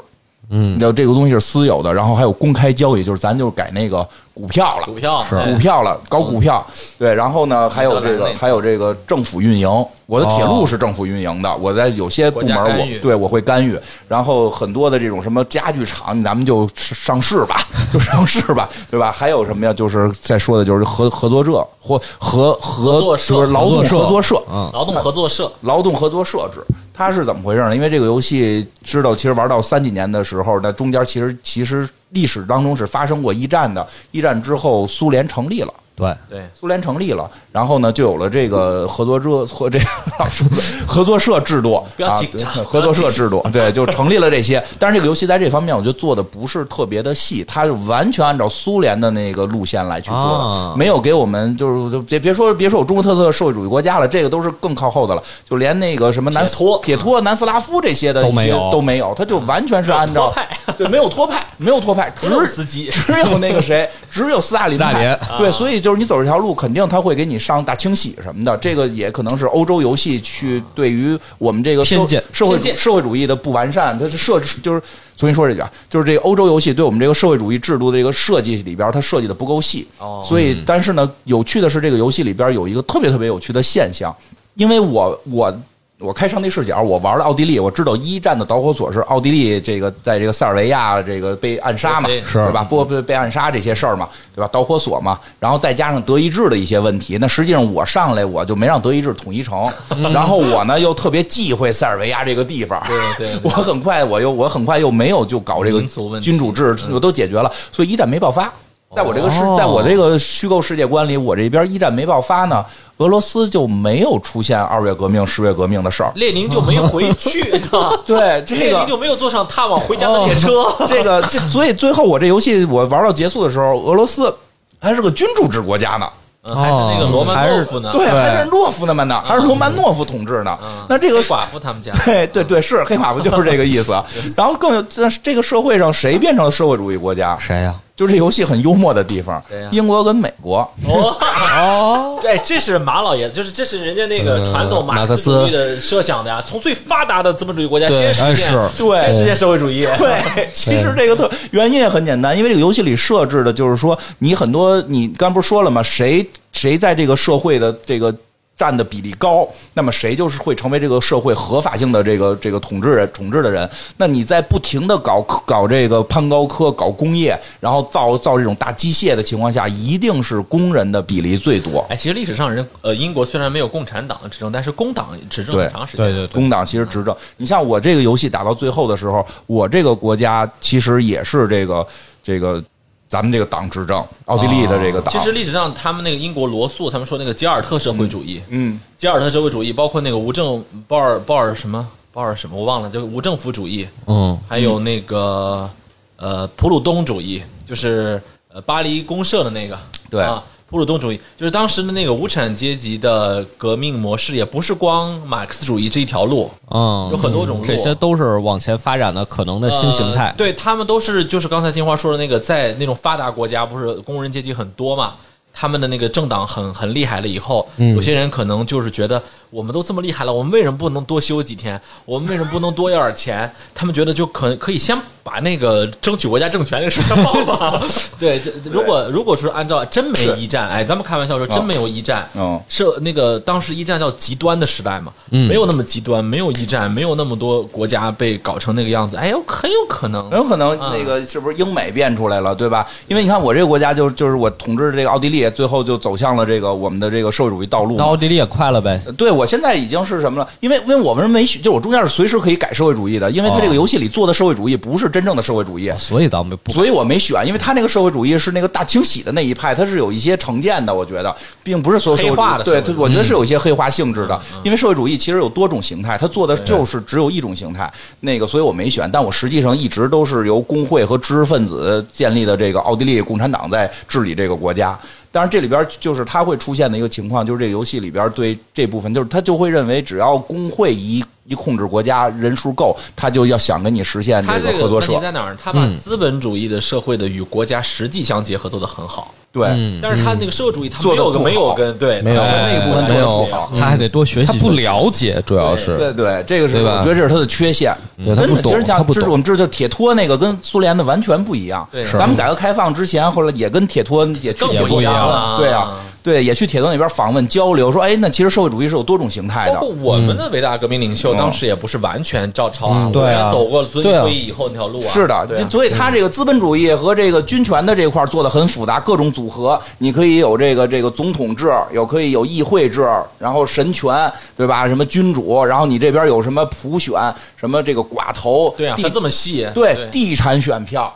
B: 嗯，你知道这个东西是私有的，然后还有公开交易，就是咱就是改那个股票了
C: 股，票哎
B: 股票了，搞股票，对，然后呢，还有这
C: 嗯到
B: 个
C: 哪里
B: 还有这个政府运营，我的铁路是政府运营的，我在有些部门
C: 哦国家干
B: 我
C: 预
B: 对我会干预，然后很多的这种什么家具厂，咱们就上市吧，就上市吧，对吧？还有什么呀？就是再说的就是合合作社或合合
C: 合作社嗯
B: 就是劳动
D: 合作社
B: 合作社，
C: 劳动合作社，
B: 劳动合作设置，它是怎么回事呢？因为这个游戏知道，其实玩到三几年的时候，那中间其实其实历史当中是发生过一战的。一战之后，苏联成立了。
F: 对，
C: 对，
B: 苏联成立了，然后呢，就有了这个合作社和这老师合作社制度，
C: 不要紧张
B: 啊对合作社制度，对，就成立了这些。但是这个游戏在这方面，我觉得做的不是特别的细，它是完全按照苏联的那个路线来去做的，
F: 啊
B: 没有给我们就是就别别说别说有中国特色社会主义国家了，这个都是更靠后的了，就连那个什么南
C: 铁托
B: 铁托、南斯拉夫这些的
F: 都
B: 一些
F: 没有
B: 都没有，它就完全是按
C: 托
B: 照
C: 派
B: 对没有托派，没有托派， 只
C: 任司机
B: 只有那个谁，只有斯大林
D: 斯大
B: 派
D: 林啊
B: 对，所以就是你走这条路，肯定他会给你上大清洗什么的。这个也可能是欧洲游戏去对于我们这个社
F: 偏见
B: 社会
C: 偏见
B: 社会主义的不完善，它是设置就是重新说这句啊，就是这个欧洲游戏对我们这个社会主义制度的这个设计里边，它设计的不够细。
C: 哦
B: 所
D: 嗯
B: 以但是呢，有趣的是这个游戏里边有一个特别特别有趣的现象，因为我我。我开上帝视角，我玩了奥地利，我知道一战的导火索是奥地利这个在这个塞尔维亚这个被暗杀嘛，
C: 对
B: 是吧？波被被暗杀这些事儿嘛，对吧？导火索嘛，然后再加上德意志的一些问题，那实际上我上来我就没让德意志统一成，然后我呢又特别忌讳塞尔维亚这个地方，
C: 嗯对 对
B: 我很快我又我很快又没有就搞这个
C: 民族问题嗯
B: 君主制，我都解决了，所以一战没爆发。在我这个世，
C: 哦
B: 在我这个虚构世界观里，我这边一战没爆发呢，俄罗斯就没有出现二月革命、十月革命的事儿。
C: 列宁就没回 去，你知道吗
B: 对，这
C: 列
B: 个哦
C: 宁就没有坐上踏往回家的列车。
B: 这个，这所以最后我这游戏我玩到结束的时候，俄罗斯还是个君主制国家呢。
C: 嗯还是那个罗曼诺夫呢，
B: 对，哦啊还是洛夫的们呢，还是罗曼诺夫统治呢
C: 嗯。
B: 那这个
C: 黑寡妇他们家，
B: 对对对，是黑寡妇就是这个 意思。然后更有，但是这个社会上谁变成了社会主义国家？
F: 谁呀、
B: 就是这游戏很幽默的地方
C: 谁呀，啊
B: 英国跟美国。
C: 哦
E: 对，这是马老爷，就是这是人家那个传统马
A: 马
E: 克
A: 克
E: 思
A: 思
E: 主义的设想的呀，从最发达的资本主义国家
A: 对
E: 先实现，
F: 哎
B: 对
E: 先实现社会主义，
B: 对，其实这个特原因也很简单，因为这个游戏里设置的就是说，你很多你刚不是说了吗？谁谁在这个社会的这个。占的比例高，那么谁就是会成为这个社会合法性的这个这个统治人统治的人。那你在不停的搞搞这个攀高科、搞工业，然后造造这种大机械的情况下，一定是工人的比例最多。
C: 哎，其实历史上人呃，英国虽然没有共产党执政，但是工党执政很
B: 对
C: 长时间。
F: 对对对，
B: 工党其实执政。你像我这个游戏打到最后的时候，我这个国家其实也是这个这个咱们这个党执政，奥地利的这个党。
C: 其实历史上他们那个英国罗素，他们说那个吉尔特社会主义，
B: 嗯，
C: 吉尔特社会主义包括那个无政鲍尔鲍尔什么鲍尔什么我忘了，就是无政府主义，
F: 嗯，
C: 还有那个呃普鲁东主义，就是呃巴黎公社的那个，
B: 对
C: 啊，普鲁东主义就是当时的那个无产阶级的革命模式，也不是光马克思主义这一条路，
F: 嗯，
C: 有很多种路
F: 这些都是往前发展的可能的新形态
C: 呃。对他们都是就是刚才金花说的那个，在那种发达国家，不是工人阶级很多嘛，他们的那个政党很很厉害了以后，
F: 嗯
C: 有些人可能就是觉得我们都这么厉害了，我们为什么不能多休几天？我们为什么不能多要点钱？他们觉得就可可以先把那个争取国家政权这个事情放放。对，这如果如果说按照真没一战，哎，咱们开玩笑说真没有一战，
B: 嗯
C: 是那个当时一战叫极端的时代嘛，没有那么极端，没有一战，没有那么多国家被搞成那个样子，哎呦，很有可能
B: 很有可能
C: 啊
B: 那个是不是英美变出来了，对吧？因为你看我这个国家就就是我统治这个奥地利，最后就走向了这个我们的这个社会主义道路
F: 那
B: 嘛。
F: 奥地利也快了呗，
B: 对，我现在已经是什么了？因为因为我们没许，就是我中间是随时可以改社会主义的，因为他这个游戏里做的社会主义不是真正的社会主义，
F: 所以咱们不
B: 所以我没选，因为他那个社会主义是那个大清洗的那一派，他是有一些成见的，我觉得并不是所有社会主
C: 黑化
B: 义，
C: 的
B: 对，
C: 社会主
B: 对
C: 义嗯
B: 我觉得是有一些黑化性质的，因为社会主义其实有多种形态，他做的就是只有一种形态，那个所以我没选，但我实际上一直都是由工会和知识分子建立的这个奥地利共产党在治理这个国家。当然，这里边就是它会出现的一个情况，就是这个游戏里边对这部分，就是他就会认为，只要工会一一控制国家人数够，他就要想跟你实现
C: 他
B: 这合
C: 这个
B: 作
C: 问
B: 社嗯
C: 题。在哪儿？他把资本主义的社会的与国家实际相结合做得很好，
B: 对，
C: 但是他那个社会主义他
B: 嗯做
C: 没
B: 得
C: 有
B: 不好
C: 没有跟对
A: 没有
C: 哎
B: 那个部分
A: 没
B: 做
A: 有
B: 得不好，
F: 他还得多学习，
A: 他不了解，主要是
B: 对对，这个是
A: 对
B: 我
A: 吧
B: 觉得这是他的缺陷。
A: 对他
B: 真
A: 不
B: 的，其
A: 懂
B: 实
A: 他
B: 像
A: 不
B: 这
A: 懂
B: 种这就铁托那个跟苏联的完全不一样。
C: 对是
B: 咱们改革开放之前，后来也跟铁托也去
C: 更
B: 铁
C: 不
B: 托
C: 一样
B: 了
C: 了
B: 对啊，对，也去铁托那边访问交流，说哎，那其实社会主义是有多种形态
C: 包
B: 的
C: 括。我们的伟大革命领袖，
B: 嗯
C: 当时也不是完全照抄啊，
F: 对啊
C: 我们也走过了遵义
A: 对啊
C: 会议以后那条路啊，
B: 是的，
C: 对啊
B: 所以他这个资本主义和这个军权的这块儿做的很复杂，各种组合，你可以有这个这个总统制，有可以有议会制，然后神权，对吧？什么君主，然后你这边有什么普选，什么这个寡头，
C: 对啊，
B: 地
C: 他这么细，
B: 对，地产选票，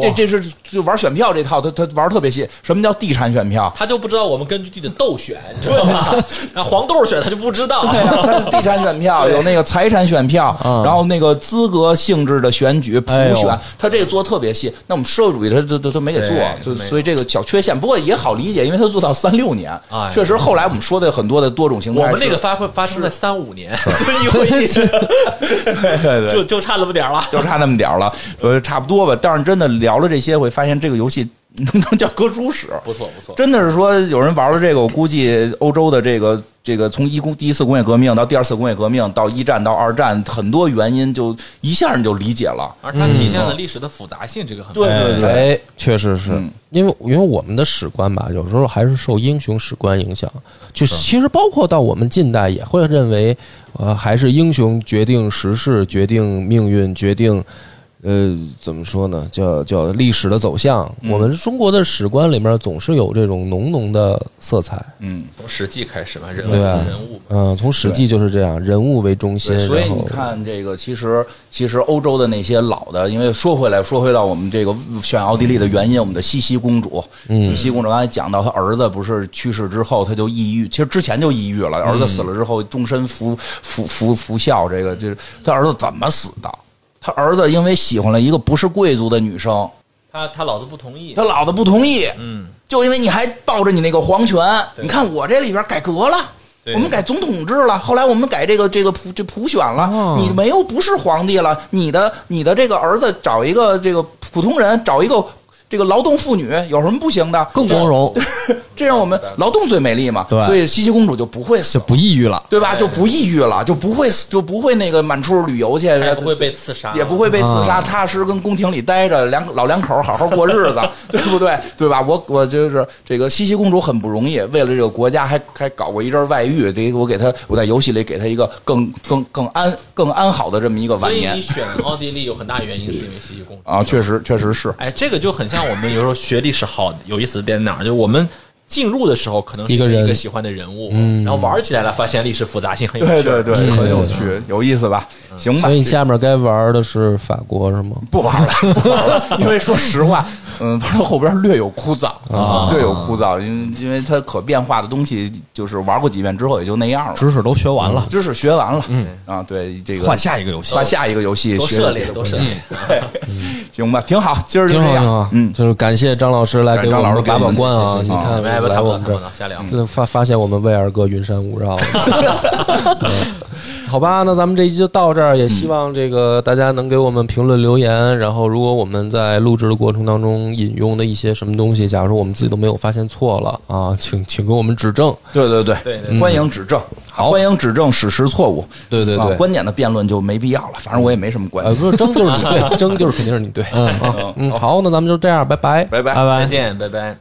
B: 这这是就玩选票这套，他他玩儿特别细。什么叫地产选票？
C: 他就不知道我们根据地的豆选，你知道吗？ 那黄豆选他就不知道，
B: 对呀、它是地产选票有那个财产选票，
C: 嗯
B: 然后那个资格性质的选举普
F: 哎
B: 选
F: 呦，
B: 他这个做得特别细。那我们社会主义他都都都没给做
C: 对，
B: 就
C: 没有
B: 所以这个小缺陷，不过也好理解，因为他做到三六年
C: 哎，
B: 确实后来我们说的很多的多种形态
C: 我
B: 是，
C: 们那个发挥发生在三五年， 遵义会议 就就差那么点儿了。
B: 就差那么点儿了，呃，差不多吧。但是真的聊了这些，会发现这个游戏 能能叫割猪屎，
C: 不错不错，
B: 真的是说有人玩了这个，我估计欧洲的这个这个从一工第一次工业革命到第二次工业革命到一战到二战，很多原因就一下你就理解了。
C: 而它体现了历史的复杂性，这个很
B: 嗯对对对，
A: 哎，确实是、
B: 嗯
A: 因为因为我们的史观吧，有时候还是受英雄史观影响。就其实包括到我们近代也会认为，呃，还是英雄决定时势，决定命运，决定。呃，怎么说呢？叫叫历史的走向。
B: 嗯
A: 我们中国的史观里面总是有这种浓浓的色彩，
B: 嗯，
C: 从《史记》开始嘛，人物
A: 对
B: 啊
A: 吧？
C: 人物嘛，
A: 嗯、从《史记》就是这样，人物为中心。
B: 对，所以
A: 然后
B: 你看这个，其实其实欧洲的那些老的，因为说回来说回到我们这个选奥地利的原因，我们的茜茜公主，嗯，茜茜公主刚才讲到她儿子不是去世之后，她就抑郁，其实之前就抑郁了，儿子死了之后终身服服服服孝，这个就是她儿子怎么死的？她儿子因为喜欢了一个不是贵族的女生，
C: 他他老子不同意，
B: 他老子不同意，
C: 嗯，
B: 就因为你还抱着你那个皇权。
C: 对
B: 你看我这里边改革了。
C: 对
B: 我们改总统制了，后来我们改这个这个普这普选了，
D: 哦
B: 你没有不是皇帝了，你的你的这个儿子找一个这个普通人，找一个这个劳动妇女，有什么不行的？
D: 更光荣，
B: 这让我们劳动最美丽嘛，
D: 对
B: 所以西西公主就不会死
D: 就，不抑郁了。
B: 对吧？就不抑郁了，就不会死，就不会那个满处旅游去，
C: 他也不会被刺杀，
B: 也不会被刺
A: 啊
B: 杀，踏实跟宫廷里待着，两老两口好好过日子， 对不对？对吧？我我就是这个西西公主很不容易，为了这个国家还还搞过一阵外遇，得我给她我在游戏里给她一个更更更安更安好的这么一个
C: 所
B: 晚
C: 以
B: 年
C: 你选奥地利有很大原因是因为西西公主
B: 啊，确实确实是
C: 哎，这个就很像我们有时候学历史好有意思的点哪儿，就是我们进入的时候可能是
A: 一个人
C: 一个喜欢的人物，嗯、然后玩起来了，发现历史复杂性很有
B: 对
C: 趣，
B: 对对，很有趣，有意思吧？
C: 嗯
B: 行吧
A: 嗯所以，你下面该玩的是法国是吗？
B: 不玩了，不玩了，因为说实话，嗯，玩到后边略有枯燥，
A: 啊
B: 略有枯燥，因为因为它可变化的东西，就是玩过几遍之后也就那样了，
D: 知识都学完了，
B: 知识学完了，嗯啊，对这个
D: 换下一个游戏。
B: 换下一个游戏，
C: 多
B: 学
C: 涉猎多涉猎。
B: 行吧，挺好，今儿就
A: 挺
B: 这
A: 好，挺
B: 样
A: 好，，
B: 嗯，
A: 就是感谢张老师来给我
B: 感谢张老师
A: 们
B: 给
A: 把
B: 我
A: 把
B: 们
A: 关啊！
B: 谢哦
A: 你
B: 谢
A: 看，
C: 我们来吧，
A: 来
C: 谈不
A: 我
C: 了，
A: 们这
C: 谈不
A: 儿
C: 了，瞎聊。
A: 这发发现我们魏二哥云山雾 绕了。嗯好吧，那咱们这一期就到这儿，也
B: 嗯
A: 希望这个大家能给我们评论留言。然后，如果我们在录制的过程当中引用的一些什么东西，假如说我们自己都没有发现错了啊，请请给我们指正。
B: 对对对
C: 对对
B: 欢迎指正，
A: 好
B: 欢迎指正史实错误，
A: 对对
B: 啊
A: 对，
B: 观点的辩论就没必要了，反正我也没什么观
A: 呃，
B: 点，
A: 不是争 就是你对，争就是肯定是你对。嗯啊，嗯，好，那咱们就这样，拜拜。
B: 拜拜。
C: 再见，拜拜。